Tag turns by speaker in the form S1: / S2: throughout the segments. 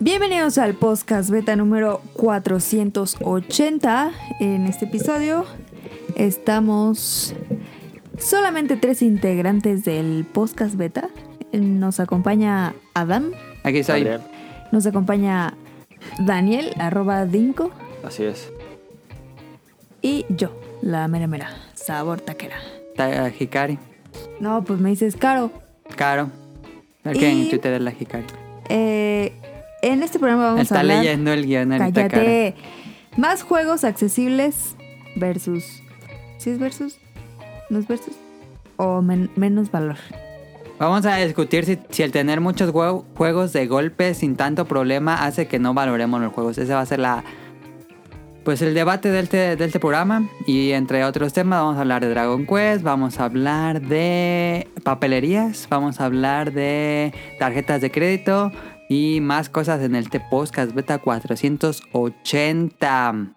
S1: Bienvenidos al podcast beta número 480. En este episodio estamos solamente tres integrantes del podcast beta. Nos acompaña Adam,
S2: Aquí estoy.
S3: Gabriel.
S1: nos acompaña Daniel, arroba Dinko,
S3: Así es.
S1: y yo, la mera mera, sabor taquera.
S2: Ta- Hikari.
S1: No, pues me dices caro.
S2: Caro. El
S1: Y-
S2: que en Twitter es la Hikari.
S1: Eh, en este programa vamos
S2: El
S1: a hablar...
S2: Taleya no el guionarista Caro.
S1: Cállate. Más juegos accesibles versus. ¿Sí es versus? ¿No es versus? O men- menos valor.
S2: Vamos a discutir si, si el tener muchos jue- juegos de golpe sin tanto problema hace que no valoremos los juegos. Ese va a ser la. Pues el debate de este, de este programa. Y entre otros temas, vamos a hablar de Dragon Quest, vamos a hablar de papelerías, vamos a hablar de tarjetas de crédito y más cosas en este podcast Beta 480.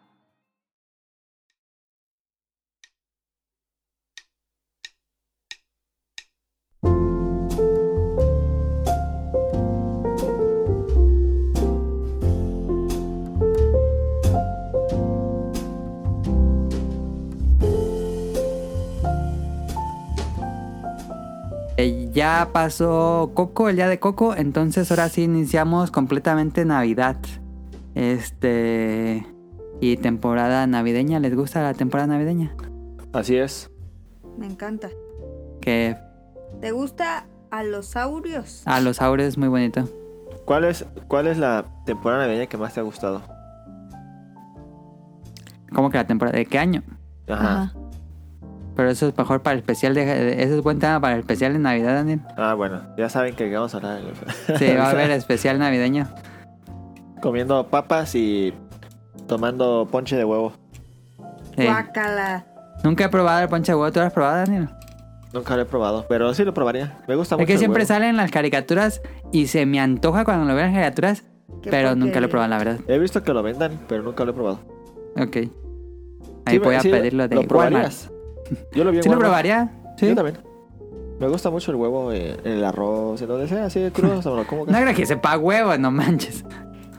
S2: Eh, ya pasó Coco, el día de Coco, entonces ahora sí iniciamos completamente Navidad. Este. Y temporada navideña, ¿les gusta la temporada navideña?
S3: Así es.
S1: Me encanta.
S2: Que
S1: ¿Te gusta a los saurios?
S2: a los aureos es muy bonito.
S3: ¿Cuál es, cuál es la temporada navideña que más te ha gustado?
S2: ¿Cómo que la temporada? ¿De qué año?
S3: Ajá.
S2: Pero eso es mejor para el especial de. Ese es buen tema para el especial de Navidad, Daniel.
S3: Ah, bueno. Ya saben que vamos a hablar de-
S2: Sí, va a haber especial navideño.
S3: comiendo papas y tomando ponche de huevo.
S2: Sí. Nunca he probado el ponche de huevo. ¿Tú lo has probado, Daniel?
S3: Nunca lo he probado, pero sí lo probaría. Me gusta mucho.
S2: Es que
S3: el
S2: siempre
S3: huevo.
S2: salen las caricaturas y se me antoja cuando lo veo en las caricaturas,
S1: Qué
S2: pero nunca lo
S1: porquería.
S2: he probado, la verdad.
S3: He visto que lo vendan, pero nunca lo he probado.
S2: Ok. Ahí
S3: Sí,
S2: voy a
S3: sí,
S2: pedirlo de
S3: ¿Lo
S2: Walmart.
S3: probarías? Yo lo vi en
S2: ¿Sí lo
S3: Walmart.
S2: probaría? Sí.
S3: Yo también. Me gusta mucho el huevo eh, en el arroz, en donde sea, así de crudo, se me lo como.
S2: No creo que sepa huevo, no manches.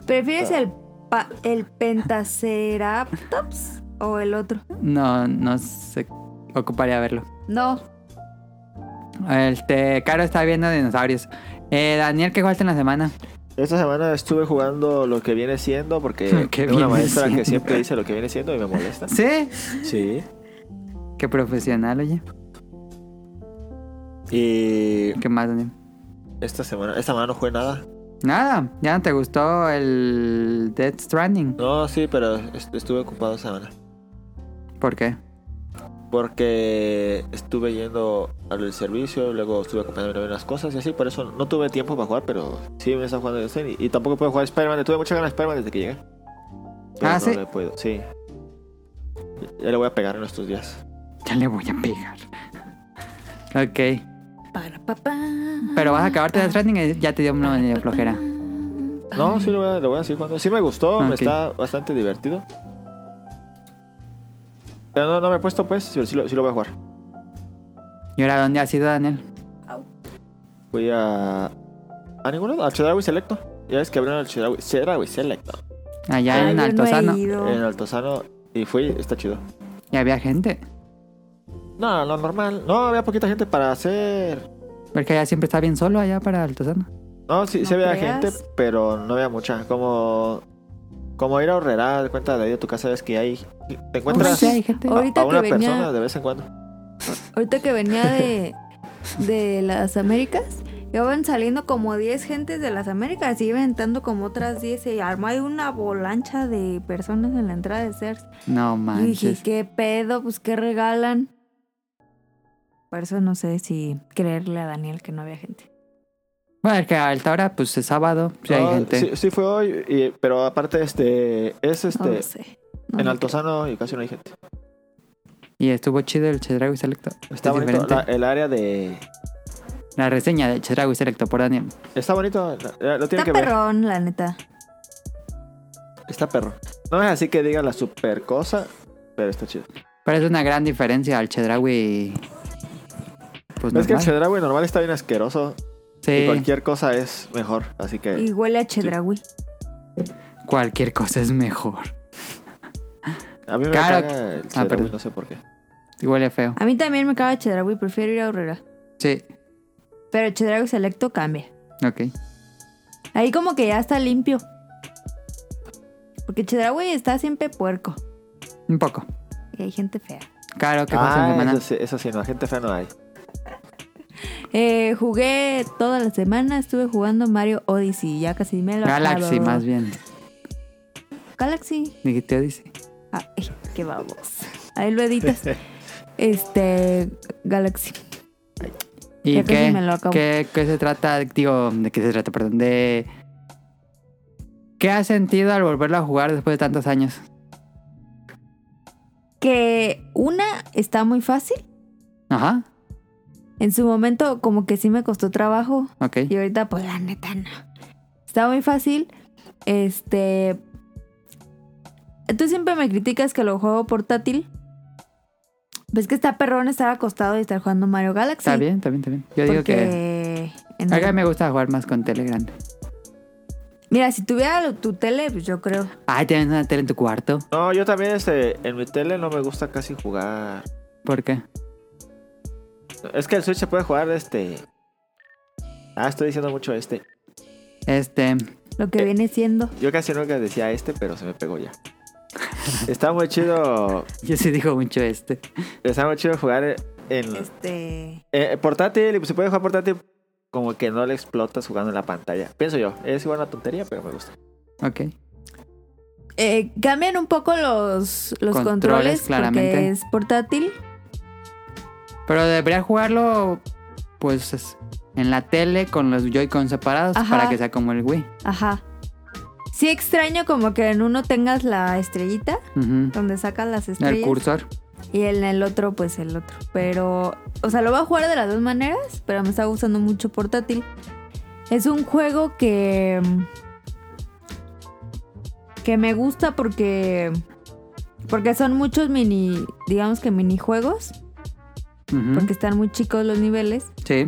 S1: ¿Prefieres el, pa- el Pentaceratops o el otro?
S2: No, no se ocuparía verlo.
S1: No.
S2: Este, Caro está viendo dinosaurios. Eh, Daniel, ¿qué jugaste en la semana?
S3: Esta semana estuve jugando lo que viene siendo porque
S2: Lo que
S3: tengo una
S2: viene
S3: maestra
S2: siendo.
S3: que siempre dice lo que viene siendo y me molesta.
S2: ¿Sí?
S3: Sí.
S2: Qué profesional, oye.
S3: Y
S2: ¿Qué más, Daniel?
S3: esta semana, esta semana no jugué nada.
S2: Nada, ya no te gustó el Dead Stranding.
S3: No, sí, pero est- estuve ocupado esta semana.
S2: ¿Por qué?
S3: Porque estuve yendo al servicio, luego estuve acompañando unas cosas y así, por eso no tuve tiempo para jugar, pero sí me estaba jugando Destiny. Y tampoco puedo jugar Spider-Man, le tuve muchas ganas de Spider-Man desde que llegué. Pero
S2: Ah,
S3: no
S2: ¿sí?
S3: le puedo, sí. Ya le voy a pegar en estos días.
S2: Ya le voy a pegar. Ok.
S1: Para papá.
S2: Pero vas a acabarte Death Stranding y ya te dio una manera flojera.
S3: No, sí lo voy a, lo voy a seguir jugando. Sí me gustó, me
S2: Ok.
S3: está bastante divertido. Pero no, no me he puesto pues, pero sí lo, sí lo voy a jugar.
S2: ¿Y ahora dónde has ido, Daniel?
S3: Voy a. ¿A ninguno? Al Chedraui Selecto. Ya ves que abrieron el Chedraui Chedraui Selecto.
S2: Allá
S1: Ay,
S2: en
S1: yo no he
S2: Altozano.
S1: ido.
S3: En Altozano. Y fui, está chido.
S2: y había gente.
S3: No, lo normal. No, había poquita gente para hacer.
S2: Porque allá siempre está bien solo allá para Altozano.
S3: No, sí,
S1: No
S3: sí había
S1: creas.
S3: gente, pero no había mucha. Como. Como ir a Horrera, de cuenta de ahí de tu casa, ves que hay. Te
S2: Pues
S3: encuentras
S2: sí hay gente.
S1: Ahorita-
S3: a una
S1: que venía-
S3: persona de vez en cuando.
S1: Ahorita que venía de, de las Américas, iban saliendo como 10 gentes de las Américas y iban entrando como otras 10 y armó ahí una avalancha de personas en la entrada de Sears.
S2: No
S1: Y dije,
S2: manches.
S1: ¿qué pedo? Pues, ¿qué regalan? Por eso no sé si creerle a Daniel que no había gente.
S2: Bueno, es que a esta hora, pues es sábado, sí
S3: No,
S2: hay gente.
S3: Ah, sí, sí fue hoy, y- pero aparte, este. Es
S1: No
S3: este.
S1: lo sé. No
S3: en
S1: lo
S3: Altozano y casi no hay gente.
S2: Y estuvo chido el Chedrago y Selecto. Pues,
S3: Está
S2: Es
S3: bonito.
S2: diferente.
S3: la-
S2: La...
S3: el área de.
S2: reseña del Chedrago y Selecto por Daniel.
S3: Está bonito. Lo, lo
S1: creo.
S3: tienen
S1: Está
S3: que ver.
S1: perrón, la neta.
S3: Está perro. No es así que diga la super cosa, pero está chido.
S2: Pero es una gran diferencia al Chedrago y. Pues
S3: Es que el
S2: normal.
S3: Chedraui normal está bien asqueroso y
S2: Sí.
S3: cualquier cosa es mejor, así que
S1: Y huele a chedragui.
S2: Cualquier cosa es mejor.
S4: A mí me
S2: Claro
S4: caga el
S2: Ah,
S4: Chedraui,
S2: perdón.
S4: no sé por qué.
S2: Y Huele feo.
S1: A mí también me caga Chedraui, prefiero ir a Aurrera.
S2: Sí,
S1: Pero Chedraui Selecto cambia.
S2: ok.
S1: Ahí como que ya está limpio. Porque Chedraui está siempre puerco.
S2: Un poco.
S1: Y hay gente fea.
S2: Claro, ¿qué pasa en
S4: Ah,
S2: semana?
S4: eso, sí- eso sí, no, gente fea no hay.
S1: Eh, jugué toda la semana, estuve jugando Mario Odyssey. Ya casi me lo
S2: Galaxy,
S1: acabo.
S2: más bien.
S1: Galaxy.
S2: Dijiste Odyssey.
S1: Ay, qué babos. Ahí lo editas. Este, Galaxy.
S2: ¿Y
S1: Ya casi
S2: qué,
S1: me lo acabo.
S2: qué, qué se trata? Digo, ¿de qué se trata? Perdón, de... ¿Qué has sentido al volverlo a jugar después de tantos años?
S1: Que una está muy fácil.
S2: Ajá,
S1: En su momento como que sí me costó trabajo.
S2: ok.
S1: Y ahorita pues la neta no. Está muy fácil. Este... Tú siempre me criticas que lo juego portátil. Ves que está perrón estar acostado y estar jugando Mario Galaxy.
S2: Está bien, está bien, está bien. Yo digo que...
S1: Porque en-
S2: Acá me gusta jugar más con tele grande.
S1: Mira, si tuviera lo- tu tele, pues yo creo.
S2: Ay, ¿tienes una tele en tu cuarto?
S4: No, yo también, este, en mi tele no me gusta casi jugar.
S2: ¿Por qué?
S4: Es que el Switch se puede jugar, este. Ah, estoy diciendo mucho este.
S2: Este...
S1: Lo que viene siendo.
S4: Yo casi nunca decía este, pero se me pegó ya. Está muy chido.
S2: Yo sí digo mucho este.
S4: Está muy chido jugar en
S1: Este.
S4: eh, portátil. Y se puede jugar portátil como que no le explotas jugando en la pantalla. Pienso yo. Es igual una tontería, pero me gusta.
S2: Ok.
S1: eh, cambian un poco los, los
S2: Controles,
S1: controles,
S2: claramente.
S1: porque es portátil.
S2: Pero debería jugarlo, pues, es- en la tele con los Joy-Con separados
S1: Ajá.
S2: para que sea como el Wii.
S1: Ajá. Sí extraño como que en uno tengas la estrellita,
S2: Ujú.
S1: donde sacas las
S2: El
S1: estrellas.
S2: cursor.
S1: Y en el otro, pues el otro. Pero, o sea, lo voy a jugar de las dos maneras, pero me está gustando mucho portátil. Es un juego que. que me gusta porque. porque son muchos mini. digamos que minijuegos,
S2: Ujú.
S1: porque están muy chicos los niveles.
S2: Sí,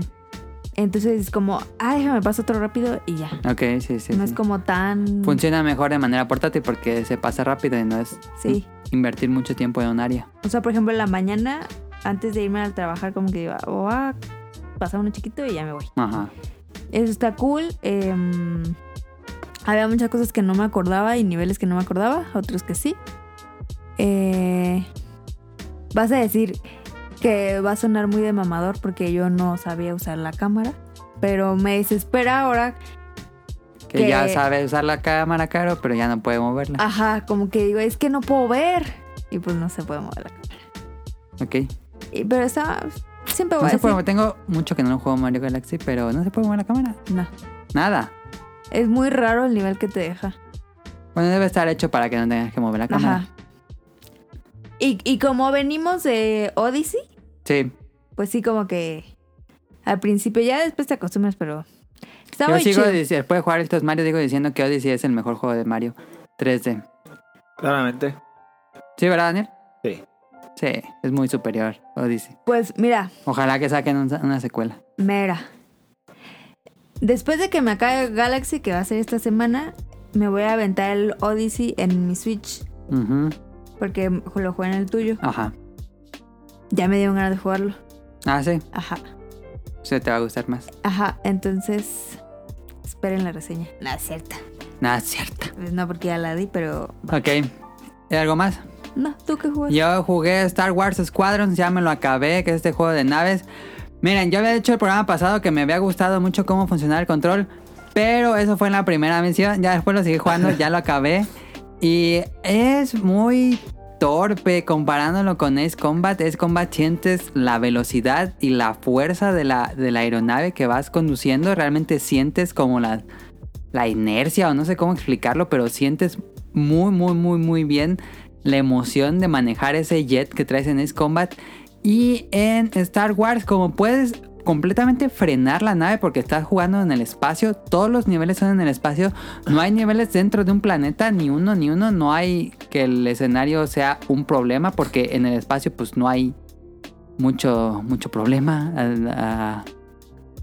S1: Entonces es como, ah, déjame paso otro rápido y ya.
S2: ok, sí, sí.
S1: no
S2: sí.
S1: es como tan.
S2: Funciona mejor de manera portátil porque se pasa rápido y no es
S1: Sí.
S2: invertir mucho tiempo en un área.
S1: O sea, por ejemplo, en la mañana, antes de irme a trabajar, como que iba, oh, ah, pasa uno chiquito y ya me voy.
S2: Ajá.
S1: Eso está cool. em, había muchas cosas que no me acordaba y niveles que no me acordaba, otros que sí. Eh, vas a decir que va a sonar muy de mamador porque yo no sabía usar la cámara, pero me desespera ahora.
S2: Que
S1: Que- Ah,
S2: ya sabe usar la cámara, caro, pero ya no puede moverla.
S1: Ajá, como que digo, es que no puedo ver. Y pues no se puede mover la cámara.
S2: Ok.
S1: Y- Pero está, siempre voy
S2: No
S1: a
S2: se
S1: decir,
S2: puede, mover- tengo mucho que no juego Mario Galaxy, pero no se puede mover la cámara.
S1: no.
S2: Nada.
S1: Es muy raro el nivel que te deja.
S2: Bueno, debe estar hecho para que no tengas que mover la cámara.
S1: Ajá. Y, y como venimos de Odyssey,
S2: Sí.
S1: pues sí, como que al principio, ya después te acostumbras, pero está
S2: Yo
S1: muy
S2: sigo
S1: chido.
S2: dici- después de jugar estos Mario, digo diciendo que Odyssey es el mejor juego de Mario 3D.
S4: Claramente.
S2: ¿Sí, verdad, Daniel?
S4: Sí.
S2: Sí, es muy superior Odyssey.
S1: Pues mira,
S2: Ojalá que saquen un- una secuela.
S1: mira. Después de que me acabe Galaxy, que va a ser esta semana, me voy a aventar el Odyssey en mi Switch,
S2: Ujú.
S1: porque lo jugué en el tuyo.
S2: Ajá.
S1: Ya me dieron ganas de jugarlo.
S2: Ah, sí.
S1: Ajá,
S2: Se te va a gustar más.
S1: ajá. Entonces, esperen la reseña. La cierta.
S2: Nada, es cierto.
S1: Pues no, porque ya la di, pero
S2: Ok. ¿Y algo más?
S1: no, tú que jugaste.
S2: Yo jugué Star Wars Squadrons, ya me lo acabé, que es este juego de naves. Miren, yo había hecho el programa pasado que me había gustado mucho cómo funcionaba el control, pero eso fue en la primera misión. Ya después lo seguí jugando, ya lo acabé. Y es muy torpe comparándolo con Ace Combat. Ace Combat sientes la velocidad y la fuerza de la, de la aeronave que vas conduciendo. Realmente sientes como la, la inercia o no sé cómo explicarlo, pero sientes muy, muy, muy, muy bien la emoción de manejar ese jet que traes en Ace Combat. Y en Star Wars, como puedes completamente frenar la nave porque estás jugando en el espacio, todos los niveles son en el espacio, no hay niveles dentro de un planeta, ni uno, ni uno, no hay que el escenario sea un problema porque en el espacio pues no hay mucho, mucho problema. ah, ah,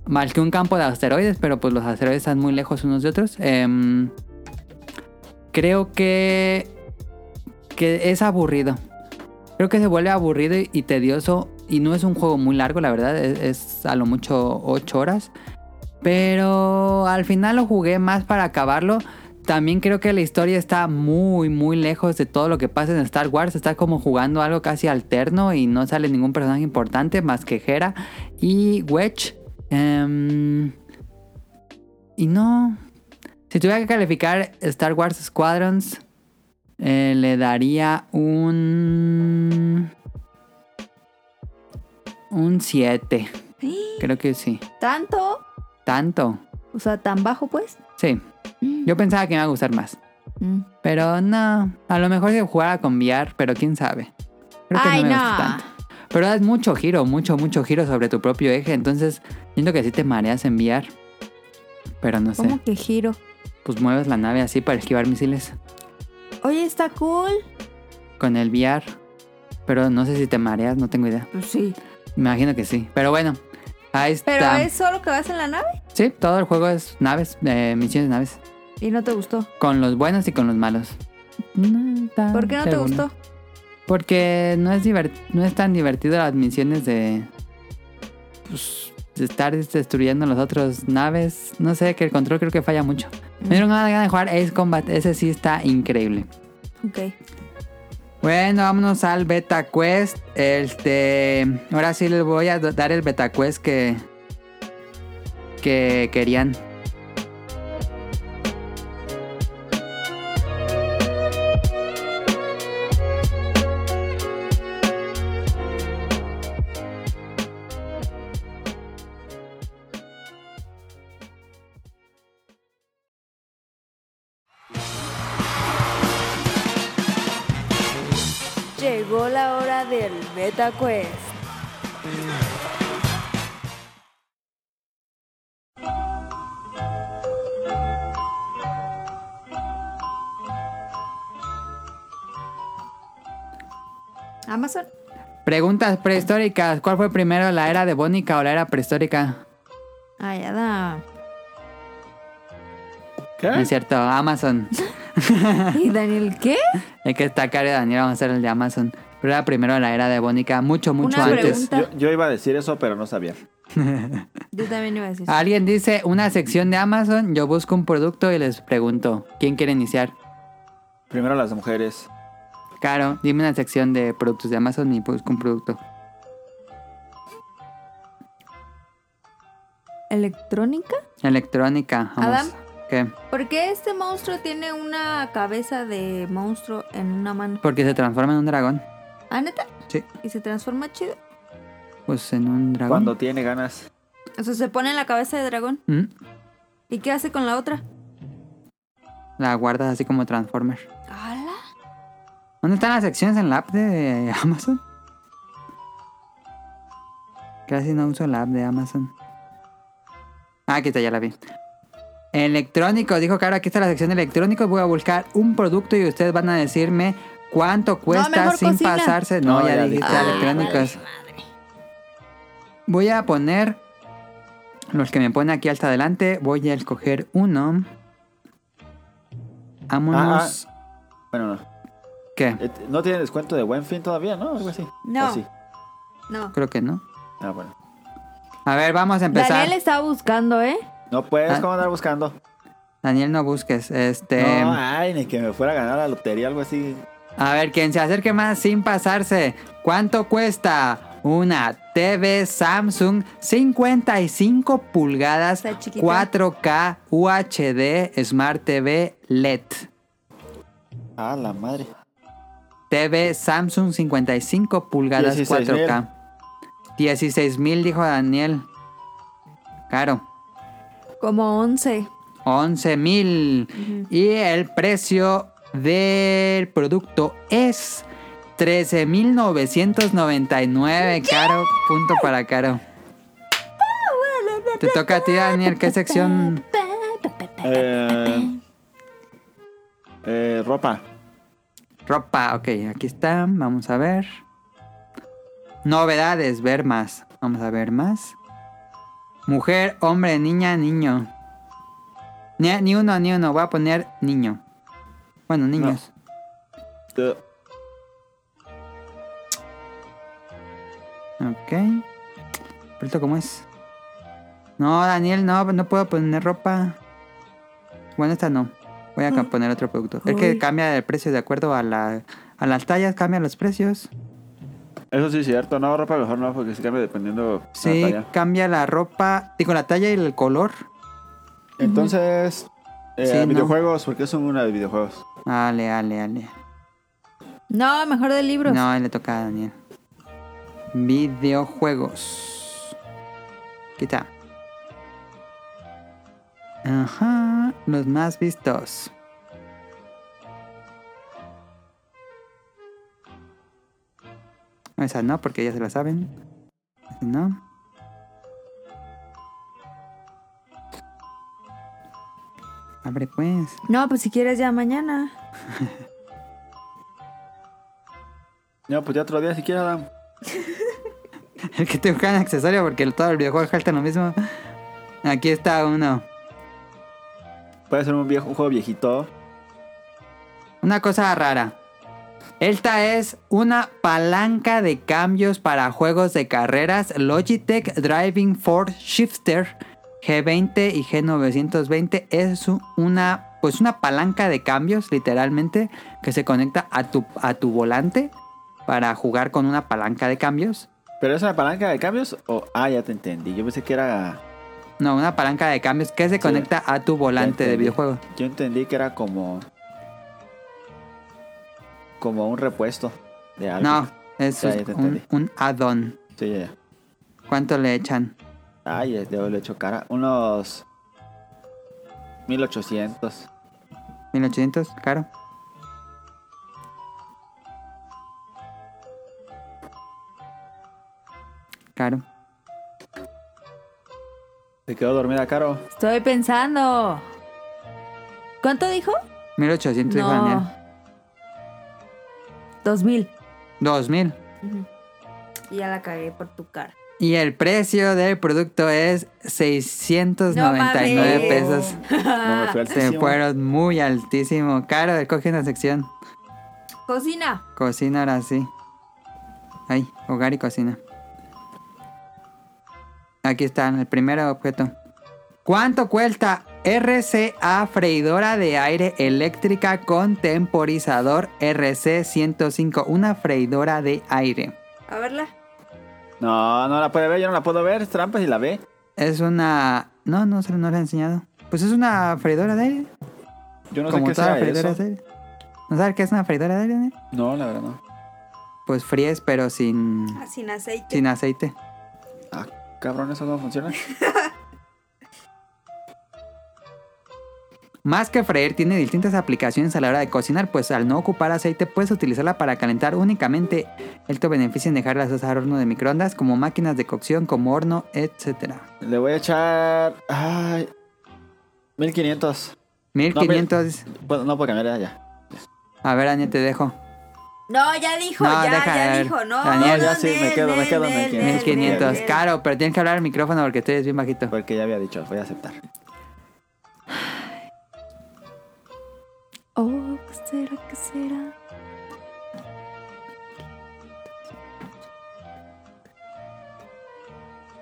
S2: más que un campo de asteroides, pero pues los asteroides están muy lejos unos de otros. Em, creo que, que es aburrido. Creo que se vuelve aburrido y tedioso. Y no es un juego muy largo, la verdad. Es, es a lo mucho 8 horas. Pero al final lo jugué más para acabarlo. También creo que la historia está muy, muy lejos de todo lo que pasa en Star Wars. Está como jugando algo casi alterno y no sale ningún personaje importante más que Hera y Wedge. Em, y no. Si tuviera que calificar Star Wars Squadrons, eh, le daría un. Un 7. Creo que sí.
S1: ¿Tanto?
S2: Tanto.
S1: O sea, tan bajo pues.
S2: Sí. Yo pensaba que me iba a gustar más.
S1: Mm.
S2: Pero no. A lo mejor se jugara con VR, pero quién sabe. Creo que
S1: Ay,
S2: no me
S1: no.
S2: gusta tanto. Pero das mucho giro, mucho, mucho giro sobre tu propio eje. Entonces, siento que sí te mareas en VR. Pero no sé.
S1: ¿Cómo que giro?
S2: Pues mueves la nave así para esquivar misiles
S1: Oye, está cool.
S2: con el VR. Pero no sé si te mareas, no tengo idea.
S1: Pues sí.
S2: Me imagino que sí. Pero bueno, ahí está.
S1: Pero es solo que vas en la nave
S2: Sí, todo el juego es naves, eh, misiones naves.
S1: y no te gustó.
S2: Con los buenos y con los malos. No tan
S1: ¿Por qué no
S2: seguro.
S1: te gustó?
S2: Porque no es, divert- no es tan divertido las misiones de, pues, de estar destruyendo las otras naves. No sé, que el control creo que falla mucho. Me dieron ganas ganas de jugar Ace Combat. Ese sí está increíble.
S1: Ok.
S2: Bueno, vámonos al Beta Quest. Este, ahora sí les voy a do- dar el Beta Quest que que querían.
S1: Llegó la hora del Beta Quest. Amazon.
S2: Preguntas prehistóricas. ¿Cuál fue primero, la era devónica o la era prehistórica?
S1: Ay, Adam.
S4: ¿Qué?
S3: ¿Eh?
S2: No es cierto, Amazon.
S1: ¿Y Daniel qué?
S2: Es que está cara de Daniel, vamos a hacer el de Amazon. Pero era primero la era devónica, mucho, mucho
S1: Una
S2: antes.
S1: pregunta.
S4: Yo, yo iba a decir eso, pero no sabía.
S1: Yo también iba a decir.
S2: Alguien dice, una sección de Amazon, yo busco un producto y les pregunto, ¿quién quiere iniciar?
S4: Primero las mujeres.
S2: Claro, dime una sección de productos de Amazon y busco un producto.
S1: ¿Electrónica?
S2: Electrónica. vamos.
S1: Adam.
S2: ¿Qué?
S1: ¿Por qué este monstruo tiene una cabeza de monstruo en una mano?
S2: Porque se transforma en un dragón.
S1: ¿Ah, neta?
S2: Sí.
S1: ¿Y se transforma chido?
S2: Pues en un dragón.
S4: Cuando tiene ganas.
S1: O sea, se pone en la cabeza de dragón.
S2: Mm,
S1: ¿Y qué hace con la otra?
S2: La guardas así como Transformer.
S1: ¡Hala!
S2: ¿Dónde están las secciones en la app de Amazon? Casi no uso la app de Amazon. Ah, aquí está, ya la vi. Electrónicos, dijo Caro, aquí está la sección de electrónicos. Voy a buscar un producto y ustedes van a decirme cuánto cuesta
S1: mejor
S2: sin
S1: cocina. Ah,
S2: pasarse. No,
S4: No,
S2: ya,
S4: ya
S2: dijiste
S4: dije.
S2: electrónicos. Voy a poner los que me ponen aquí hasta adelante. Voy a escoger uno. Vámonos.
S4: Bueno, no.
S2: ¿Qué?
S4: Eh, No tiene descuento de buen fin todavía, ¿no? Algo así.
S1: No.
S4: ¿O sí?
S1: No.
S2: Creo que no.
S4: Ah, bueno.
S2: A ver, vamos a empezar.
S1: Daniel estaba buscando, ¿eh?
S4: No puedes,
S2: Ah.
S4: ¿cómo andar buscando?
S2: Daniel, no busques. Este.
S3: ah.
S4: No, ay, ni que me fuera a ganar la lotería, algo así.
S2: A ver, quien se acerque más sin pasarse. ¿Cuánto cuesta una TV Samsung 55 pulgadas
S1: Está chiquita.
S2: 4K UHD Smart TV LED?
S4: Ah, la madre.
S2: TV Samsung 55 pulgadas
S4: 16,000.
S2: 4K. 16 mil, dijo Daniel. Caro.
S1: Como 11.
S2: 11 mil. Y el precio del producto es 13,999. Caro, punto para caro. Te toca a ti, Daniel. ¿Qué sección?
S4: Eh, eh, ropa.
S2: Ropa. Ok, aquí está. Vamos a ver. Novedades, ver más. Vamos a ver más. Mujer, hombre, niña, niño. Ni, ni uno, ni uno. Voy a poner niño. Bueno, niños.
S4: Eh,
S2: Ok. ¿Pero cómo es? No, Daniel, no, no puedo poner ropa. Bueno, esta no. Voy a ca- poner otro producto. Es que
S1: Uy.
S2: cambia el precio de acuerdo a, la, a las tallas, cambian los precios.
S3: Eso sí es cierto, no ropa mejor no, porque se cambia dependiendo la
S2: Sí,
S3: talla.
S2: cambia la ropa. Digo, la talla y el color.
S3: Entonces,
S2: Sí,
S3: eh,
S2: no.
S3: videojuegos, ¿por qué son una de videojuegos?
S2: Ale, ale, ale.
S1: No, mejor de libros.
S2: No, le toca a Daniel. Videojuegos. Quita. Ajá, los más vistos. Esa no, porque ya se la saben. Esa No. Abre pues.
S1: No, pues si quieres ya mañana.
S3: No, pues ya otro día si quieres, Adam.
S2: El que te buscan accesorio porque todo el videojuego falta lo mismo. Aquí está uno.
S3: Puede ser un, viejo, un juego viejito.
S2: Una cosa rara. Esta es una palanca de cambios para juegos de carreras Logitech Driving Force Shifter G20 y G920. Es u- una, pues una palanca de cambios, literalmente, que se conecta a tu, a tu volante para jugar con una palanca de cambios.
S3: ¿Pero es una palanca de cambios o...? Ah, ya te entendí. Yo pensé que era...
S2: No, una palanca de cambios que se conecta a tu volante de
S3: entendí.
S2: videojuego.
S3: Yo entendí que era como... Como un repuesto de algo.
S2: No, es
S3: Ah, Ya, ya te
S2: un,
S3: entendí.
S2: un add-on.
S3: Sí, ya, ya.
S2: ¿Cuánto le echan?
S3: Ay, es de le hecho cara. Unos... 1800.
S2: 1800, caro. Caro.
S3: ¿Te quedó dormida, Caro?
S1: Estoy pensando. ¿Cuánto dijo?
S2: 1800 dijo Daniel.
S1: No. Dos mil.
S2: 2000.
S1: Y ya la cagué por tu cara.
S2: Y el precio del producto es 699
S1: No mames.
S2: pesos.
S3: No, me fui
S2: Se
S3: altísimo.
S2: fueron muy altísimo. Caro, coge una sección.
S1: Cocina.
S2: Cocina ahora sí. Ay, hogar y cocina. Aquí está el primer objeto. ¿Cuánto cuesta RCA freidora de aire eléctrica con temporizador RC105? Una freidora de aire.
S1: A verla.
S3: No, no la puede ver, yo no la puedo ver. Trampas y la ve.
S2: Es una... No, no, se no la he enseñado. Pues es una freidora de aire.
S3: Yo no sé
S2: como
S3: qué
S2: todas las
S3: sea
S2: freidoras
S3: eso.
S2: de aire. ¿No sabes qué es una freidora de aire? Daniel?
S3: No, la verdad no.
S2: Pues fríes pero sin,
S1: Sin aceite.
S2: sin aceite.
S3: Cabrón, ¿eso cómo funciona?
S2: Más que freír, tiene distintas aplicaciones a la hora de cocinar, pues al no ocupar aceite puedes utilizarla para calentar únicamente. Esto beneficia en dejar las cosas al horno de microondas, como máquinas de cocción, como horno, etc.
S3: Le voy a echar... Ay... 1500.
S2: 1500.
S3: Bueno, no puedo cambiar ya.
S2: A ver, Daniel, te dejo.
S1: No, ya dijo,
S2: No,
S1: ya,
S2: deja de
S1: ya
S2: ver.
S1: dijo, no.
S2: Daniel,
S1: no,
S3: ya sí, me
S1: Nel,
S3: quedo, me
S1: Nel,
S3: quedo en
S1: Nel,
S3: 1500.
S1: Nel,
S2: 1500.
S1: Nel.
S2: Caro, pero tienes que hablar al micrófono porque tú eres bien bajito.
S3: Porque ya había dicho, voy a aceptar.
S1: Oh, ¿qué será? ¿Qué será?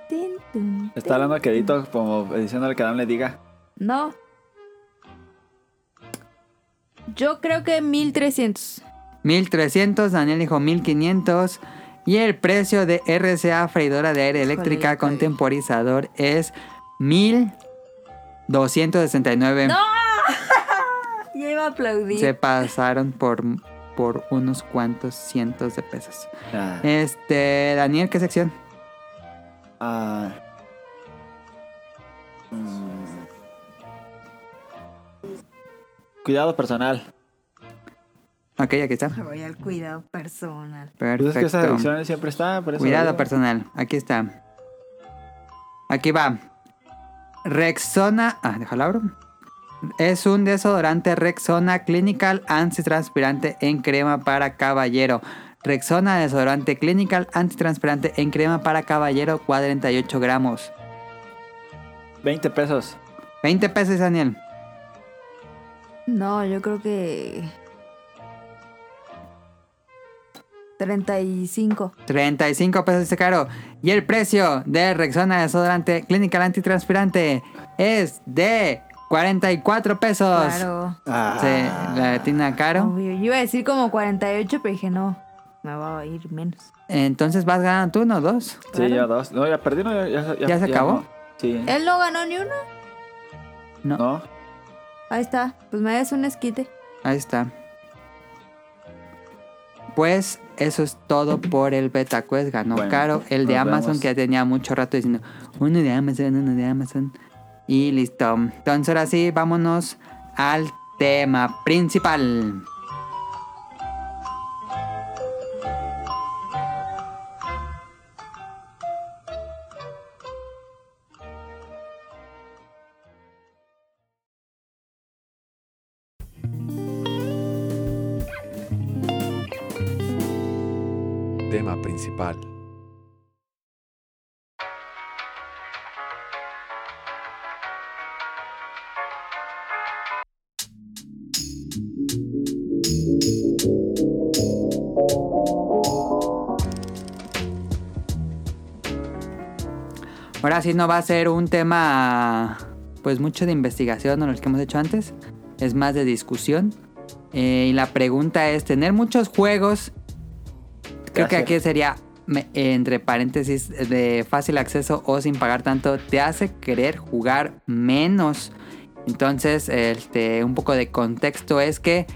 S1: Tin, tun, tin.
S3: Está hablando a Quedito como diciéndole que Adam le diga.
S1: No. Yo creo que 1300.
S2: 1300, Daniel dijo 1500. Y el precio de RCA freidora de aire eléctrica
S1: le
S2: con
S1: caí.
S2: temporizador es 1269.
S1: ¡No! Ya iba a aplaudir.
S2: se pasaron por, por unos cuantos cientos de pesos.
S3: Ah,
S2: Este, Daniel, ¿qué sección?
S3: ah. Mm. Cuidado personal.
S2: Ok, aquí está.
S1: Voy al cuidado personal.
S3: Pues es que esas
S2: Perfecto.
S3: adicciones siempre están, por eso lo
S2: Cuidado
S3: digo.
S2: personal, aquí está. Aquí va. Rexona, ah, déjalo abro. Es un desodorante Rexona Clinical Antitranspirante en crema para caballero. Rexona desodorante Clinical Antitranspirante en crema para caballero, 48 gramos.
S3: 20 pesos.
S2: 20 pesos, Daniel.
S1: No, yo creo que. 35.
S2: 35 pesos dice Caro. Y el precio de Rexona desodorante clinical antitranspirante es de 44 pesos.
S1: Claro.
S2: Ah. Sí, la latina Caro.
S1: Obvio. Yo iba a decir como 48, pero dije no. Me va a ir menos.
S2: Entonces vas ganando tú, ¿no? Dos.
S4: Sí, ya dos. No, ya perdí, no, ya,
S2: ¿Ya se acabó? Eh,
S4: no. Sí.
S1: Él no ganó ni uno.
S3: ¿No?
S1: Ahí está. Pues me das un esquite.
S2: Ahí está. Pues eso es todo por el Beta Quest. Ganó
S3: Bueno,
S2: caro. El de
S3: nos
S2: Amazon,
S3: vemos.
S2: que ya tenía mucho rato diciendo: Uno de Amazon, uno de Amazon. Y listo. Entonces, ahora sí, vámonos al tema principal.
S5: Tema principal.
S2: Ahora sí no va a ser un tema pues mucho de investigación o los que hemos hecho antes. Es más de discusión. Eh, y la pregunta es, tener muchos juegos, creo que
S4: Gracias.
S2: aquí sería me- entre paréntesis de fácil acceso o sin pagar tanto, te hace querer jugar menos. Entonces, este, un poco de contexto es que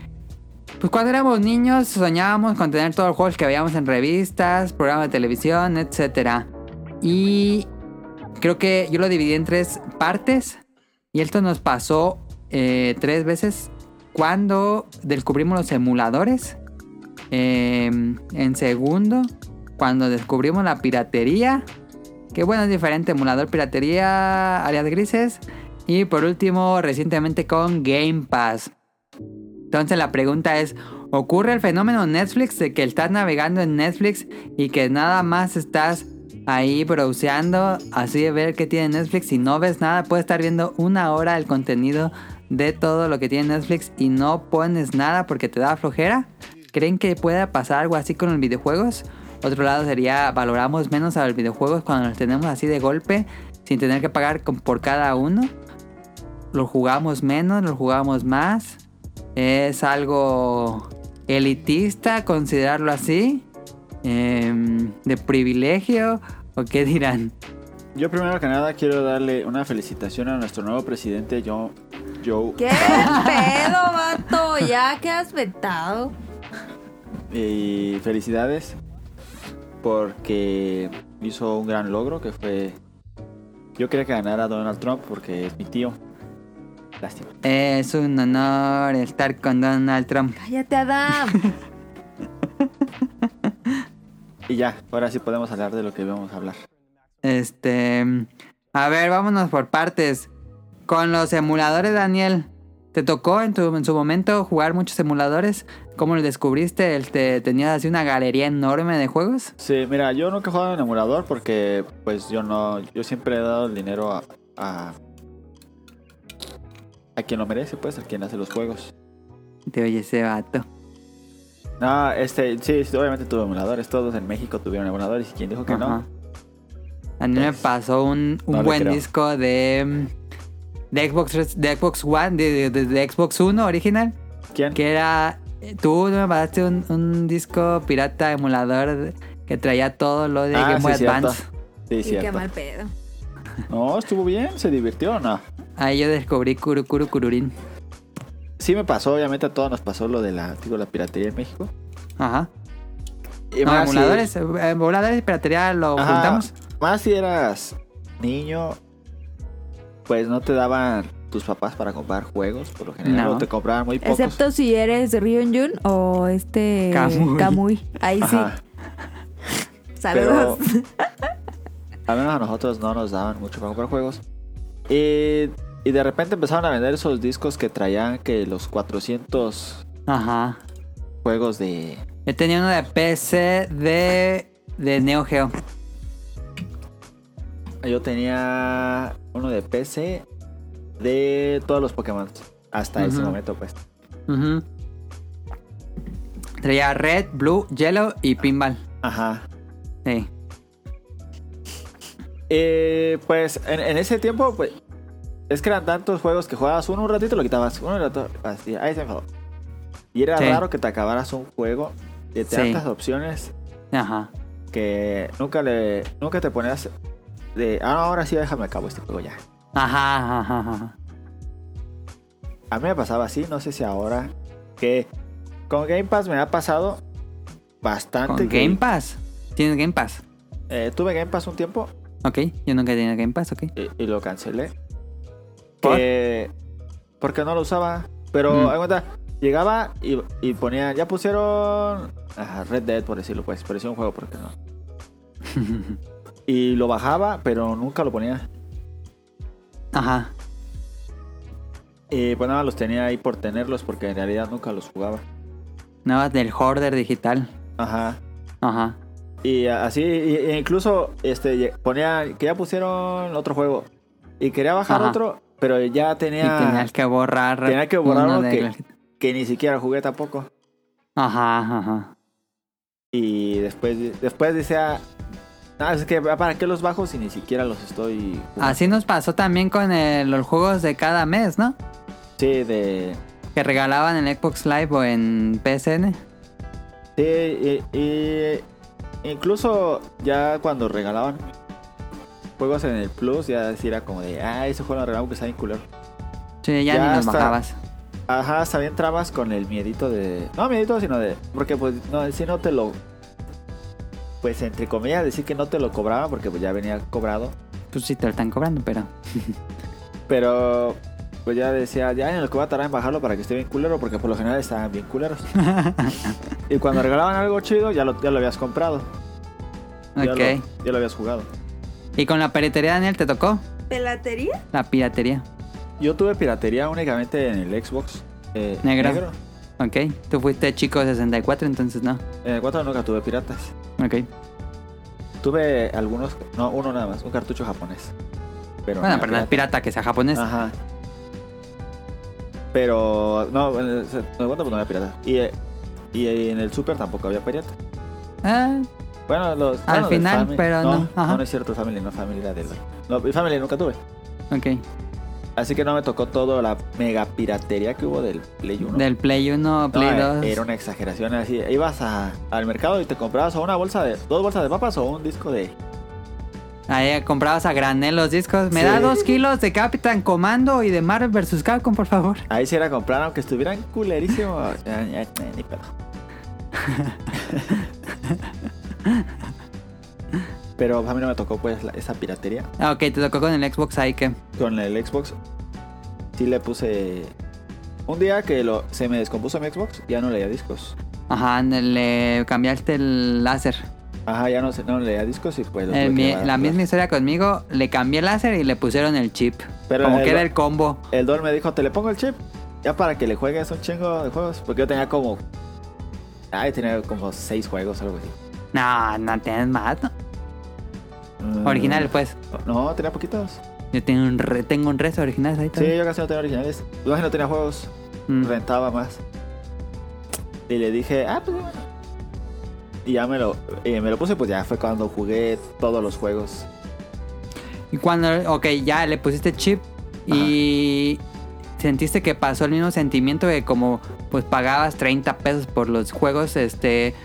S2: pues cuando éramos niños soñábamos con tener todos los juegos que veíamos en revistas, programas de televisión, etc. Y creo que yo lo dividí en tres partes. Y esto nos pasó eh, tres veces cuando descubrimos los emuladores. Eh, en segundo, cuando descubrimos la piratería. Que bueno, es diferente. Emulador, piratería, áreas grises. Y por último, recientemente con Game Pass. Entonces la pregunta es, ¿ocurre el fenómeno Netflix de que estás navegando en Netflix y que nada más estás ahí browseando, así de ver qué tiene Netflix y no ves nada? Puedes estar viendo una hora el contenido de todo lo que tiene Netflix y no pones nada porque te da flojera. ¿Creen que pueda pasar algo así con los videojuegos? Otro lado sería, valoramos menos a los videojuegos cuando los tenemos así de golpe, sin tener que pagar con- por cada uno. Lo jugamos menos, lo jugamos más es algo elitista considerarlo así, Em, de privilegio, o qué dirán.
S3: Yo primero que nada quiero darle una felicitación a nuestro nuevo presidente, Joe. Joe.
S1: ¿Qué pedo, vato? Ya quedas vetado.
S3: Y felicidades porque hizo un gran logro que fue... Yo quería que ganara Donald Trump porque es mi tío. Lástima.
S2: Es un honor estar con Donald Trump.
S1: Cállate, Adam.
S3: Y ya, ahora sí podemos hablar de lo que íbamos a hablar.
S2: Este, a ver, vámonos por partes. Con los emuladores, Daniel, ¿te tocó en, tu- en su momento jugar muchos emuladores? ¿Cómo lo descubriste? Este, ¿Tenías así una galería enorme de juegos?
S3: Sí, mira, yo nunca he jugado en emulador porque pues yo no, yo siempre he dado el dinero a, a, a quien lo merece, pues, a quien hace los juegos.
S2: Te oye ese vato.
S3: No, este, sí, sí, obviamente tuve emuladores, todos en México tuvieron emuladores y quien dijo que
S2: Ajá.
S3: no.
S2: A mí me
S3: Pues,
S2: pasó un, un
S3: no le
S2: buen
S3: creo.
S2: disco de, mm, de Xbox tres- de Xbox One, de, de- de Xbox Uno original,
S3: ¿Quién?
S2: que era tú me mandaste un, un disco pirata emulador de- que traía todo lo de
S3: Ah,
S2: Game
S3: sí,
S2: Boy
S3: cierto.
S2: Advance.
S3: Sí,
S1: y qué
S3: cierto.
S1: mal pedo.
S3: No, estuvo bien, se divirtió, no.
S2: Ahí yo descubrí Kuru Kuru Kururin.
S3: Sí me pasó, obviamente a todos nos pasó lo de la, digo, la piratería en México.
S2: Ajá.
S3: Y
S2: No,
S3: más si-
S2: emuladores, eh, emuladores y piratería lo
S3: Ajá,
S2: juntamos.
S3: Más si eras niño, pues no te daban tus papás para comprar juegos, por lo general,
S2: No.
S3: o te compraban muy pocos.
S1: Excepto si eres Ryun Jun o este.
S2: Kamui.
S1: Kamui. Ahí
S3: Ajá.
S1: sí. Saludos.
S3: Pero, al menos a nosotros no nos daban mucho para comprar juegos. Y, y de repente empezaron a vender esos discos que traían que los 400
S2: Ajá.
S3: juegos de...
S2: Yo tenía uno de PC de, de Neo Geo.
S3: Yo tenía uno de PC de todos los Pokémon. Hasta ese
S2: Ujú.
S3: momento, pues.
S2: Ujú. Traía red, blue, yellow y pinball.
S3: Ajá.
S2: Sí.
S3: Eh, pues en, en ese tiempo, pues. Es que eran tantos juegos que jugabas uno un ratito, lo quitabas. Uno un ratito, así. Ahí se enfadó. Y era
S2: Sí.
S3: raro que te acabaras un juego de
S2: Sí.
S3: tantas opciones
S2: Ajá.
S3: que nunca le nunca te ponías de "Ah, ahora sí déjame acabo este juego ya.
S2: Ajá, ajá, ajá, ajá.
S3: A mí me pasaba así, no sé si ahora que con Game Pass me ha pasado bastante.
S2: ¿Con
S3: que-
S2: Game Pass? ¿Tienes Game Pass?
S3: eh, tuve Game Pass un tiempo
S2: Ok, yo nunca he tenido Game Pass, ok.
S3: y, y lo cancelé.
S2: ¿Por?
S3: Que- porque no lo usaba. Pero
S2: Mm.
S3: haz cuenta, llegaba y, y ponía, ya pusieron ajá, Red Dead por decirlo, pues, parecía un juego porque no. Y lo bajaba, pero nunca lo ponía.
S2: Ajá.
S3: Y pues nada, los tenía ahí por tenerlos porque en realidad nunca los jugaba.
S2: Nuevas del Horder digital.
S3: Ajá.
S2: Ajá.
S3: Y así, y- e incluso este, ye- ponía que ya pusieron otro juego y quería bajar
S2: Ajá.
S3: otro, pero ya tenía,
S2: Y tenías que borrar.
S3: tenía que borrar
S2: uno
S3: lo
S2: de-
S3: que- que ni siquiera jugué tampoco.
S2: Ajá, ajá, ajá.
S3: Y después, después decía, ah, es que para qué los bajo si ni siquiera los estoy jugando?"
S2: Así nos pasó también con eh, los juegos de cada mes, ¿no?
S3: Sí, de,
S2: Que regalaban en Xbox Live o en PSN.
S3: sí, y- y incluso ya cuando regalaban juegos en el Plus, ya decía era como de, ah, ese juego lo regalaron que está bien culero.
S2: Sí, ya,
S3: Ya
S2: ni nos
S3: hasta-
S2: bajabas.
S3: Ajá, hasta bien trabas con el miedito de. No miedito, sino de. Porque pues no, si no te lo. Pues entre comillas decir que no te lo cobraba porque pues ya venía cobrado.
S2: Pues sí, te lo están cobrando, pero.
S3: Pero pues ya decía, ya en lo que va a tardar en bajarlo para que esté bien culero, porque por lo general estaban bien culeros. y cuando regalaban algo chido, ya lo, ya lo habías comprado. Ya,
S2: Ok.
S3: lo, ya lo habías jugado.
S2: ¿Y con la piratería, Daniel, te tocó?
S1: ¿Pelatería?
S2: La piratería.
S3: Yo tuve piratería únicamente en el Xbox. eh,
S2: Negro. Ok. Tú fuiste chico 64, entonces no.
S3: En el 4 nunca tuve piratas.
S2: Ok.
S3: Tuve algunos, no, uno nada más, un cartucho japonés. Pero
S2: bueno,
S3: nada,
S2: pero no es
S3: pirata. Ah.
S2: pirata que sea japonés.
S3: Ajá. Pero, no, bueno, se- no aguanta porque no había pirata. Y, eh, y, eh, en el Super tampoco había pirata.
S2: Ah,
S3: Bueno, los.
S2: Al
S3: bueno, del
S2: final,
S3: Family-
S2: pero no,
S3: No,
S2: ajá.
S3: no, es cierto, Family, no, Family era del. No, y Family nunca tuve.
S2: ok.
S3: Así que no me tocó toda la mega piratería que hubo del Play 1.
S2: Del Play 1, Play
S3: No, eh,
S2: 2.
S3: Era una exageración así. Ibas a- al mercado y te comprabas o una bolsa de. dos bolsas de papas o un disco de.
S2: Ahí comprabas a granel los discos. Me da
S3: Sí.
S2: dos kilos de Capitán Comando y de Marvel vs. Capcom, por favor.
S3: Ahí sí era comprar, aunque estuvieran culerísimos. Ya, ya, ya, ni pedo. Pero a mí no me tocó pues la- esa piratería.
S2: Ah, ok, te tocó con el Xbox ahí que.
S3: Con el Xbox sí le puse... Un día que lo, se me descompuso mi Xbox, ya no leía discos.
S2: Ajá, le cambiaste el láser.
S3: Ajá, ya no, se- no leía discos y pues... lo
S2: Eh,
S3: tuve que
S2: mi-
S3: llevar a
S2: la
S3: jugar.
S2: misma historia conmigo, le cambié el láser y le pusieron el chip.
S3: Pero
S2: Como
S3: el-
S2: que era el combo.
S3: El Dol me dijo, te le pongo el chip. Ya para que le juegues un chingo de juegos. Porque yo tenía como... Ay, tenía como seis juegos, algo así.
S2: No, no tienes más. ¿no?
S3: Mm,
S2: Original, pues.
S3: No, tenía poquitos.
S2: Yo tengo un, re- tengo un resto de originales ahí
S3: Sí,
S2: también.
S3: yo casi no tenía originales. Yo casi no tenía juegos,
S2: Mm.
S3: rentaba más. Y le dije, ah, pues bueno. Y ya me lo, eh, me lo puse, pues ya fue cuando jugué todos los juegos.
S2: Y cuando, ok, ya le pusiste chip y sentiste que pasó el mismo sentimiento de como, pues pagabas 30 pesos por los juegos, este,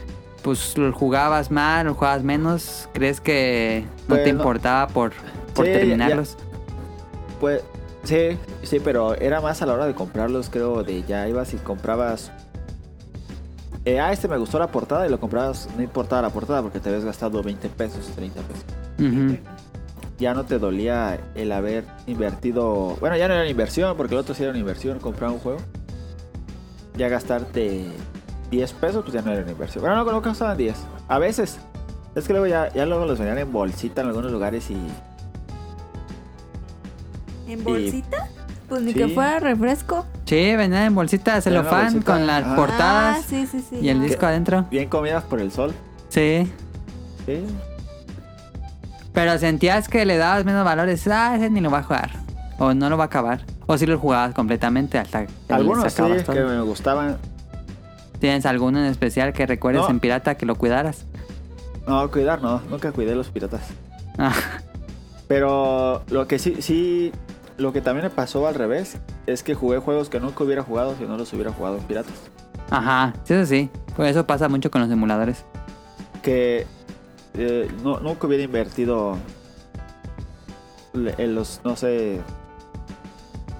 S2: pues los jugabas mal, los jugabas menos, ¿crees que no te
S3: Bueno.
S2: importaba por, por
S3: Pues, Sí, ya-
S2: terminarlos?
S3: Pues sí, sí, pero era más a la hora de comprarlos, creo, de ya ibas y comprabas. eh, ah, este me gustó la portada y lo comprabas, no importaba la portada porque te habías gastado 20 pesos, 30 pesos.
S2: Ujú.
S3: Ya no te dolía el haber invertido. Bueno, ya no era una inversión porque el otro sí era una inversión, comprar un juego. ya gastarte 10 pesos, pues ya no era una inversión. Bueno, no, no costaban 10. A veces. Es que luego ya, ya luego los vendían en bolsita en algunos lugares y...
S1: ¿En bolsita? Pues ni que
S3: Sí.
S1: fuera refresco.
S2: Sí, venían en bolsita de
S3: Era una
S2: celofán
S3: bolsita,
S2: con las
S3: ajá.
S2: portadas
S1: Ah, sí, sí, sí.
S2: y el
S1: ya.
S2: disco adentro.
S3: Bien comidas por el sol.
S2: Sí.
S3: Sí.
S2: Pero sentías que le dabas menos valores. Ah, ese ni lo va a jugar. O no lo va a acabar. O si los jugabas completamente hasta que le
S3: Algunos sí
S2: sacabas todo.
S3: que me gustaban.
S2: ¿Tienes alguno en especial que recuerdes
S3: No.
S2: en pirata que lo cuidaras?
S3: No, cuidar no, nunca cuidé los piratas.
S2: Ah,
S3: Pero lo que sí, sí, lo que también me pasó al revés es que jugué juegos que nunca hubiera jugado si no los hubiera jugado en piratas.
S2: ajá, sí, eso sí. Pues eso pasa mucho con los emuladores.
S3: que eh, no, nunca hubiera invertido le- en los, no sé,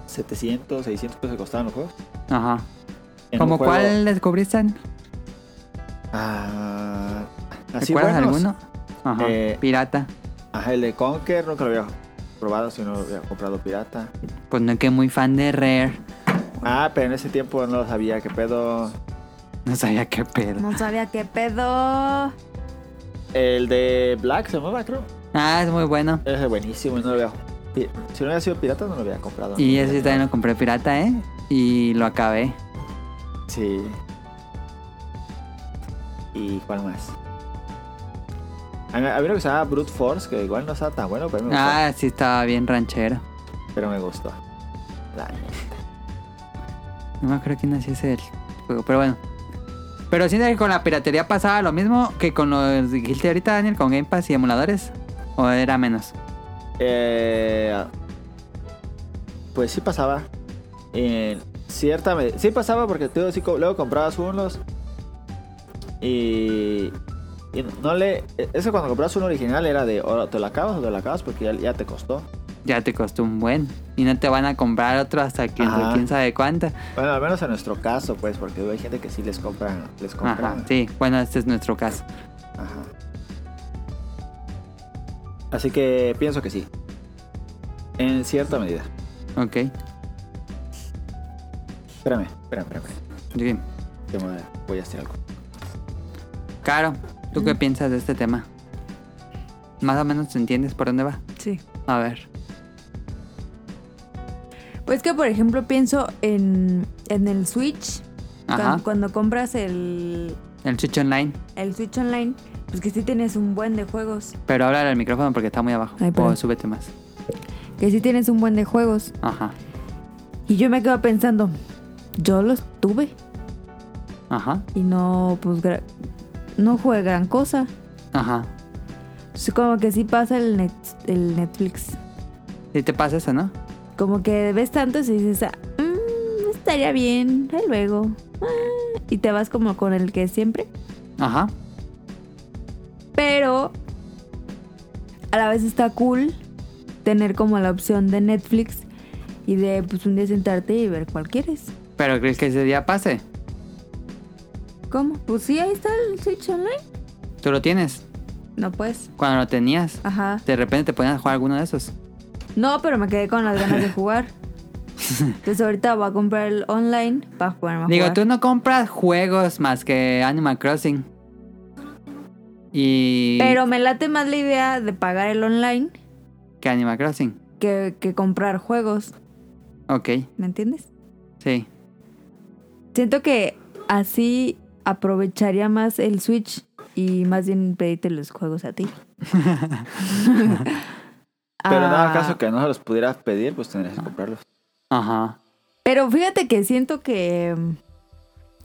S3: 700, 600 pesos que costaban los juegos.
S2: Ajá.
S3: En
S2: ¿Como
S3: un juego-
S2: cuál descubriste?
S3: Ah, así
S2: ¿Recuerdas
S3: buenos.
S2: alguno? Ajá.
S3: Eh,
S2: Pirata.
S3: Ajá, el de Conker nunca lo había probado si no lo había comprado pirata.
S2: Pues no que muy fan de Rare.
S3: Ah, pero en ese tiempo no sabía qué pedo.
S2: No sabía qué pedo.
S1: No sabía qué pedo.
S3: El de Black se llamaba, creo.
S2: Ah, es muy bueno.
S3: Ese es buenísimo y no lo había. pi- Si no hubiera sido pirata, no lo había comprado.
S2: Y ese yo también lo compré pirata, ¿eh? Y lo acabé.
S3: Sí. ¿Y cuál más? A mí- Había uno que se llama Brute Force, que igual no está tan bueno, pero me gustó.
S2: Ah, sí, estaba bien ranchero.
S3: Pero me gustó. La neta.
S2: No me acuerdo quién hacía ese juego, pero bueno. Pero siento que con la piratería pasaba lo mismo que con los dijiste ahorita, Daniel, con Game Pass y emuladores. ¿O era menos?
S3: Eh, pues sí pasaba. En cierta me- Sí pasaba porque te digo, sí co- luego comprabas unos. Y. y no le. e, Eso cuando comprabas uno original era de. O te lo acabas o te lo acabas porque ya, ya te costó.
S2: Ya te costó un buen. Y no te van a comprar otro hasta quién,
S3: Ajá.
S2: quién sabe cuánto.
S3: Bueno, al menos en nuestro caso, pues, porque hay gente que sí les compra, les compra.
S2: Ajá, sí. Bueno, este es nuestro caso.
S3: Ajá. Así que pienso que sí. En cierta medida.
S2: Ok.
S3: Espérame, espérame, espérame.
S2: Sí.
S3: que me- voy a hacer algo.
S2: Caro, ¿tú
S1: Mm.
S2: qué piensas de este tema? Más o menos entiendes por dónde va.
S1: Sí.
S2: A ver.
S1: Pues que, por ejemplo, pienso en, en el Switch. cuan-
S2: Ajá.
S1: Cuando, compras el,
S2: El Switch Online.
S1: el Switch Online, pues que sí tienes un buen de juegos.
S2: Pero habla al micrófono porque está muy abajo.
S1: Ay,
S2: o
S1: perdón.
S2: súbete más.
S1: Que sí tienes un buen de juegos.
S2: Ajá.
S1: Y yo me quedo pensando, yo los tuve
S2: Ajá.
S1: y no, pues, gra- no jugué gran cosa.
S2: Ajá.
S1: Sí, como que sí pasa el, net- el Netflix.
S2: ¿Y te pasa eso, no?
S1: Como que ves tanto y dices, "Ah, mm, estaría bien, ahí luego. Ah", y te vas como con el que siempre.
S2: Ajá.
S1: Pero a la vez está cool tener como la opción de Netflix y de pues un día sentarte y ver cuál quieres.
S2: Pero crees que ese día pase.
S1: ¿Cómo? Pues sí, ahí está el Switch Online.
S2: Tú lo tienes.
S1: No pues.
S2: Cuando lo tenías.
S1: Ajá.
S2: De repente te ponían a jugar alguno de esos.
S1: No, pero me quedé con las ganas de jugar. Entonces ahorita voy a comprar el online para jugar más.
S2: Digo, tú no compras juegos más que Animal Crossing. Y...
S1: Pero me late más la idea de pagar el online
S2: Que Animal Crossing.
S1: que, que comprar juegos,
S2: Ok.
S1: ¿me entiendes?
S2: Sí.
S1: Siento que así aprovecharía más el Switch y más bien pedirte los juegos a ti.
S3: Pero
S1: Ah,
S3: dado caso que no se los pudieras pedir, pues tendrías que comprarlos.
S2: Ajá.
S1: Pero fíjate que siento que,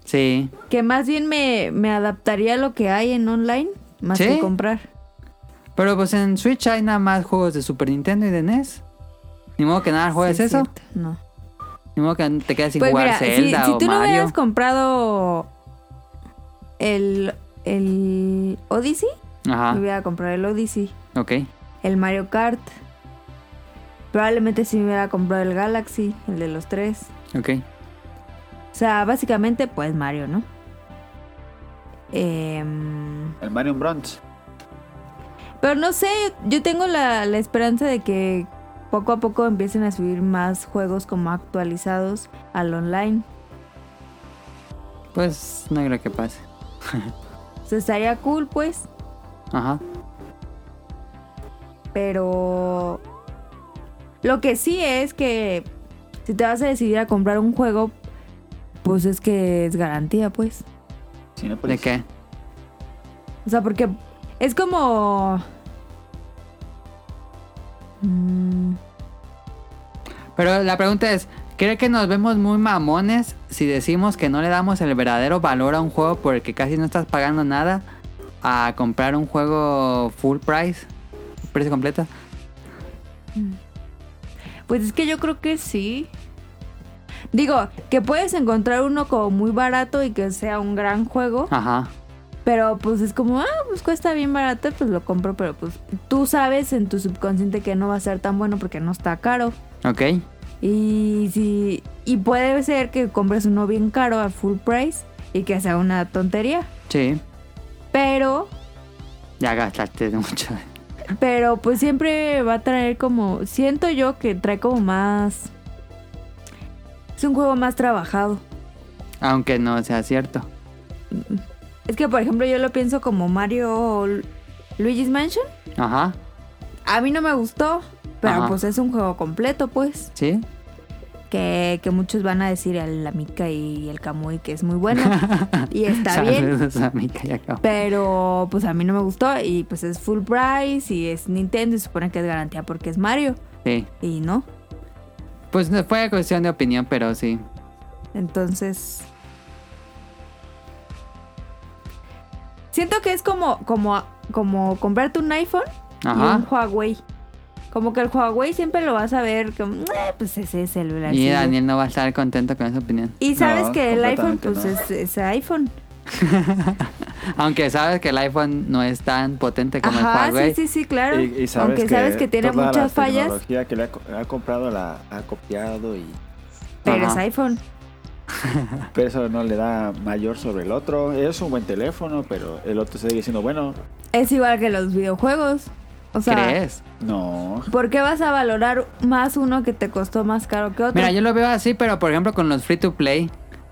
S2: Sí.
S1: que más bien me, me adaptaría a lo que hay en online más
S2: ¿Sí?
S1: que comprar.
S2: Pero pues en Switch hay nada más juegos de Super Nintendo y de NES. Ni modo que nada juegues
S1: Sí,
S2: ¿Ah, eso.
S1: cierto, No.
S2: Ni modo que te quedes sin
S1: Pues
S2: jugar
S1: mira, si-
S2: Zelda
S1: si,
S2: o
S1: tú no
S2: Mario.
S1: hubieras comprado el, el Odyssey, me
S2: Ajá.
S1: hubiera comprado el Odyssey,
S2: Ok.
S1: el Mario Kart. Probablemente si me hubiera comprado el Galaxy, el de los tres.
S2: Ok.
S1: O sea, básicamente, pues Mario, ¿no? Em,
S3: El Mario Bronze.
S1: pero no sé, yo tengo la, la esperanza de que poco a poco empiecen a subir más juegos como actualizados al online.
S2: Pues no creo que pase.
S1: O sea, estaría cool, pues.
S2: Ajá.
S1: Pero lo que sí es que si te vas a decidir a comprar un juego, pues es que es garantía, pues.
S2: ¿De
S3: Pues,
S2: qué?
S1: O sea, porque es como... Mm,
S2: Pero la pregunta es, ¿cree que nos vemos muy mamones si decimos que no le damos el verdadero valor a un juego porque casi no estás pagando nada a comprar un juego full price? Precio completo.
S1: Pues es que yo creo que sí. Digo, que puedes encontrar uno como muy barato y que sea un gran juego,
S2: Ajá.
S1: pero pues es como, ah, pues cuesta bien barato, pues lo compro, pero pues tú sabes en tu subconsciente que no va a ser tan bueno porque no está caro.
S2: Ok.
S1: Y si y puede ser que compres uno bien caro a full price y que sea una tontería,
S2: Sí.
S1: pero
S2: Ya gastaste mucho.
S1: pero pues siempre va a traer como siento yo que trae como más es un juego más trabajado.
S2: Aunque no sea cierto.
S1: Es que por ejemplo yo lo pienso como Mario o Lu- Luigi's Mansion,
S2: Ajá.
S1: a mí no me gustó, pero
S2: Ajá.
S1: pues es un juego completo, pues
S2: Sí.
S1: que, que muchos van a decir a la Mica y el Kamui que es muy bueno y está bien.
S2: Saludos a mi Kayako.
S1: Pero pues a mí no me gustó y pues es full price y es Nintendo y se supone que es garantía porque es Mario
S2: Sí.
S1: y no.
S2: Pues no fue cuestión de opinión, pero sí.
S1: Entonces... Siento que es como, como, como comprarte un iPhone y
S2: Ajá.
S1: un Huawei. Como que el Huawei siempre lo vas a ver como, "Eh, pues ese es celular.
S2: Y
S1: sí".
S2: Daniel no va a estar contento con esa opinión.
S1: Y sabes
S3: No,
S1: que el iPhone
S3: completamente
S1: pues
S3: no.
S1: es, es iPhone.
S2: Aunque sabes que el iPhone no es tan potente como
S1: Ajá,
S2: el Huawei.
S1: sí, sí, sí, claro.
S3: Y- y
S1: Aunque sabes que tiene
S3: toda la
S1: muchas fallas,
S3: tecnología que le ha, co- ha comprado la ha copiado y
S1: pero
S2: Ajá.
S1: es iPhone.
S3: pero eso no le da mayor sobre el otro. Es un buen teléfono, pero el otro sigue siendo bueno.
S1: Es igual que los videojuegos. O sea,
S2: ¿Crees?
S3: No.
S1: ¿por qué vas a valorar más uno que te costó más caro que otro?
S2: Mira, yo lo veo así, pero por ejemplo con los free to play.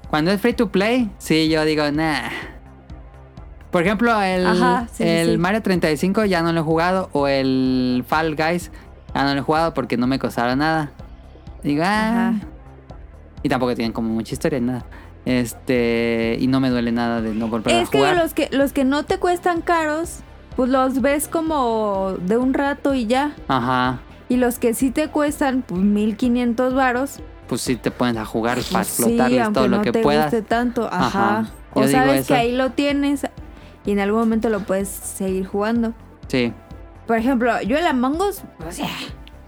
S2: Cuando es free to play, sí, yo digo, nah. Por ejemplo, el,
S1: Ajá, sí, sí,
S2: el
S1: sí.
S2: Mario 35 ya no lo he jugado, o el Fall Guys ya no lo he jugado porque no me costaron nada. Digo, ah.
S1: Ajá.
S2: Y tampoco tienen como mucha historia, nada. Este, y no me duele nada de no volver
S1: es
S2: a
S1: que
S2: jugar.
S1: los que los que no te cuestan caros, pues los ves como de un rato y ya.
S2: Ajá.
S1: Y los que sí te cuestan pues 1500 varos,
S2: Pues sí te pones a jugar para
S1: pues sí,
S2: explotarles
S1: aunque
S2: todo lo
S1: no
S2: que
S1: te
S2: puedas.
S1: guste tanto, ajá.
S2: Ajá, yo
S1: O
S2: digo
S1: sabes
S2: eso.
S1: que ahí lo tienes y en algún momento lo puedes seguir jugando.
S2: Sí.
S1: Por ejemplo, yo el Among Us, pues ya,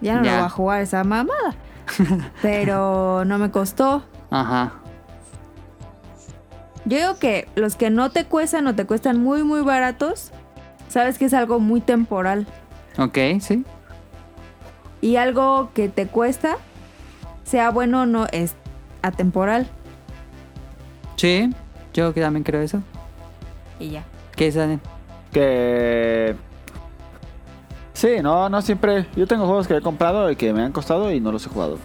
S1: ya no
S2: Ya.
S1: lo voy a jugar esa mamada. Pero no me costó.
S2: Ajá.
S1: Yo digo que los que no te cuestan o te cuestan muy, muy baratos, sabes que es algo muy temporal.
S2: Ok, sí.
S1: Y algo que te cuesta, sea bueno o no, es atemporal.
S2: Sí. Yo que también creo eso.
S1: Y ya.
S2: ¿Qué es Daniel?
S3: Que sí, no, no siempre. Yo tengo juegos que he comprado y que me han costado y no los he jugado.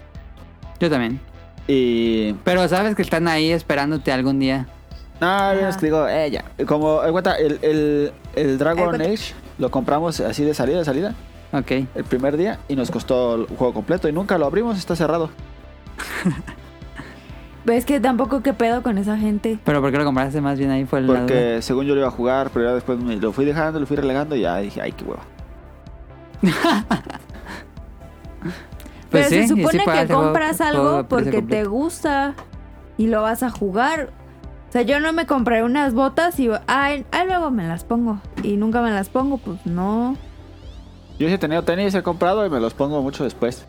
S2: Yo también.
S3: Y
S2: Pero sabes que están ahí esperándote algún día.
S3: No, yo
S1: Ajá.
S3: les digo, ella. Como, aguanta, el, el, el Dragon
S1: Aguanta.
S3: Age lo compramos así de salida, de salida,
S2: Ok.
S3: el primer día, y nos costó el juego completo, y nunca lo abrimos, está cerrado.
S1: Pero es que tampoco qué pedo con esa gente.
S2: Pero ¿por qué lo compraste más bien ahí? Fue el
S3: Porque según yo lo iba a jugar, pero ya después me lo fui dejando, lo fui relegando, y ya dije, ay, qué hueva.
S1: Pero se supone que compras algo porque te gusta y lo vas a jugar. O sea, yo no me compré unas botas y ay, ay, luego me las pongo. Y nunca me las pongo, pues no.
S3: Yo sí he tenido tenis, he comprado, y me los pongo mucho después.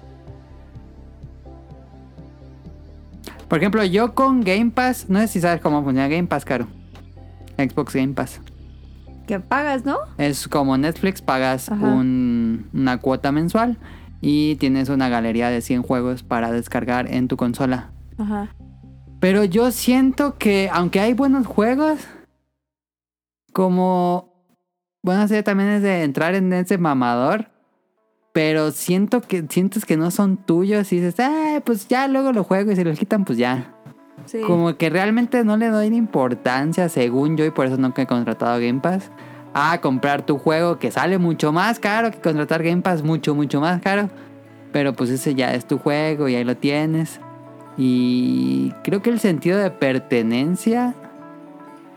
S2: te... Por ejemplo, yo con Game Pass, no sé si sabes cómo funciona Game Pass, caro. Xbox Game Pass.
S1: Que pagas, ¿no?
S2: Es como Netflix, pagas
S1: Ajá.
S2: un- una cuota mensual y tienes una galería de 100 juegos para descargar en tu consola.
S1: Ajá.
S2: Pero yo siento que, aunque hay buenos juegos, como. Bueno, sí, también es de entrar en ese mamador. Pero siento que sientes que no son tuyos y dices, ah, pues ya luego lo juego y si los quitan, pues ya.
S1: Sí.
S2: Como que realmente no le doy importancia, según yo, y por eso nunca he contratado Game Pass, a comprar tu juego que sale mucho más caro que contratar Game Pass, mucho, mucho más caro. Pero pues ese ya es tu juego y ahí lo tienes. Y creo que el sentido de pertenencia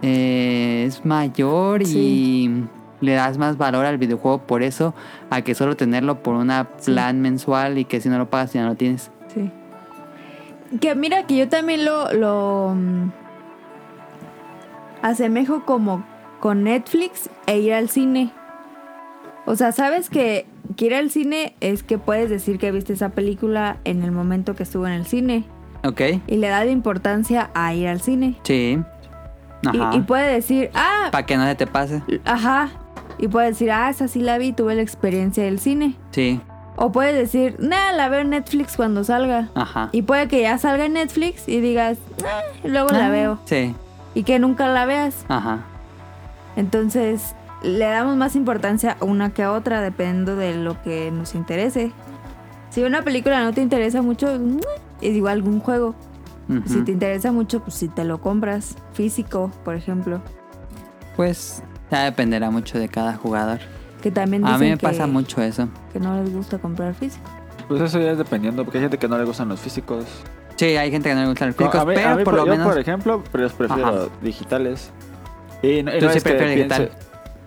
S2: eh, es mayor
S1: Sí.
S2: y le das más valor al videojuego por eso a que solo tenerlo por una plan mensual y que si no lo pagas ya no lo tienes.
S1: Sí. Que mira, que yo también lo, lo mm, asemejo como con Netflix e ir al cine. O sea, sabes que, que ir al cine es que puedes decir que viste esa película en el momento que estuvo en el cine.
S2: Ok,
S1: Y le da de importancia a ir al cine.
S2: sí.
S1: Y,
S2: Ajá.
S1: y puede decir, ah,
S2: Para que no se te pase.
S1: ajá. Y puede decir, ah, esa sí la vi, tuve la experiencia del cine.
S2: Sí,
S1: O puede decir, nada, la veo en Netflix cuando salga.
S2: ajá.
S1: Y puede que ya salga en Netflix y digas, "Ah, luego la
S2: Ah,
S1: veo.
S2: Sí,
S1: Y que nunca la veas.
S2: ajá.
S1: Entonces, le damos más importancia a una que a otra, dependiendo de lo que nos interese. Si una película no te interesa mucho, "Mua", es igual algún juego.
S2: Ujú.
S1: Si te interesa mucho, pues si te lo compras físico, por ejemplo.
S2: Pues ya dependerá mucho de cada jugador.
S1: Que también dicen
S2: A mí me
S1: que,
S2: pasa mucho eso.
S1: que no les gusta comprar físico.
S3: Pues eso ya es dependiendo, porque hay gente que no le gustan los físicos.
S2: Sí, hay gente que no le gustan los críticos,
S3: a mí- a
S2: pero
S3: mí,
S2: por lo
S3: yo,
S2: menos...
S3: por ejemplo, pre- los prefiero
S2: Ajá.
S3: digitales. Y no, y
S2: Tú
S3: no
S2: sí
S3: es que
S2: prefieres
S3: piense-
S2: digital.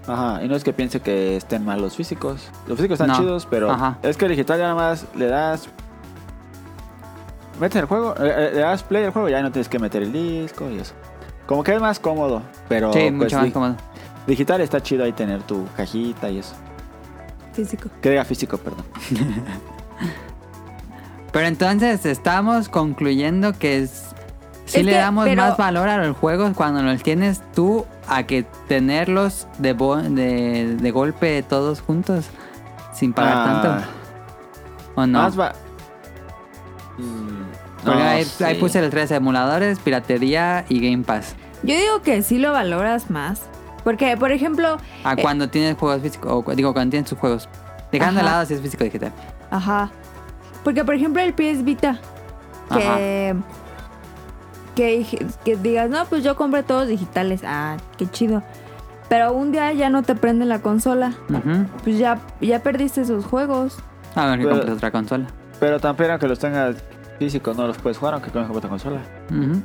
S3: Ajá, y no es que piense que estén mal los físicos. Los físicos están
S2: No.
S3: chidos, pero
S2: Ajá.
S3: es que el digital ya nada más le das. Metes el juego, eh, eh, le das play al juego, ya no tienes que meter el disco y eso. Como que es más cómodo, pero
S2: Sí,
S3: pues,
S2: mucho más
S3: di-
S2: cómodo.
S3: digital está chido ahí tener tu cajita y eso.
S1: Físico.
S3: Que diga físico, perdón.
S2: Pero entonces estamos concluyendo que es, sí
S1: Es
S2: le
S1: que,
S2: damos
S1: pero-
S2: más valor a los juegos cuando los tienes tú a que tenerlos de, bo- de, de golpe todos juntos sin pagar
S3: Ah,
S2: tanto. ¿O no?
S3: Más va. Mm,
S2: Porque
S3: no,
S2: ahí, ahí
S3: sí.
S2: puse los tres emuladores, piratería y Game Pass.
S1: Yo digo que sí lo valoras más. Porque, por ejemplo,
S2: A
S1: Eh.
S2: cuando tienes juegos físicos, o cu- digo, cuando tienes tus juegos. Dejando de
S1: Ajá.
S2: lado si es físico o digital.
S1: Ajá. Porque, por ejemplo, el PS Vita. Que, que, dij- que digas, no, pues yo compré todos digitales. Ah, qué chido. Pero un día ya no te prende la consola.
S2: Ujú.
S1: Pues ya, ya perdiste sus juegos.
S2: A ver, que
S3: Pero-
S2: compres otra consola.
S3: Pero tampoco que los tengas físicos, no los puedes jugar, aunque con otra consola.
S2: Ujú.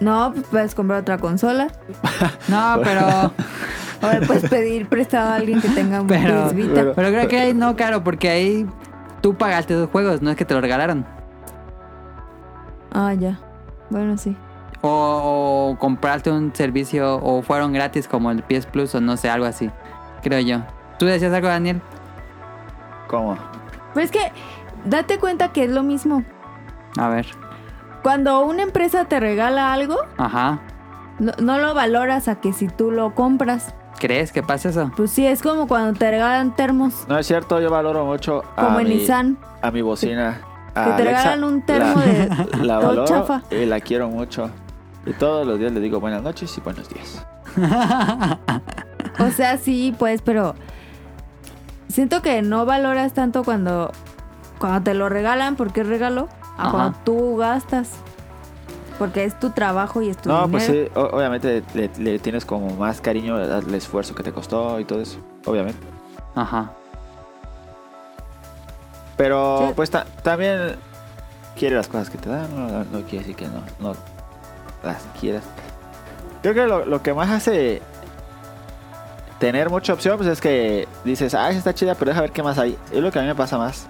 S1: No, pues puedes comprar otra consola.
S2: No, pero...
S1: O le puedes pedir prestado a alguien que tenga un
S2: Pero,
S1: PS Vita.
S2: pero creo que ahí no, claro, porque ahí tú pagaste esos juegos, no es que te los regalaron.
S1: Ah, ya. Bueno, sí.
S2: O, o compraste un servicio o fueron gratis como el PS Plus o no sé, algo así. Creo yo. ¿Tú decías algo, Daniel?
S3: ¿Cómo?
S1: Pero es que date cuenta que es lo mismo.
S2: A ver.
S1: Cuando una empresa te regala algo,
S2: Ajá.
S1: no, no lo valoras a que si tú lo compras.
S2: ¿Crees que pasa eso?
S1: Pues sí, es como cuando te regalan termos.
S3: No es cierto, yo valoro mucho a,
S1: Como en
S3: Ah, mi,
S1: Nissan.
S3: a mi bocina. a
S1: Que te
S3: Alexa.
S1: regalan un termo
S3: la,
S1: de...
S3: La
S1: todo
S3: valoro
S1: chafa.
S3: y la quiero mucho. Y todos los días le digo buenas noches y buenos días.
S1: O sea, sí, pues, pero... Siento que no valoras tanto cuando, cuando te lo regalan, porque es regalo, a
S2: Ajá.
S1: cuando tú gastas. Porque es tu trabajo y es tu
S3: no,
S1: dinero.
S3: pues sí, o- obviamente le, le tienes como más cariño al al esfuerzo que te costó y todo eso, obviamente.
S2: Ajá.
S3: Pero
S1: Sí.
S3: pues ta- también quiere las cosas que te dan, no, no- no quiere decir que no, no las quieras. Creo que lo, lo que más hace tener mucha opción pues es que dices, ah, esa está chida, pero deja ver qué más hay. Es lo que a mí me pasa más.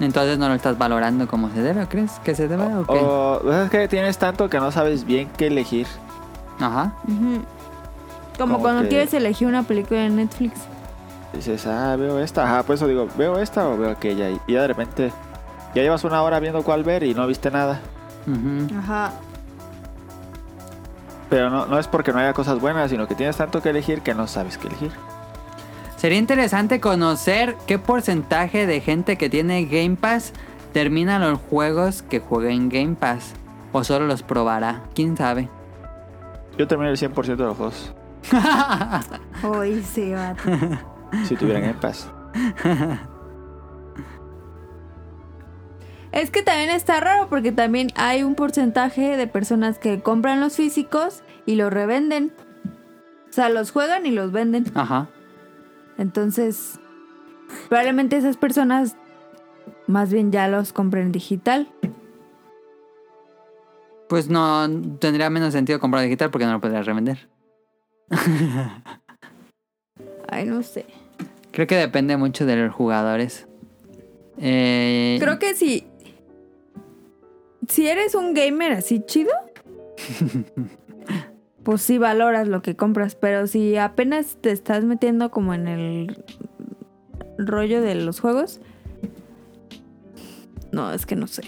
S2: Entonces no lo estás valorando como se debe, ¿o crees que se debe o qué?
S3: O pues, es que tienes tanto que no sabes bien qué elegir.
S2: Ajá.
S1: Ujú. Como,
S3: Como
S1: cuando
S3: que-
S1: quieres elegir una película de Netflix.
S3: Dices, ah, veo esta, ajá, por eso digo, veo esta o veo aquella. Y ya de repente ya llevas una hora viendo cuál ver y no viste nada.
S2: Ujú.
S1: Ajá.
S3: Pero no, no es porque no haya cosas buenas, sino que tienes tanto que elegir que no sabes qué elegir.
S2: Sería interesante conocer qué porcentaje de gente que tiene Game Pass termina los juegos que juega en Game Pass. O solo los probará. ¿Quién sabe?
S3: Yo terminé el 100% de los juegos.
S1: Hoy sí, vato.
S3: Si tuvieran en paz.
S1: Es que también está raro porque también hay un porcentaje de personas que compran los físicos y los revenden. O sea, los juegan y los venden.
S2: Ajá.
S1: Entonces, probablemente esas personas más bien ya los compren digital.
S2: Pues no tendría menos sentido comprar digital porque no lo podrías revender.
S1: Ay, no sé.
S2: Creo que depende mucho de los jugadores. Eh,
S1: Creo que si si eres un gamer así chido, pues sí valoras lo que compras, pero si apenas te estás metiendo como en el rollo de los juegos, no, es que no sé.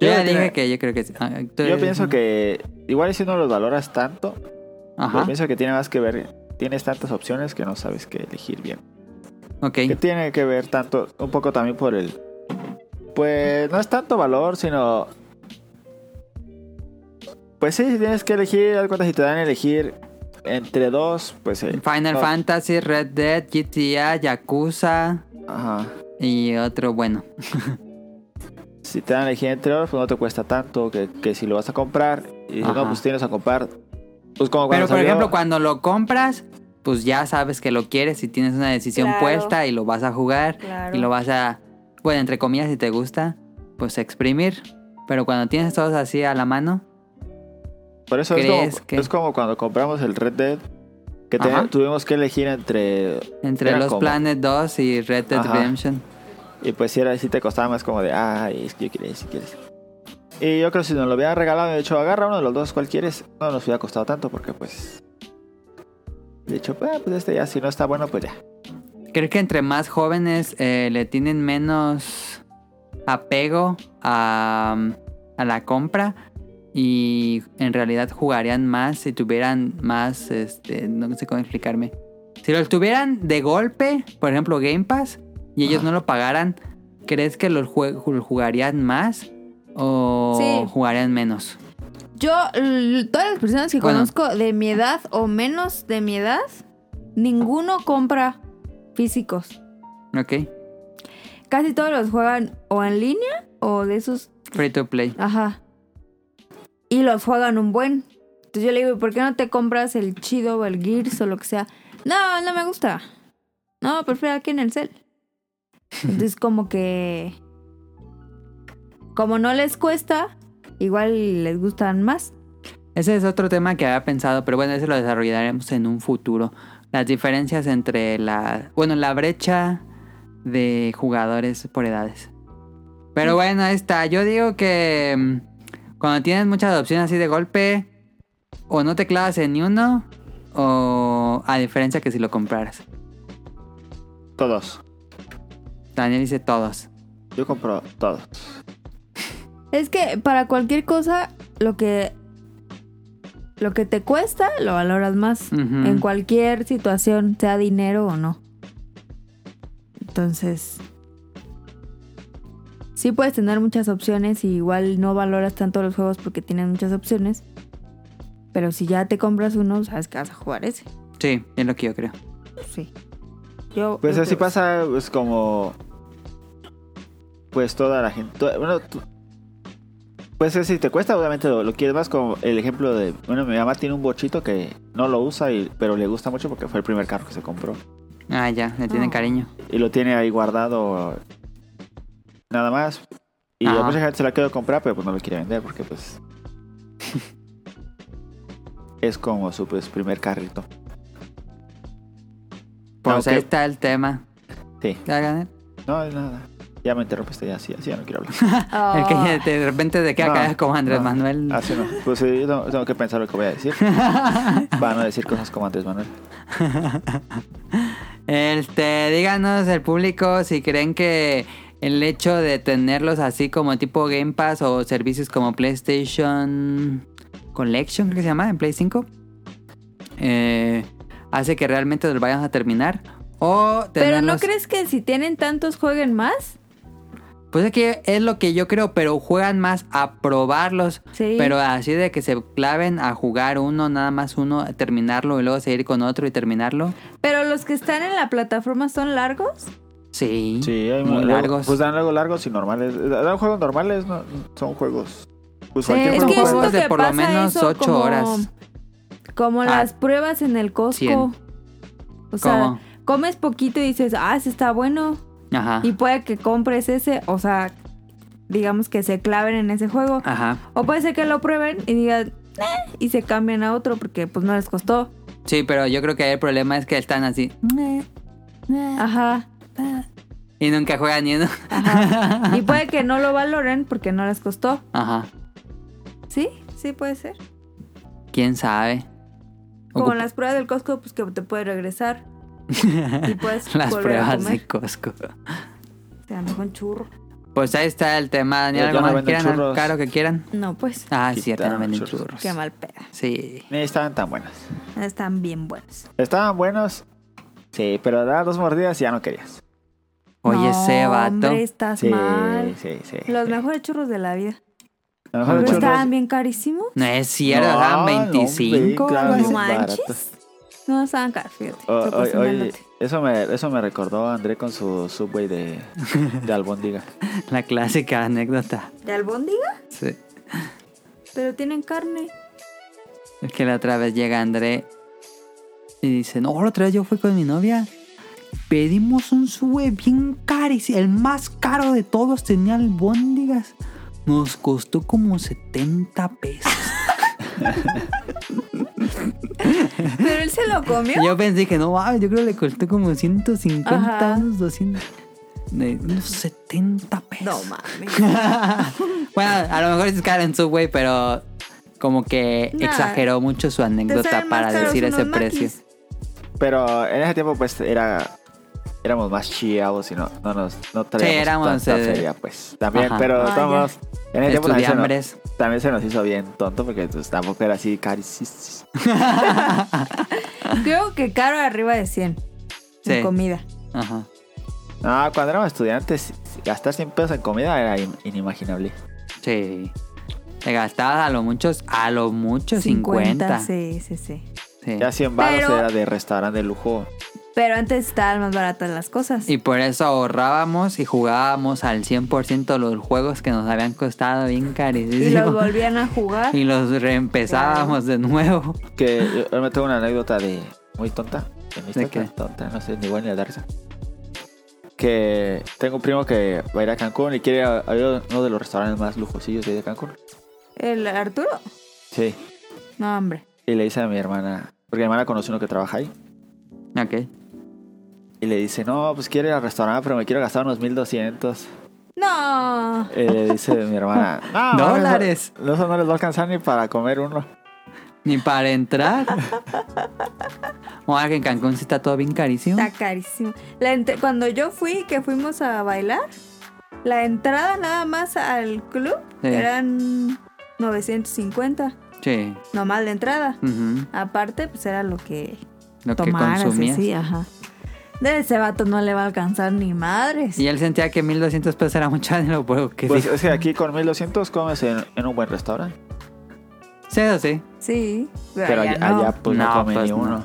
S2: Yo ya
S3: Yo creo-
S2: dije que yo creo que sí. Ah, tú-
S3: Yo pienso que igual y si no los valoras tanto, yo
S2: Ajá.
S3: pienso que tiene más que ver, tienes tantas opciones que no sabes qué elegir bien.
S2: Ok.
S3: Que tiene que ver tanto, un poco también por el... Pues no es tanto valor, sino... Pues sí, tienes que elegir algo que si te dan a elegir entre dos, pues... eh,
S2: Final
S3: no-
S2: Fantasy, Red Dead, GTA, Yakuza
S3: Ajá.
S2: y otro bueno.
S3: Si te dan a elegir entre dos, pues no te cuesta tanto que, que si lo vas a comprar. Y si
S2: Ajá.
S3: no, pues tienes a comprar. Pues como cuando
S2: Pero por
S3: salió-
S2: ejemplo, cuando lo compras, pues ya sabes que lo quieres y tienes una decisión
S1: Claro.
S2: puesta y lo vas a jugar
S1: Claro.
S2: y lo vas a, bueno, entre comillas, si te gusta, pues exprimir. Pero cuando tienes todos así a la mano,
S3: Por eso es como,
S2: ¿Crees que-
S3: es como cuando compramos el Red Dead, que te-
S2: Ajá.
S3: tuvimos que elegir entre...
S2: entre
S3: Era
S2: los
S3: como-
S2: Planet 2 y Red Dead
S3: Ajá.
S2: Redemption.
S3: Y pues si, era, si te costaba más como de, ay, es que yo quiero, si quieres. Y yo creo que si nos lo hubieran regalado, de hecho, agarra uno de los dos, cual quieres, no nos hubiera costado tanto porque pues... De hecho, pues pues, este ya, si no está bueno, pues ya.
S2: Creo que entre más jóvenes eh, le tienen menos apego a, a la compra y en realidad jugarían más si tuvieran más, este, no sé cómo explicarme. Si lo tuvieran de golpe, por ejemplo Game Pass, y ellos no lo pagaran, ¿crees que los jue- jul- jugarían más o
S1: Sí.
S2: jugarían menos?
S1: Yo, l- todas las personas que
S2: Bueno.
S1: conozco de mi edad o menos de mi edad, ninguno compra físicos.
S2: ¿Ok?
S1: Casi todos los juegan o en línea o de esos.
S2: Free to play.
S1: Ajá. Y los juegan un buen. Entonces yo le digo, "¿Y ¿por qué no te compras el chido o el Gears o lo que sea? No, no me gusta. No, prefiero aquí en el cel. Entonces como que... Como no les cuesta, igual les gustan más.
S2: Ese es otro tema que había pensado, pero bueno, ese lo desarrollaremos en un futuro. Las diferencias entre la. Bueno, la brecha de jugadores por edades. Pero bueno, ahí está. Yo digo que mm, cuando tienes muchas opciones así de golpe, o no te clavas en ni uno, o a diferencia que si lo compraras.
S3: Todos.
S2: Daniel dice todos.
S3: Yo compro todos.
S1: Es que para cualquier cosa, lo que. Lo que te cuesta, lo valoras más.
S2: Ujú.
S1: En cualquier situación, sea dinero o no. Entonces. Sí puedes tener muchas opciones y igual no valoras tanto los juegos porque tienen muchas opciones. Pero si ya te compras uno, sabes que vas a jugar ese.
S2: Sí, es lo que yo creo.
S1: Sí. Yo.
S3: Pues
S1: yo
S3: así
S1: creo-
S3: pasa, pues como. Pues toda la gente. to- Bueno, tú- pues si te cuesta, obviamente lo, lo quieres más. Como el ejemplo de. Bueno, mi mamá tiene un bochito que no lo usa, y, pero le gusta mucho porque fue el primer carro que se compró.
S2: Ah, ya, le tienen
S1: Oh.
S2: cariño.
S3: Y lo tiene ahí guardado. Nada más. Y a
S2: Ajá.
S3: mucha gente se la quiere comprar, pero pues no lo quiere vender porque pues. es como su pues, primer carrito.
S2: Pues
S3: Aunque-
S2: ahí está el tema.
S3: Sí.
S2: ¿Ya, Daniel?
S3: No, es nada. Ya me interrumpiste, ya, sí, así ya no quiero hablar.
S2: El
S1: Ah.
S2: que de repente te queda
S3: No,
S2: callado como Andrés
S3: no.
S2: Manuel.
S3: Así no. Pues sí, yo tengo, tengo que pensar lo que voy a decir. Van a decir cosas como antes, Manuel.
S2: Este, díganos el público si creen que el hecho de tenerlos así como tipo Game Pass o servicios como PlayStation Collection, creo que se llama, en Play 5, eh, hace que realmente los vayamos a terminar. O
S1: Pero no
S2: tenerlos-
S1: crees que si tienen tantos jueguen más?
S2: Pues es que es lo que yo creo, pero juegan más a probarlos.
S1: Sí.
S2: Pero así de que se claven a jugar uno, nada más uno, terminarlo y luego seguir con otro y terminarlo.
S1: Pero los que están en la plataforma son largos.
S2: Sí.
S3: Sí, hay
S2: muy
S3: luego-
S2: largos.
S3: Pues dan algo largos y normales. Eh, Dan juegos normales, no, son juegos. Pues
S2: Sí,
S3: cualquier
S1: Es
S2: Son
S1: que
S3: juego.
S1: es
S2: juegos
S1: lo
S2: de
S1: que
S2: por lo
S1: pasa
S2: menos
S1: eso
S2: ocho
S1: como-
S2: horas.
S1: Como
S2: Ah,
S1: las pruebas en el Costco.
S2: cien.
S1: O sea,
S2: ¿Cómo?
S1: comes poquito y dices, ah, ese está bueno.
S2: Ajá.
S1: Y puede que compres ese. O sea, digamos que se claven en ese juego.
S2: Ajá.
S1: O puede ser que lo prueben y digan, "Eh", y se cambien a otro porque pues no les costó.
S2: Sí, pero yo creo que el problema es que están así.
S1: Ajá.
S2: Y nunca juegan ni uno.
S1: Ajá. Y puede que no lo valoren porque no les costó.
S2: Ajá.
S1: Sí, sí puede ser.
S2: ¿Quién sabe?
S1: Como
S2: Ocupa-
S1: las pruebas del Costco, pues que te puede regresar. Y puedes
S2: Las
S1: volver a
S2: pruebas
S1: comer.
S2: de Costco.
S1: Te dan un churro.
S2: Pues ahí está el tema. Daniel,
S3: Ya
S2: ¿Algo
S3: no
S2: más que
S3: venden
S2: quieran? ¿Algo
S3: churros.
S2: caro que quieran?
S1: No, pues,
S2: Ah, es cierto, no
S3: Quitaron
S2: venden
S3: churros.
S2: churros.
S1: qué mal peda.
S2: Sí.
S3: Ni estaban tan buenas.
S1: Están bien buenas.
S3: Estaban buenos. Sí, pero dar dos mordidas y ya no querías.
S2: Oye,
S1: No,
S2: ese vato.
S1: Hombre, estás
S3: Sí,
S1: mal.
S3: sí, sí.
S1: Los mejores churros de la vida.
S3: A lo mejor
S1: ¿No
S3: el churro-
S1: estaban bien carísimos?
S2: No es cierto, ah,
S3: No,
S2: daban
S3: no, hombre,
S2: 25.
S3: claro,
S1: No
S3: sí,
S1: manches.
S3: barato.
S1: No estaban caros, fíjate.
S3: O-
S1: Yo
S3: oye, oye,
S1: cocinándote.
S3: eso me, eso me recordó a André con su subway de, de albóndiga.
S2: La clásica anécdota.
S1: ¿De albóndiga?
S2: Sí.
S1: Pero tienen carne.
S2: Es que la otra vez llega André y dice, no, la otra vez yo fui con mi novia. Pedimos un sube bien carísimo. El más caro de todos tenía albóndigas. Nos costó como 70 pesos.
S1: ¿Pero él se lo comió?
S2: yo pensé que no, mames, yo creo que le costó como 150,
S1: Ajá.
S2: unos 200. De unos 70 pesos.
S1: No mames.
S2: bueno, a lo mejor es caro en Subway, pero como que
S1: Nah.
S2: exageró mucho su anécdota
S1: salen más
S2: para
S1: caros
S2: decir ese
S1: unos maquis.
S2: precio.
S3: Pero en ese tiempo, pues, era... Éramos más chiados y no, no nos no traíamos
S2: éramos,
S3: tanta
S2: eh,
S3: feria, pues. También,
S2: ajá.
S3: pero
S1: Ah,
S3: estamos... En ese tiempo también se, nos,
S2: Estudiambres.
S3: también se nos hizo bien tonto porque pues, tampoco era así carísimo.
S1: Creo que caro arriba de 100
S2: Sí.
S1: en comida.
S2: Ajá.
S3: No, cuando éramos estudiantes, gastar 100 pesos en comida era in- inimaginable.
S2: Sí. Te gastabas a lo muchos, a lo mucho 50.
S1: Sí, sí, sí.
S2: Sí.
S3: Ya 100 baros
S1: Pero-
S3: era de restaurante de lujo.
S1: Pero antes estaban más baratas las cosas.
S2: Y por eso ahorrábamos y jugábamos al 100% los juegos que nos habían costado bien
S1: Y los
S2: carísimos.
S1: volvían a jugar.
S2: Y los reempezábamos de nuevo.
S3: Que yo- yo me tengo una anécdota de muy tonta. De mis
S2: ¿De
S3: tonta,
S2: qué?
S3: tonta, no sé, ni buena ni de risa. Que tengo un primo que va a ir a Cancún y quiere ir a a uno de los restaurantes más lujosillos de ahí de Cancún.
S1: ¿El Arturo?
S3: Sí.
S1: No, hombre.
S3: Y le dice a mi hermana, porque mi hermana conoce uno que trabaja ahí.
S2: Ok.
S3: Y le dice, no, pues quiero ir al restaurante, pero me quiero gastar unos 1200.
S1: No.
S3: Y le dice mi hermana, no, eso-
S2: Dólares.
S3: Eso, no les va a alcanzar ni para comer uno.
S2: Ni para entrar. O ah, que en Cancún sí está todo bien carísimo.
S1: Está carísimo. La ent- Cuando yo fui, que fuimos a bailar, la entrada nada más al club
S2: Sí.
S1: eran 950.
S2: Sí.
S1: Nomás la entrada.
S2: Ujú.
S1: Aparte, pues era lo que
S2: Lo
S1: tomaras.
S2: que consumías.
S1: Sí, ajá. De ese vato no le va a alcanzar ni madres.
S2: Y él sentía que 1200 pesos era mucho dinero, pero que
S3: Pues
S2: sí.
S3: es que aquí con 1200 comes en, en un buen restaurante.
S2: Sí, eso sí.
S1: Sí. Pero,
S3: Pero
S1: allá
S3: allá,
S1: no.
S3: allá, pues no,
S2: No,
S3: come
S2: pues,
S3: ni
S2: no.
S3: uno.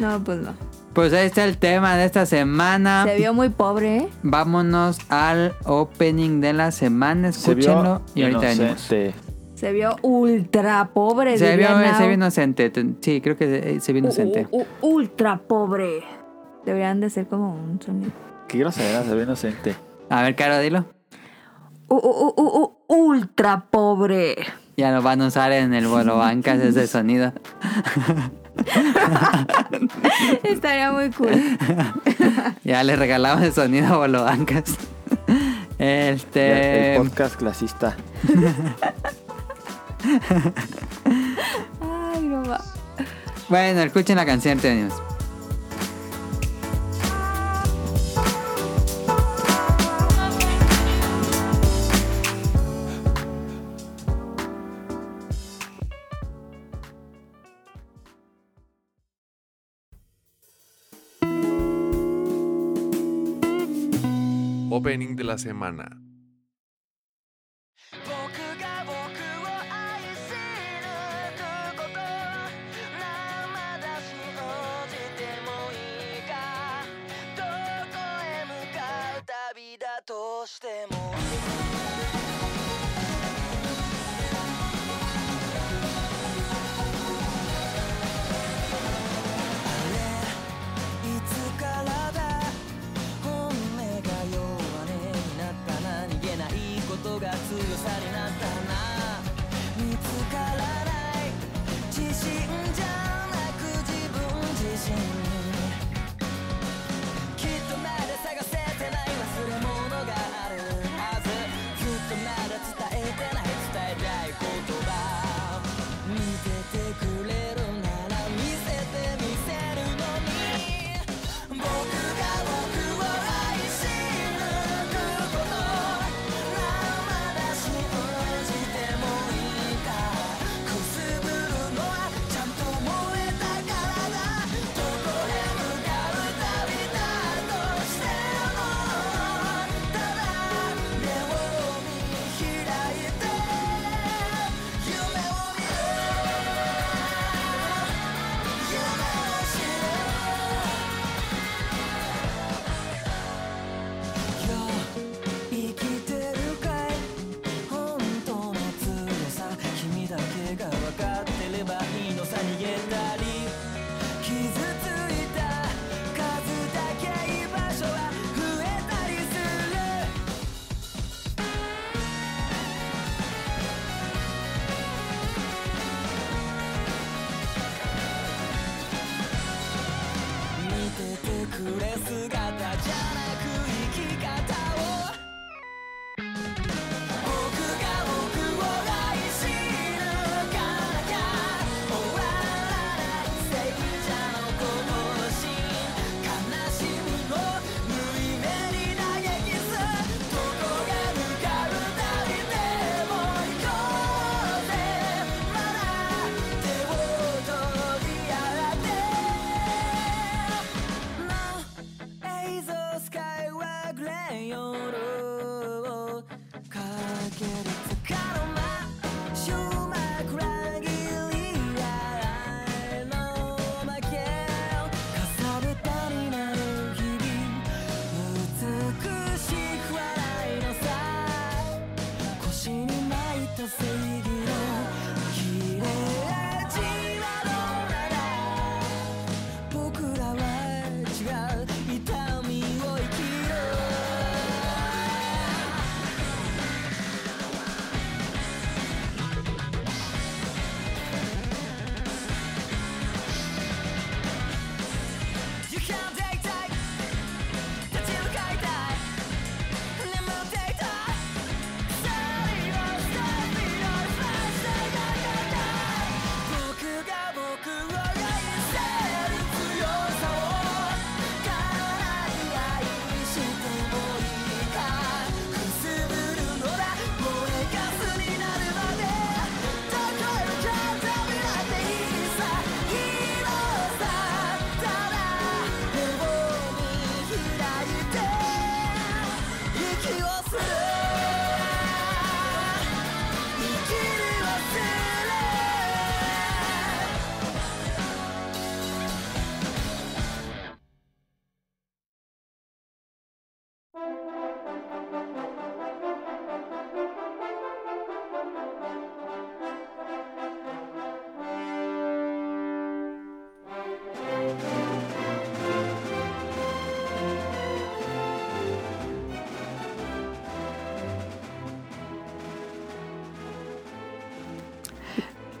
S1: No, pues no.
S2: Pues ahí está el tema de esta semana.
S1: Se vio muy pobre, ¿eh?
S2: Vámonos al opening de la semana,
S3: Se vio
S2: escúchenlo y ahorita venimos.
S3: inocente.
S1: Se vio ultra pobre.
S2: Se vio,
S1: diría Nao.
S2: se vio inocente, ten- sí, creo que eh, se vio inocente.
S1: U- u- u- ultra pobre. Deberían de ser como un sonido.
S3: Qué grosera, se ve inocente.
S2: A ver, Caro, dilo.
S1: U- u- u- u- u- ultra pobre.
S2: Ya lo van a usar en el bolo bancas ese sonido.
S1: Estaría muy cool.
S2: Ya le regalamos el sonido a bolo bancas.
S3: El-
S2: Este.
S3: El podcast clasista.
S1: Ay, no va.
S2: Bueno, escuchen la canción, ahorita venimos.
S5: Opening de la semana.
S6: 僕が僕を愛すること生だし応じてもいいかどこへ向かう旅だとしてもいつからだ本音が弱音になったな逃げないことが強さになったな見つからない自信じゃなく自分自身に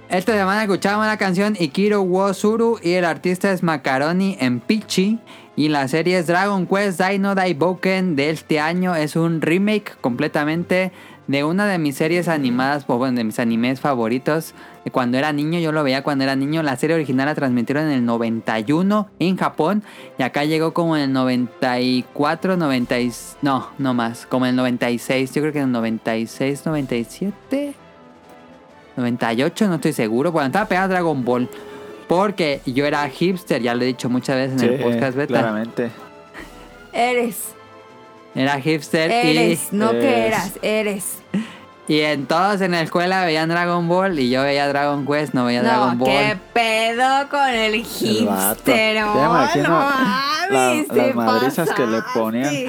S2: Esta semana escuchamos la canción Ikiro wo Suru y el artista es Macaroni en Pichi. Y la serie es Dragon Quest Dino Daiboken de este año. Es un remake completamente de una de mis series animadas, o bueno, de mis animes favoritos. Cuando era niño, yo lo veía cuando era niño. La serie original la transmitieron en el 91 en Japón. Y acá llegó como en el 94, 90... y- No, no más. Como en el 96, yo creo que en el 96, 97. 98, no estoy seguro. Cuando estaba pegado a Dragon Ball. Porque yo era hipster, ya lo he dicho muchas veces en el
S4: Sí,
S2: podcast beta.
S4: Claramente.
S1: Eres.
S2: Era hipster y,
S1: Eres. No que
S4: Eres.
S1: eras. Eres.
S2: y en todos en la escuela veían Dragon Ball y yo veía Dragon Quest, no veía Dragon
S1: No,
S2: Ball.
S1: qué pedo con el
S4: vato.
S1: hipster.
S4: Ya me
S1: oh,
S4: imagino
S1: no
S4: la-
S1: mames,
S4: las
S1: te
S4: madrizas que le
S1: pasaste.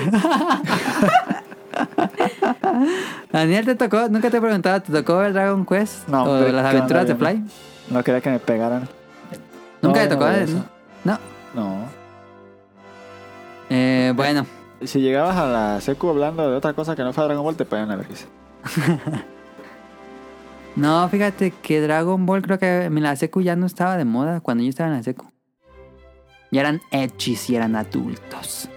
S2: Daniel, ¿te tocó? Nunca te he preguntado, ¿te tocó ver Dragon Quest?
S4: No,
S2: ¿O
S4: hombre,
S2: las
S4: ¿qué
S2: aventuras de
S4: onda,
S2: Fly?
S4: Adrián? No quería que me pegaran.
S2: Nunca
S4: No,
S2: te tocó,
S4: no,
S2: ¿no?
S4: eso.
S2: No.
S4: No.
S2: Eh, bueno,
S4: Si llegabas a la secu hablando de otra cosa que no fue Dragon Ball, te pegan la vergüenza.
S2: no, fíjate que Dragon Ball creo que en la secu ya no estaba de moda cuando yo estaba en la secu. Ya eran hechis y eran adultos.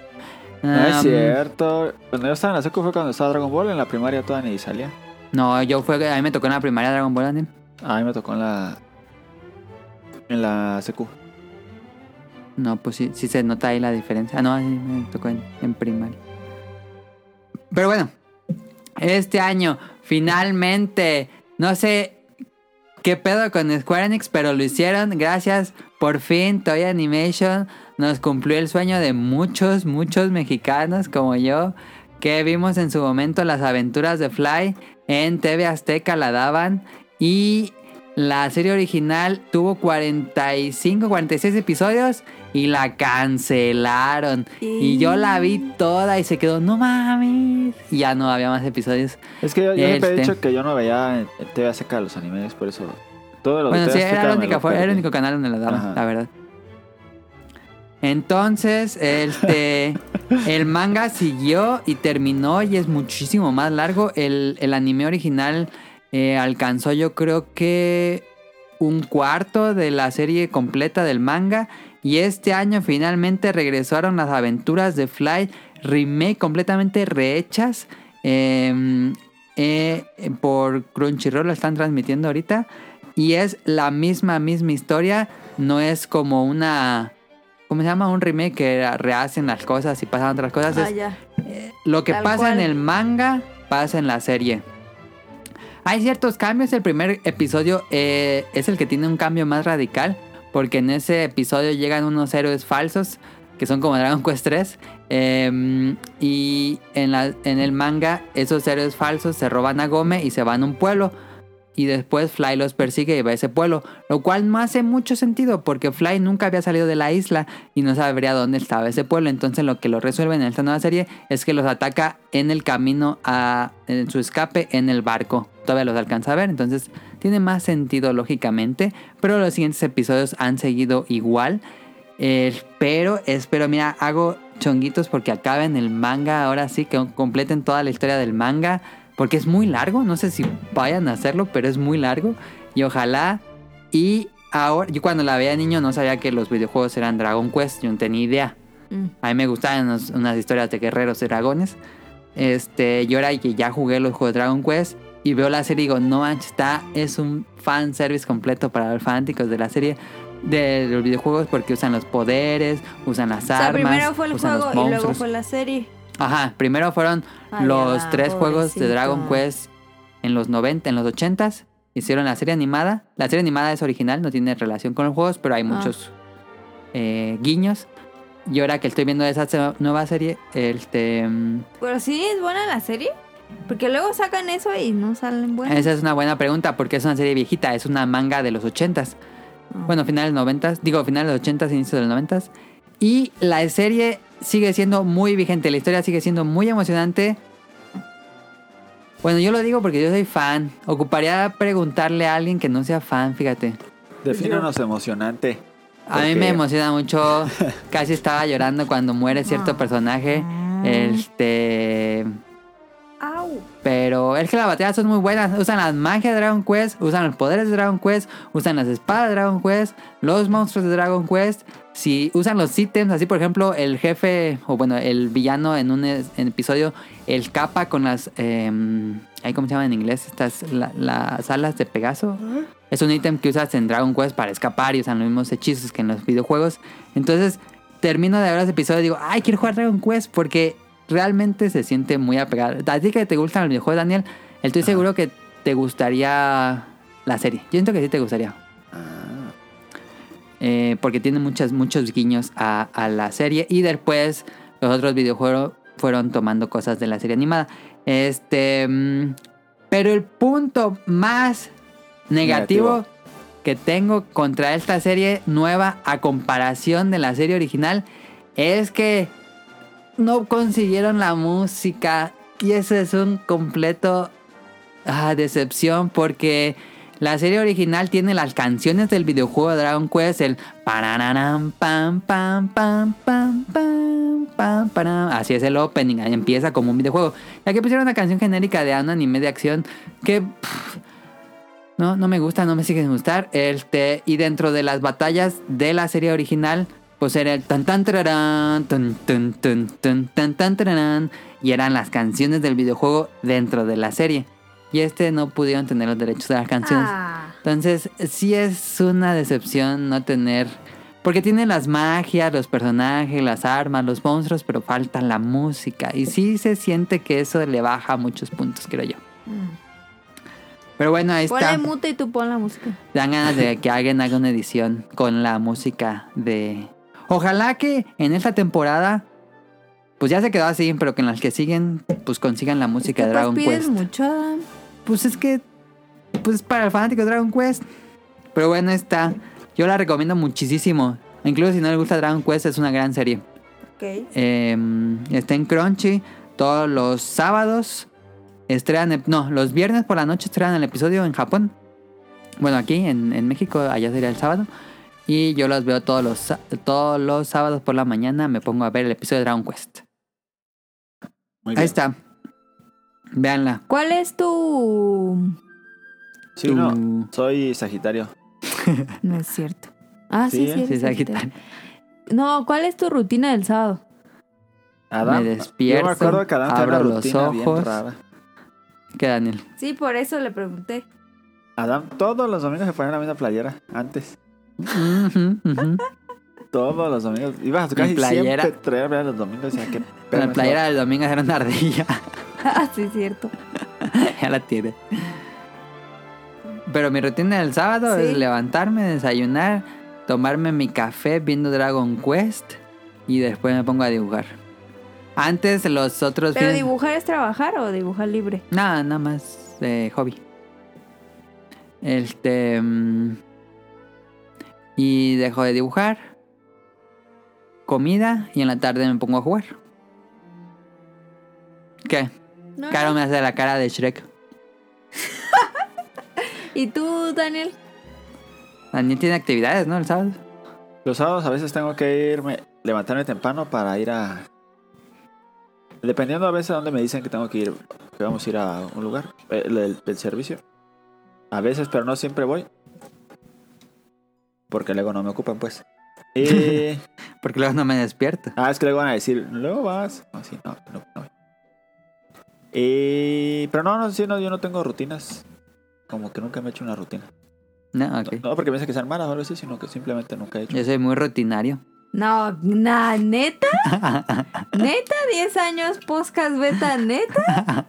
S4: No es
S2: Um,
S4: cierto. Cuando yo estaba en la secu fue cuando estaba Dragon Ball, en la primaria toda ni salía.
S2: No, yo fue, a mí me tocó en la primaria Dragon Ball, Daniel.
S4: A mí me tocó en la. En la secu.
S2: No, pues sí, sí se nota ahí la diferencia. Ah, no, sí, me tocó en, en primaria. Pero bueno, este año, finalmente, no sé qué pedo con Square Enix, pero lo hicieron. Gracias, por fin, Toy Animation nos cumplió el sueño de muchos, muchos mexicanos como yo, que vimos en su momento las aventuras de Fly en TV Azteca, la daban. Y la serie original tuvo 45, 46 episodios y la cancelaron. Y yo la
S1: Ah,
S2: vi toda y se quedó, no mames. Y ya no había más episodios.
S4: Es que yo, yo siempre he
S2: Este.
S4: dicho que yo no veía en, en TV Azteca los animes, por eso. Todo lo
S2: Bueno,
S4: de
S2: sí,
S4: TV
S2: era,
S4: Azteca
S2: la
S4: me
S2: única
S4: lo
S2: fue- era el
S4: perdí.
S2: único canal donde la daban,
S4: Ajá.
S2: la verdad. Entonces, este, el manga siguió y terminó y es muchísimo más largo. El, el anime original eh, alcanzó yo creo que un cuarto de la serie completa del manga. Y este año finalmente regresaron las aventuras de Fly, remake completamente rehechas. eh, eh, por Crunchyroll, lo están transmitiendo ahorita. Y es la misma, misma historia. No es como una. ¿Cómo se llama? Un remake que rehacen las cosas y pasan otras cosas.
S1: Ah,
S2: Es-
S1: ya.
S2: lo que
S1: Tal
S2: pasa en
S1: cual.
S2: el manga pasa en la serie. Hay ciertos cambios. El primer episodio eh, es el que tiene un cambio más radical. Porque en ese episodio llegan unos héroes falsos. Que son como Dragon Quest 3. y en, la- en el manga, esos héroes falsos se roban a Gome y se van a un pueblo. Y después Fly los persigue y va a ese pueblo. Lo cual no hace mucho sentido porque Fly nunca había salido de la isla y no sabría dónde estaba ese pueblo. Entonces lo que lo resuelven en esta nueva serie es que los ataca en el camino a en su escape en el barco. Todavía los alcanza a ver. Entonces tiene más sentido lógicamente. Pero los siguientes episodios han seguido igual. Eh, Espero, espero, mira, hago chonguitos porque acaben el manga ahora sí, que completen toda la historia del manga. Porque es muy largo, no sé si vayan a hacerlo, pero es muy largo. Y ojalá. Y ahora, yo cuando la veía de niño no sabía que los videojuegos eran Dragon Quest, yo no tenía idea.
S1: Mm.
S2: A mí me gustaban unos- unas historias de guerreros y dragones. Este, yo ahora que ya jugué los juegos de Dragon Quest y veo la serie y digo, no manches, está, es un fanservice completo para los fanáticos de la serie de los videojuegos porque usan los poderes, usan las
S1: O sea,
S2: armas,
S1: primero fue el
S2: usan los
S1: juego y luego
S2: monstruos.
S1: fue la serie.
S2: Ajá, primero fueron
S1: Ay,
S2: los
S1: ya,
S2: tres juegos de
S1: pobrecito.
S2: Dragon Quest en los 90, en los 80s. Hicieron la serie animada. La serie animada es original, no tiene relación con los juegos,
S1: Ah.
S2: pero hay muchos eh, guiños. Y ahora que estoy viendo esa se- nueva serie, este, mm,
S1: Pero sí es buena la serie. Porque luego sacan eso y no salen buenas.
S2: esa es una buena pregunta porque es una serie viejita, es una manga de los 80s.
S1: Ah.
S2: Bueno, finales 90s, digo finales de los 80s, inicios de los 90s. Y la serie sigue siendo muy vigente, la historia sigue siendo muy emocionante. Bueno, yo lo digo porque yo soy fan. Ocuparía preguntarle a alguien que no sea fan, fíjate.
S4: Defínenos emocionante.
S2: A mí
S4: Porque-
S2: me emociona mucho. Casi estaba llorando cuando muere cierto
S1: Ah.
S2: personaje. Este.
S1: Au.
S2: Pero es que las batallas son muy buenas. Usan las magias de Dragon Quest, usan los poderes de Dragon Quest, usan las espadas de Dragon Quest, los monstruos de Dragon Quest. Si usan los ítems, así por ejemplo el jefe, o bueno, el villano en un es- en episodio, el capa con las... em, ay, ¿Cómo se llama en inglés? Estas, la- las alas de Pegaso. Es un ítem que usas en Dragon Quest para escapar y usan los mismos hechizos que en los videojuegos. Entonces, termino de ver los episodios y digo, ay, quiero jugar Dragon Quest porque realmente se siente muy apegado. A ti que te gustan los videojuegos, Daniel, estoy seguro que te gustaría la serie. Yo siento que sí te gustaría. Eh, porque tiene muchas, muchos guiños a, a la serie y después los otros videojuegos fueron tomando cosas de la serie animada. Este, mm, pero el punto más negativo
S3: Negativo.
S2: que tengo contra esta serie nueva a comparación de la serie original es que no consiguieron la música y ese es un completo ah, decepción porque la serie original tiene las canciones del videojuego de Dragon Quest, el paranaram, pam pam pam pam pam pam param. Así es el opening, ahí empieza como un videojuego. Y aquí pusieron una canción genérica de un anime de acción que pff, no, no me gusta, no me sigue sin gustar. Este, y dentro de las batallas de la serie original, pues era el tan tan tararán, tan tan tan tan tan tan tararán, y eran las canciones del videojuego dentro de la serie. Y este no pudieron tener los derechos de las canciones.
S1: Ah,
S2: Entonces, sí es una decepción no tener. Porque tiene las magias, los personajes, las armas, los monstruos, pero falta la música. Y sí se siente que eso le baja muchos puntos, creo yo. Pero bueno, ahí
S1: mm. ponle
S2: está.
S1: mute y tú pon la música.
S2: Dan ganas de que alguien haga una edición con la música de. Ojalá que en esta temporada. Pues ya se quedó así, pero que en las que siguen, pues consigan la música de
S1: Capaz
S2: Dragon
S1: pides
S2: Quest.
S1: mucho, Adam.
S2: Pues es que. Pues para el fanático de Dragon Quest. Pero bueno, está. Yo la recomiendo muchísimo. Incluso si no le gusta Dragon Quest, es una gran serie.
S1: Ok.
S2: Eh, está en Crunchy todos los sábados. Estrean. ep- No, los viernes por la noche estrean el episodio en Japón. Bueno, aquí en, en México, allá sería el sábado. Y yo los veo todos los, sa- todos los sábados por la mañana. Me pongo a ver el episodio de Dragon Quest.
S3: Muy
S2: Ahí
S3: bien.
S2: está. Veanla.
S1: ¿Cuál es tu...?
S3: Sí, no, soy Sagitario.
S1: No es cierto. Ah,
S3: Sí,
S1: sí, sí.
S3: ¿eh?
S1: eres
S2: Sí,
S1: Sagitario.
S2: Sagitario.
S1: No, ¿cuál es tu rutina del sábado?
S3: Adam.
S2: Me despierto,
S3: Yo me acuerdo que Adam tenía una
S2: abro los
S3: rutina
S2: ojos.
S3: bien rara.
S2: ¿Qué, Daniel?
S1: Sí, por eso le pregunté.
S3: Adam todos los domingos se ponía la misma playera antes.
S2: Ujú, ujú.
S3: Todos los domingos. Ibas a su casa
S2: Mi
S3: y
S2: playera.
S3: siempre traía playera los domingos. y Decía, qué
S2: Con
S3: perro
S2: la
S3: es
S2: playera del domingo era una ardilla.
S1: Ah, sí, cierto.
S2: ya la tiene. Pero mi rutina del sábado
S1: Sí.
S2: es levantarme, desayunar, tomarme mi café viendo Dragon Quest y después me pongo a dibujar. Antes los otros...
S1: ¿Pero
S2: fines-
S1: dibujar es trabajar o dibujar libre?
S2: Nada, nada más eh, hobby. Este. mm, Y dejo de dibujar. Comida. Y en la tarde me pongo a jugar. ¿Qué?
S1: No,
S2: Caro me hace la cara de Shrek.
S1: ¿Y tú, Daniel?
S2: Daniel tiene actividades, ¿no? El sábado.
S3: Los sábados a veces tengo que irme, levantarme temprano para ir a. Dependiendo a veces a dónde me dicen que tengo que ir, que vamos a ir a un lugar, eh, el, el- el servicio. A veces, pero no siempre voy. Porque luego no me ocupan, pues. Y-
S2: Porque luego no me despierto.
S3: ah, es que luego van a decir, luego vas. Así, no, no, no voy. Y- pero no, no, sí, no, yo no tengo rutinas. Como que nunca me he hecho una rutina.
S2: No, ok.
S3: No, no porque piensa que sean malas o algo así, sino que simplemente nunca he hecho.
S2: Yo soy muy rutinario.
S1: No, na, neta. Neta, 10 años podcast beta, neta.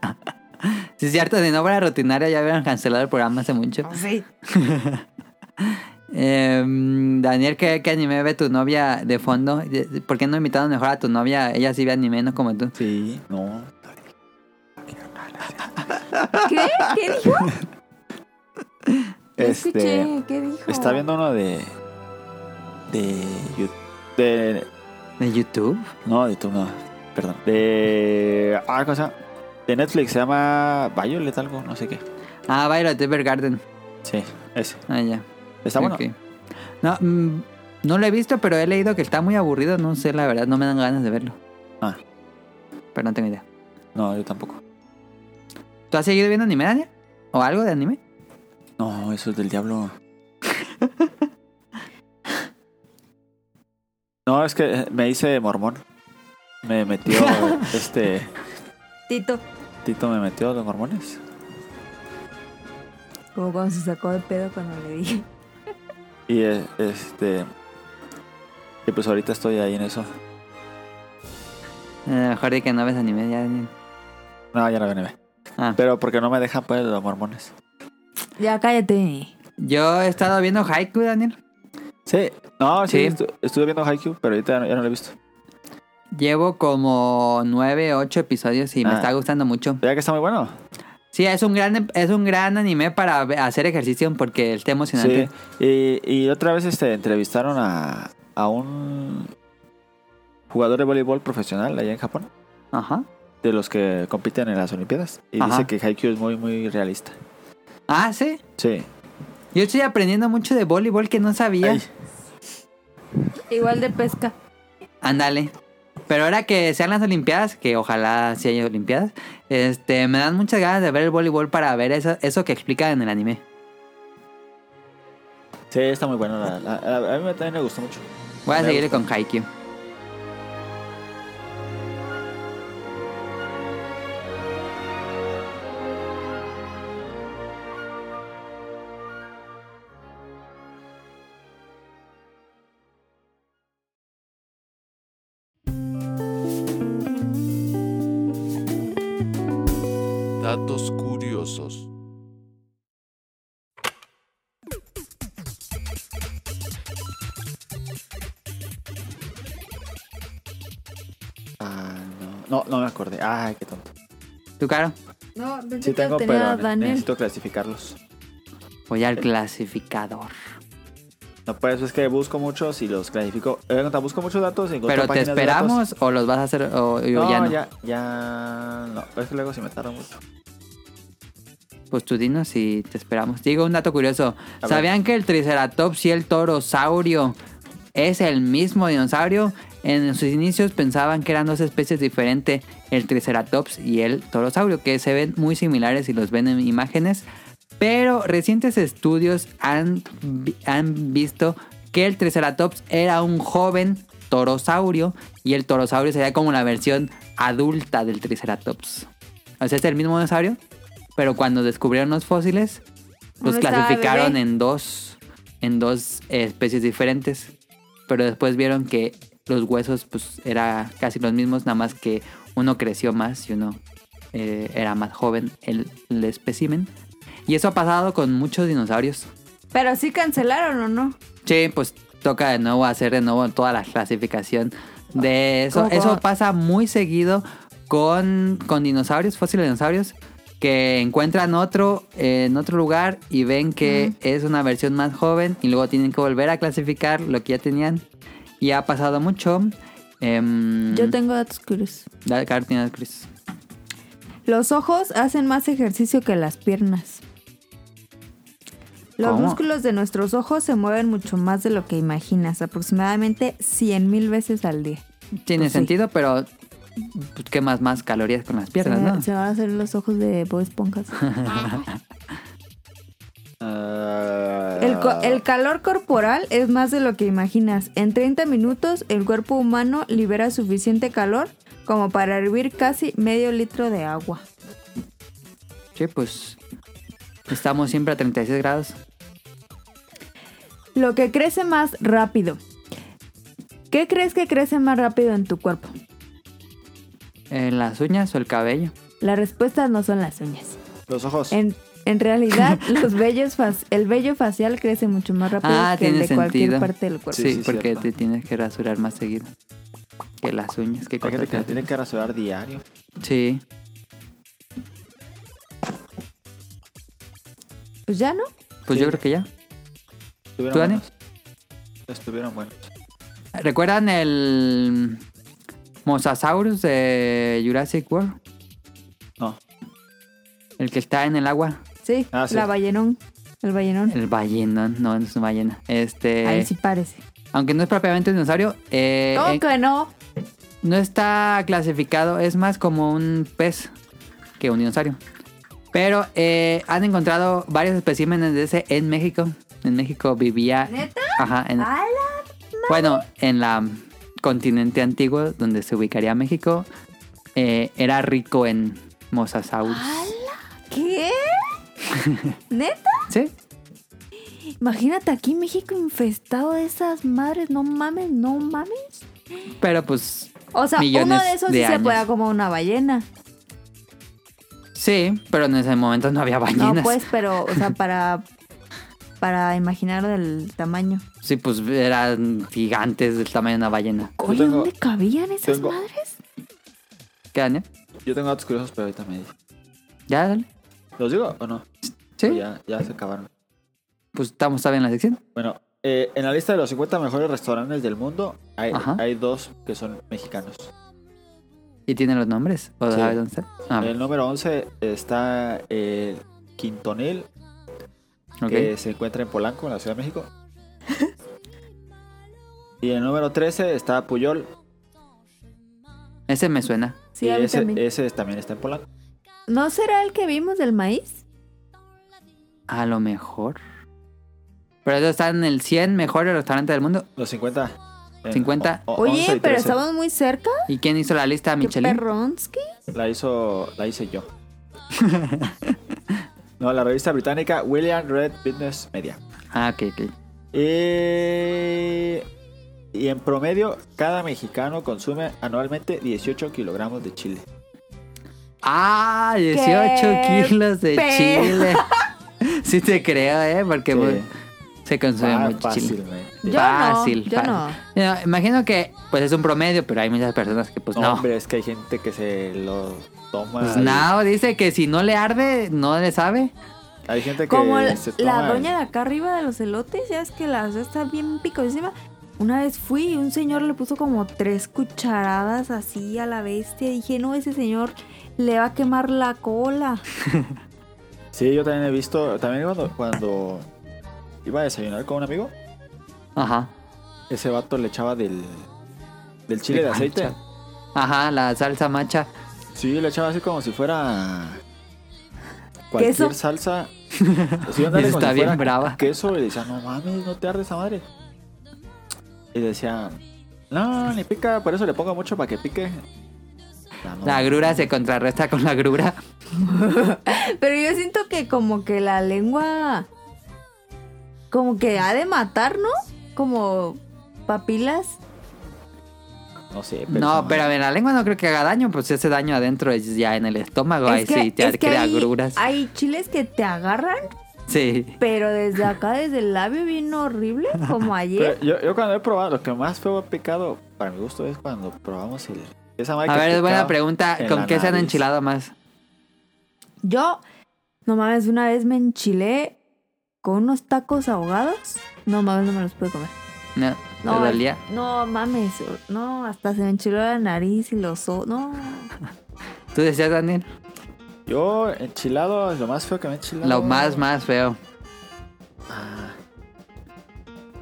S2: Si es cierto, si no fuera rutinario ya hubieran cancelado el programa hace mucho.
S1: Sí.
S2: Eh, Daniel, ¿qué, qué anime ve tu novia de fondo? De- ¿Por qué no invitaron mejor a tu novia? Ella sí ve anime, no como tú.
S3: Sí, no,
S1: ¿Qué? ¿Qué dijo? No
S3: Este,
S1: Escuché, ¿qué dijo?
S3: está viendo uno de de Yu- de
S2: ¿De YouTube?
S3: no, de YouTube no, perdón. De ah, cosa de Netflix se llama Violet algo, no sé qué.
S2: Ah, Violet Evergarden.
S3: Sí, ese.
S2: Ah, ya.
S3: Está bueno.
S2: Ok. No, mm, no lo he visto, pero he leído que está muy aburrido. No sé, la verdad, no me dan ganas de verlo.
S3: Ah.
S2: Pero no tengo idea.
S3: No, yo tampoco.
S2: ¿Tú has seguido viendo anime, Daniel? ¿O algo de anime?
S7: No, eso es del diablo.
S3: No, es que me hice mormón. Me metió este.
S1: Tito.
S3: Tito me metió a los mormones.
S1: Como cuando se sacó de pedo cuando le dije.
S3: Y eh, este. Y pues ahorita estoy ahí en eso.
S2: Eh, mejor di que no ves anime ya, Daniel.
S3: No, ya no viene.
S2: Ah.
S3: Pero porque no me dejan pues los mormones.
S1: Ya cállate.
S2: Yo he estado viendo Haiku, Daniel.
S3: Sí, no, sí,
S2: Sí.
S3: estu- estuve viendo Haikyuu, pero ahorita ya no, ya no lo he visto.
S2: Llevo como nueve, ocho episodios y me
S3: Ah.
S2: está gustando mucho.
S3: ¿Verdad que está muy bueno?
S2: Sí, es un gran, es un gran anime para ve- hacer ejercicio porque está emocionante.
S3: Sí. Y, y otra vez este, entrevistaron a, a un jugador de voleibol profesional allá en Japón,
S2: Ajá.
S3: de los que compiten en las Olimpiadas. Y
S2: Ajá.
S3: dice que Haikyuu es muy, muy realista.
S2: Ah, sí.
S3: Sí.
S2: Yo estoy aprendiendo mucho de voleibol que no sabía.
S3: Ay.
S1: Igual de pesca.
S2: Ándale. Pero ahora que sean las Olimpiadas, que ojalá sí haya Olimpiadas, este, me dan muchas ganas de ver el voleibol para ver eso, eso que explica en el anime.
S3: Sí, está muy bueno. la- la- la- a mí me- también me gustó mucho.
S2: Voy a
S3: Me
S2: seguir con Haikyuu.
S5: Datos curiosos.
S3: Ah, no. No, no me acordé. Ay, qué tonto.
S2: ¿Tú, Caro?
S1: No, pensé
S3: Sí
S1: que
S3: tengo,
S1: lo tenía
S3: pero eh. ne-
S1: Daniel.
S3: necesito clasificarlos.
S2: Voy
S3: Eh.
S2: al clasificador.
S3: No, pues es que busco muchos y los clasifico. Eh, no, busco muchos datos y
S2: ¿Pero
S3: encuentro
S2: te
S3: páginas de datos.
S2: esperamos o los vas a hacer o, o
S3: No,
S2: ya no?
S3: ya, ya no. Pero es que luego se me tarda mucho.
S2: Pues tú dinos y te esperamos. Digo un dato curioso.
S3: ver.
S2: ¿Sabían que el Triceratops y el Torosaurio es el mismo dinosaurio? En sus inicios pensaban que eran dos especies diferentes, el Triceratops y el Torosaurio, que se ven muy similares y los ven en imágenes. Pero recientes estudios han, vi- han visto que el Triceratops era un joven torosaurio y el torosaurio sería como la versión adulta del Triceratops. O sea, es el mismo dinosaurio, pero cuando descubrieron los fósiles, los
S1: Uno estaba
S2: clasificaron
S1: bebé.
S2: en dos, en dos eh, especies diferentes. Pero después vieron que los huesos pues eran casi los mismos, nada más que uno creció más y uno eh, era más joven el, el espécimen. Y eso ha pasado con muchos dinosaurios.
S1: Pero sí cancelaron o no.
S2: Sí, pues toca de nuevo hacer de nuevo toda la clasificación de eso.
S1: ¿Cómo, cómo?
S2: Eso pasa muy seguido con, con dinosaurios, fósiles de dinosaurios, que encuentran otro eh, en otro lugar y ven que es una versión más joven y luego tienen que volver a clasificar lo que ya tenían. Y ha pasado mucho. Em,
S1: Yo tengo datos curiosos.
S2: Dale, Caro, tienes, Chris.
S1: Los ojos hacen más ejercicio que las piernas. Los
S2: ¿Cómo?
S1: músculos de nuestros ojos se mueven mucho más de lo que imaginas, aproximadamente 100 mil veces al día.
S2: Tiene
S1: Pues sí.
S2: sentido, pero pues, quemas más calorías con las piernas,
S1: se,
S2: ¿no?
S1: se van a hacer los ojos de Bob Esponja.
S3: Ah,
S1: El, co- el calor corporal es más de lo que imaginas. En 30 minutos el cuerpo humano libera suficiente calor como para hervir casi medio litro de agua.
S2: Sí, pues estamos siempre a 36 grados.
S1: Lo que crece más rápido. ¿Qué crees que crece más rápido en tu cuerpo?
S2: ¿En Eh, las uñas o el cabello?
S1: Las respuestas no son las uñas.
S3: Los ojos.
S1: En, en realidad, los vellos fac- el vello facial crece mucho más rápido
S2: Ah,
S1: que el de
S2: tiene sentido.
S1: cualquier parte del cuerpo.
S2: Sí,
S3: Sí, sí,
S2: porque
S3: cierto.
S2: te tienes que rasurar más seguido que las uñas que
S3: Hay gente que
S2: cortas.
S3: tiene que rasurar diario.
S2: Sí.
S1: Pues ya no.
S2: Pues
S3: Sí.
S2: yo creo que ya.
S3: Estuvieron
S2: ¿Tú, Dani?
S3: buenos. Estuvieron buenos.
S2: ¿Recuerdan el Mosasaurus de Jurassic World?
S3: No.
S2: El que está en el agua.
S1: Sí,
S3: Ah, sí.
S1: la ballenón. El ballenón.
S2: El ballena, no, no es una ballena.
S1: Ahí
S2: Este,
S1: sí parece.
S2: aunque no es propiamente un dinosaurio, eh,
S1: ¿Cómo
S2: eh,
S1: que no?
S2: no está clasificado, es más como un pez que un dinosaurio. Pero eh, han encontrado varios especímenes de ese en México. En México vivía.
S1: ¿Neta? Ah,
S2: Ajá. en-
S1: ¡Ala!
S2: bueno, en la continente antiguo donde se ubicaría México, eh, era rico en mosasaurus.
S1: ¿Qué? ¿Neta?
S2: ¿Sí?
S1: Imagínate aquí México infestado de esas madres. No mames, no mames.
S2: Pero pues
S1: O sea, uno
S2: Millones
S1: de esos
S2: de
S1: sí se
S2: años.
S1: puede como una ballena.
S2: sí, pero en ese momento no había ballenas.
S1: No, pues, pero, o sea, para, para imaginar el tamaño.
S2: Sí, pues eran gigantes del tamaño de una ballena.
S1: Oye,
S3: tengo-
S1: ¿dónde cabían esas
S3: tengo-
S1: madres?
S2: ¿Qué, Daniel?
S3: Yo tengo datos curiosos, pero ahorita me dicen.
S2: ¿Ya? Dale?
S3: ¿Los digo o no?
S2: Sí.
S3: O Pues Ya, ya se acabaron.
S2: Pues estamos todavía en la sección.
S3: Bueno, eh, en la lista de los 50 mejores restaurantes del mundo hay,
S2: Ajá.
S3: hay dos que son mexicanos.
S2: ¿Y tiene los nombres? ¿O
S3: Sí. Eh,
S2: sabes dónde está? Ah,
S3: El número 11 está el Quintonil,
S2: ok.
S3: que se encuentra en Polanco, en la Ciudad de México. y el número 13 está Puyol,
S2: Ese me suena.
S1: Sí,
S3: y
S1: a mí
S3: ese,
S1: también.
S3: ese también está en Polanco.
S1: ¿No será el que vimos del maíz?
S2: A lo mejor. Pero eso está en el 100 mejores restaurantes del mundo.
S3: Los 50. en
S2: 50.
S3: o- o-
S1: Oye,
S3: 11 y
S1: pero
S3: 13.
S1: estamos muy cerca.
S3: oh.
S2: ¿Y quién hizo la lista?
S1: ¿Qué
S2: Michelin.
S1: perronsky?
S3: La hizo, la hice yo. no, la revista británica William Red Business Media.
S2: Ah, ok, ok.
S3: Y, y en promedio, cada mexicano consume anualmente 18 kilogramos de chile.
S2: Ah, 18 kilos de
S1: pe-
S2: chile. sí te creo, ¿eh? Porque
S3: Sí.
S2: pues, se consume
S3: Ah,
S2: mucho chile.
S3: fácilmente.
S1: Yo
S2: Fácil,
S1: no, yo
S2: fácil.
S1: no.
S2: Ya, imagino que pues es un promedio, pero hay muchas personas que pues
S3: No,
S2: no.
S3: hombre, es que hay gente que se lo toma.
S2: Pues
S3: y-
S2: no, dice que si no le arde, no le sabe.
S3: Hay gente que
S1: Como la,
S3: se toma.
S1: la doña de acá arriba de los elotes, ya es que la está bien picosísima. Una vez fui y un señor le puso como tres cucharadas así a la bestia. Dije, no, ese señor le va a quemar la cola.
S3: Sí, yo también he visto. También cuando, cuando iba a desayunar con un amigo,
S2: Ajá.
S3: ese vato le echaba del, del chile de
S2: Ah,
S3: aceite.
S2: cha- Ajá, la salsa macha.
S3: Sí, le echaba así como si fuera cualquier
S1: ¿Queso?
S3: salsa. Sí,
S2: Esa
S3: ándale, como
S2: está
S3: si
S2: bien
S3: fuera
S2: brava.
S3: Queso y le decía, no mames, no te arde esa madre. Y decía, no, ni pica, por eso le pongo mucho para que pique. Ah, no,
S2: La grura se contrarresta con la grura.
S1: Pero yo siento que como que la lengua... Como que ha de matar, ¿no? Como papilas.
S3: no sé, pero esa
S2: No,
S3: madre-
S2: pero en la lengua no creo que haga daño, pues si hace daño adentro es ya en el estómago, ahí sí te
S1: es que
S2: crea
S1: hay,
S2: gruras.
S1: hay chiles que te agarran,
S2: Sí.
S1: pero desde acá, desde el labio, bien horrible, como ayer.
S3: Pero yo, yo cuando he probado, lo que más feo ha picado, para mi gusto, es cuando probamos el. Esa madre
S2: A
S3: que
S2: ver, es
S3: picaba
S2: buena pregunta,
S3: en
S2: ¿con
S3: la
S2: qué se han
S3: nariz.
S2: enchilado más?
S1: Yo, no mames, una vez me enchilé con unos tacos ahogados. No mames, no me los pude comer.
S2: No,
S1: No,
S2: te dolía.
S1: No mames, no, hasta se me enchiló la nariz y los ojos. No.
S2: ¿Tú decías, Daniel?
S3: Yo, enchilado, lo más feo que me he enchilado.
S2: Lo más, más feo.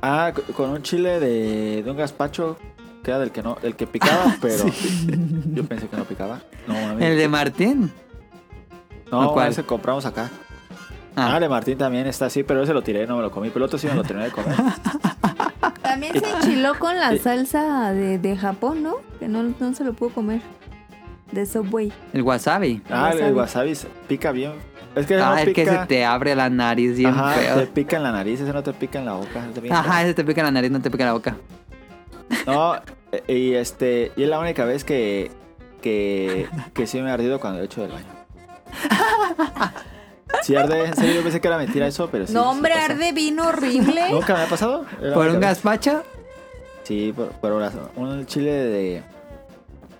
S3: Ah, co- con un chile de, de un gazpacho, que era del que no, del que picaba, pero yo pensé que no picaba. No, mami.
S2: El de Martín.
S3: no,
S2: ¿cuál?
S3: ese compramos acá. Ah.
S2: Ah,
S3: de Martín también está así, pero ese lo tiré, no me lo comí, pero el otro sí me lo terminé de comer.
S1: También se enchiló con la salsa de, de Japón, ¿no? Que no, no se lo pudo comer. De Subway.
S2: el wasabi.
S3: Ah, el
S1: Wasabi.
S3: wasabi se- pica bien. Es que
S2: Ah,
S3: no
S2: el que se
S3: pica.
S2: te abre la nariz bien
S3: Ajá, te
S2: feo.
S3: pica en la nariz, ese no te pica en la boca. ese te pica en la
S2: Ajá, ese te pica la nariz, no te pica la boca.
S3: No, eh, y este, y es la única vez que, que, que sí me he ardido cuando he hecho del baño. Si arde, en serio, yo pensé que era mentira eso, pero sí.
S1: no,
S3: sí
S1: hombre,
S3: pasa.
S1: arde vino horrible.
S3: ¿Nunca me ha pasado? Es la
S2: ¿Por
S3: única
S2: un
S3: vez.
S2: gazpacho?
S3: Sí, por, por una- un chile de...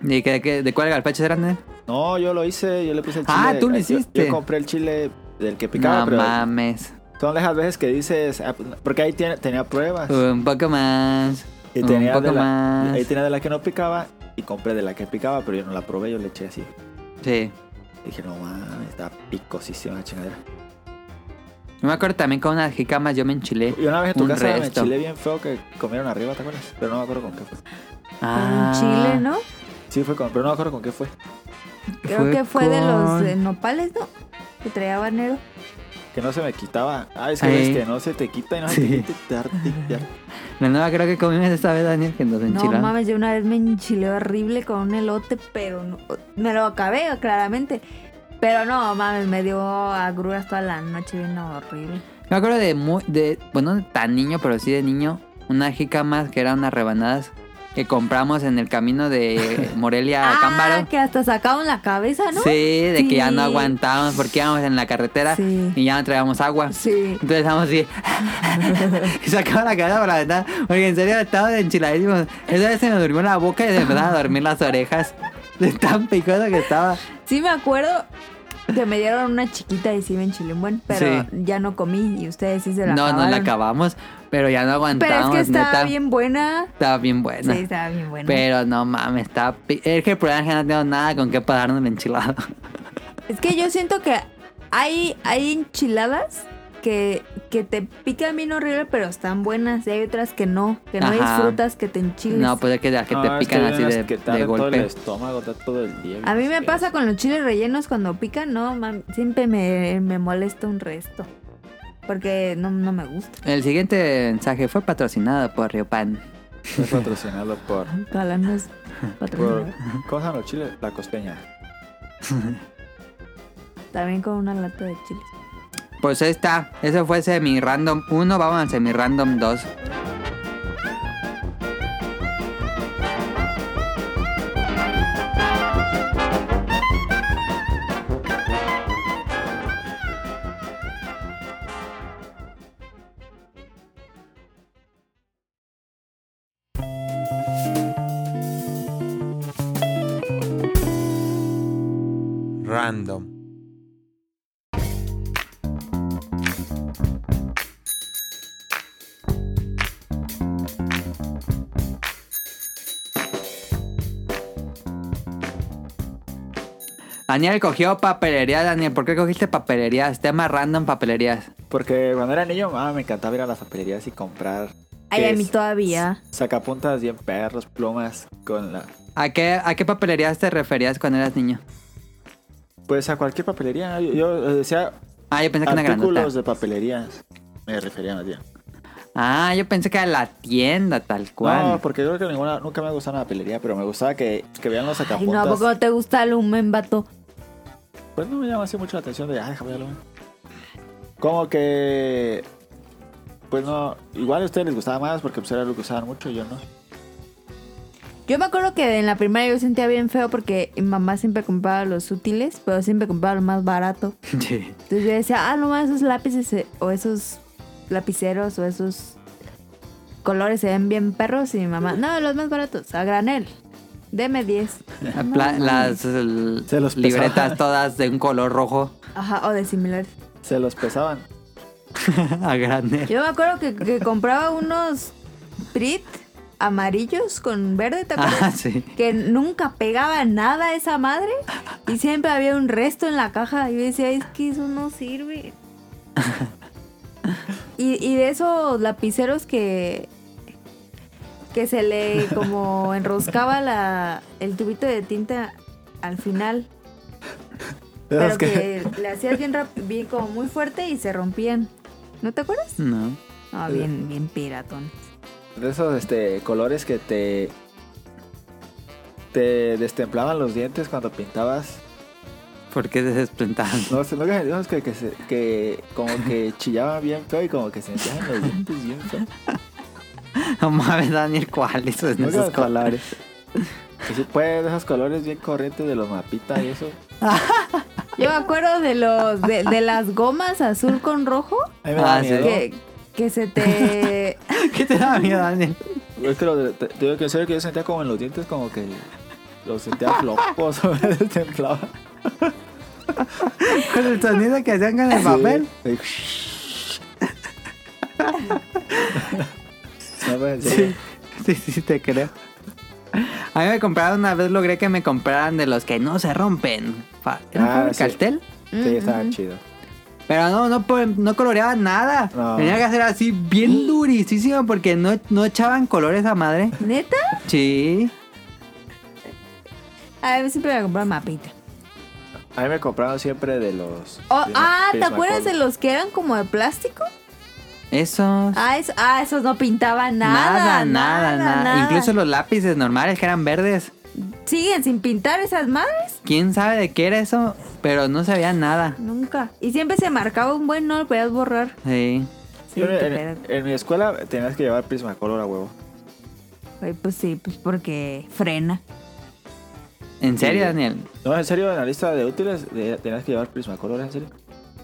S2: ¿Y qué- qué- de cuál gazpacho eh? era, Daniel?
S3: No, yo lo hice, yo le puse el chile...
S2: Ah, tú lo
S3: yo- Yo,
S2: hiciste.
S3: compré el chile del que picaba,
S2: No
S3: pero
S2: mames.
S3: son de esas veces que dices... ah, pues, Porque ahí tiene- tenía pruebas.
S2: Un poco más.
S3: y
S2: Uh, un
S3: tenía
S2: poco
S3: de la,
S2: más.
S3: Ahí tenía de la que no picaba y compré de la que picaba, pero yo no la probé, yo le eché así.
S2: Sí.
S3: Dije, no mames, está picosísima la chingadera.
S2: Yo me acuerdo también con unas jicamas yo me enchilé.
S3: Y una vez en tu
S2: Un
S3: casa me
S2: resto.
S3: chile bien feo que comieron arriba, ¿te acuerdas? Pero no me acuerdo con qué fue.
S2: Ah,
S1: En Chile, ¿no?
S3: Sí, fue con, pero no me acuerdo con qué fue.
S1: Creo que fue de
S2: con-
S1: los eh, nopales, ¿no? que traía Barnero.
S3: Que no se me quitaba. Ah, es que
S2: Ahí.
S3: ves que no se te quita y no se
S2: Sí.
S3: te quita. y te harta y te harta.
S2: La nueva creo que comimos esta vez, Daniel, que nos
S1: No
S2: enchilamos.
S1: mames, yo una vez me enchilé horrible con un elote, pero no- me lo acabé, claramente. Pero no mames, me dio agruras toda la noche, bien horrible.
S2: Me acuerdo de, mu- de, bueno, tan niño, pero sí de niño, una más que eran unas rebanadas que compramos en el camino de Morelia a Ah, Cámbaro.
S1: Ah, que hasta sacaban la cabeza, ¿no?
S2: Sí, de que ya no
S1: Sí.
S2: aguantábamos porque íbamos en la carretera
S1: Sí.
S2: y ya no traíamos agua.
S1: Sí.
S2: Entonces estábamos así. y sacaba la cabeza por la ventana. Porque en serio estaba enchiladísimo. Esa vez se me durmió la boca y se me empezaron a dormir las orejas. De tan picosa que estaba.
S1: Sí me acuerdo que me dieron una chiquita y sí me enchilé un buen, pero
S2: Sí.
S1: ya no comí y ustedes sí se la
S2: No, no la
S1: acabaron.
S2: acabamos. Pero ya no
S1: Pero es
S2: aguantamos.
S1: que estaba
S2: neta.
S1: bien buena.
S2: Estaba bien buena.
S1: Sí, estaba bien buena.
S2: Pero no mames, está. pi- Es que el problema es que no tengo nada con qué pagarnos el enchilado.
S1: Es que yo siento que hay, hay enchiladas que, que te pican bien horrible, pero están buenas. Y hay otras que no, que no
S2: Ajá.
S1: disfrutas, que te enchiles.
S2: No, pues es que las que te
S3: No, Ah, es
S2: pican
S3: hay
S2: así
S3: unas
S2: de,
S3: que
S2: de
S3: te arden todo el
S2: golpe.
S3: estómago, te- todo el día.
S1: A mí me
S3: Sí.
S1: pasa con los chiles rellenos cuando pican, no, mam- siempre me, me molesta un resto. Porque no, no me gusta.
S2: El siguiente mensaje fue patrocinado por Riopan.
S3: Fue patrocinado por.
S1: Ojalá no es
S3: por
S1: patrocinado.
S3: ¿Cómo se llama los chiles? La costeña.
S1: También con una lata de chiles.
S2: Pues ahí está. Eso fue semi random 1. Vamos al semi random 2.
S5: Random.
S2: Daniel cogió papelería. Daniel, ¿por qué cogiste papelerías? Tema random papelerías.
S3: Porque cuando era niño, mamá, me encantaba ir a las papelerías y comprar.
S1: Ay,
S3: que
S1: a mí
S3: es-
S1: todavía.
S3: Sacapuntas bien perros, plumas, con la.
S2: ¿A qué, ¿A qué papelerías te referías cuando eras niño?
S3: Pues a cualquier papelería. Yo, yo eh, decía
S2: Ah, yo pensé que una grandota.
S3: artículos de papelerías. Me refería más bien.
S2: Ah, yo pensé que a la tienda, tal cual.
S3: No, porque yo creo que ninguna, nunca me gustaba la papelería, pero me gustaba que, que vean los
S1: Ay, no, ¿a
S3: sacapuntas.
S1: poco no te gusta el humen, vato?
S3: Pues no me llama así mucho la atención de, ay, déjame verlo. Como que. Pues no, igual a ustedes les gustaba más porque pues era lo que usaban mucho, yo no.
S1: Yo me acuerdo que en la primaria yo sentía bien feo porque mi mamá siempre compraba los útiles, pero siempre compraba lo más barato.
S3: pues,
S2: Sí.
S1: Entonces yo decía, ah, no, ma, esos lápices eh, o esos lapiceros o esos colores se ven bien perros. Y mi mamá, no, los más baratos, a granel. Deme 10.
S2: La pla- las el-
S3: Se los pesaba.
S2: libretas todas de un color rojo
S1: Ajá, o de similares.
S3: Se los pesaban.
S2: a grande.
S1: Yo me acuerdo que, que compraba unos Prit amarillos con verde, ¿te acuerdas?
S2: Ah, sí.
S1: que nunca pegaba nada a esa madre y siempre había un resto en la caja. Y yo decía, es que eso no sirve. Y, y de esos lapiceros que, que se le como enroscaba la, el tubito de tinta al final. Pero
S3: Esos
S1: que le hacías bien, rap- bien como muy fuerte y se rompían. ¿No te acuerdas?
S2: No.
S1: Ah, bien, bien piratón.
S3: De esos este, colores que te. Te destemplaban los dientes cuando pintabas.
S2: ¿Por qué desesplentaban?
S3: No sé, no que, no, es que, que, se- que como que chillaban bien feo y como que se metían los dientes bien feo.
S2: No mames, Daniel, ¿cuáles son
S3: No
S2: esos
S3: esos
S2: colores?
S3: colores. Y si puedes, esos colores bien corrientes de los mapitas y eso.
S1: Yo me acuerdo de los de, de las gomas azul con rojo
S3: A mí me daba
S2: Ah, sí.
S3: miedo.
S1: que, que se te
S2: ¿Qué te da miedo, Daniel?
S3: Es que lo de- te, te digo que en serio que yo sentía como en los dientes como que los sentía flojos, me destemplaba.
S2: Con el sonido que hacían con el papel.
S3: Sí. No, pero en serio.
S2: Sí. sí, sí, te creo. A mí me compraron una vez, logré que me compraran de los que no se rompen. Fa- ¿Era
S3: Ah,
S2: Faber
S3: sí.
S2: Castell?
S3: Sí, estaba chido.
S2: Pero no, no, po- no coloreaban nada.
S3: No.
S2: Tenía que hacer así bien durísimo porque no, no echaban colores a madre.
S1: ¿Neta?
S2: Sí.
S1: A mí siempre me compraba mapita.
S3: A mí me compraron siempre de los.
S1: Oh,
S3: Prisma-
S1: ah, ¿te acuerdas de
S3: Prismacolor.
S1: los que eran como de plástico?
S2: Esos.
S1: Ah, eso- ah, esos no pintaban nada.
S2: nada, nada, nada, Incluso los lápices normales que eran verdes.
S1: Siguen sin pintar esas madres.
S2: ¿Quién sabe de qué era eso? Pero no se veía nada.
S1: Nunca. Y siempre se marcaba un buen, no lo podías borrar.
S2: Sí.
S1: Sí,
S3: Yo
S1: te
S3: en,
S1: pegan.
S3: en mi escuela tenías que llevar Prismacolor a huevo.
S1: Ay, pues sí, pues porque frena.
S2: ¿En serio,
S3: Sí.
S2: Daniel?
S3: No, en serio, en la lista de útiles de- tenías que llevar Prismacolor, ¿en serio?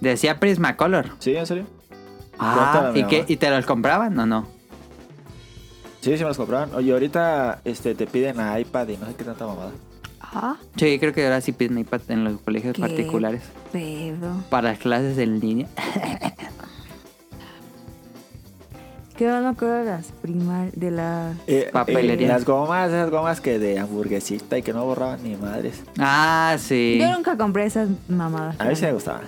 S2: Decía Prismacolor.
S3: Sí, en serio.
S2: Ah,
S3: Cuéntame,
S2: ¿y, qué?
S3: mamá.
S2: ¿y te los compraban o no?
S3: Sí, sí me los compraban. Oye, ahorita este, te piden a iPad y no sé qué tanta mamada.
S1: Ah,
S2: Sí, creo que ahora sí piden iPad en los colegios
S1: Qué
S2: particulares.
S1: pedo.
S2: Para las clases en línea.
S1: ¿Qué van a de las primas de la...
S3: Eh,
S2: Papelería.
S3: eh, las gomas, esas gomas que de hamburguesita y que no borraban ni madres.
S2: Ah, sí.
S1: Yo nunca compré esas mamadas.
S3: A mí sí me gustaban.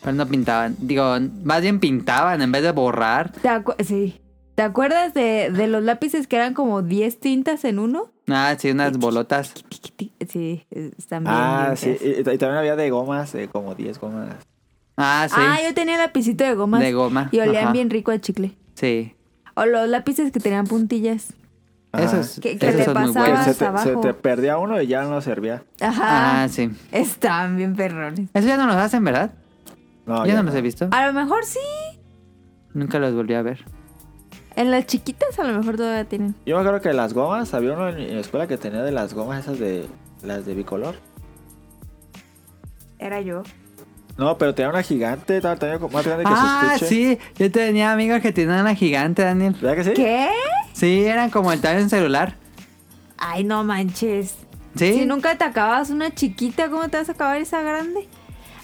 S2: Pero no pintaban. Digo, más bien pintaban en vez de borrar.
S1: ¿Te acu- sí. ¿Te acuerdas de, de los lápices que eran como 10 tintas en uno?
S2: Ah, sí, unas bolotas.
S1: Sí, eh, están bien.
S3: Ah,
S1: bien
S3: sí.
S1: feas.
S3: Y, y también había de gomas, eh, como 10 gomas.
S2: Ah, sí.
S1: Ah, yo tenía lapicito de goma.
S2: De goma,
S1: Y olían
S2: ajá.
S1: bien rico a chicle.
S2: Sí.
S1: O los lápices que tenían puntillas.
S3: Ajá.
S2: Esos,
S1: Que- que
S2: esos
S1: le
S2: son muy
S1: pasaba-
S3: Que
S2: buenos.
S3: se, te,
S1: abajo.
S3: se te perdía uno y ya no servía.
S1: Ajá.
S2: Ah, sí.
S1: Están bien perrones.
S2: Esos ya no los hacen, ¿verdad?
S3: No,
S2: yo
S3: ya
S2: no los he visto.
S1: A lo mejor sí.
S2: Nunca los volví a ver.
S1: En las chiquitas a lo mejor todavía tienen.
S3: Yo me acuerdo que las gomas, había uno en mi en mi escuela que tenía de las gomas esas de las de bicolor.
S1: Era yo.
S3: No, pero tenía una gigante, estaba también como más grande que
S2: Ah,
S3: su estuche.
S2: sí. Yo tenía amigos que tenían una gigante, Daniel.
S3: ¿Verdad que sí?
S1: ¿Qué?
S2: Sí, eran como el tamaño de un celular.
S1: Ay, no manches.
S2: Sí.
S1: Si nunca te acabas una chiquita, ¿cómo te vas a acabar esa grande?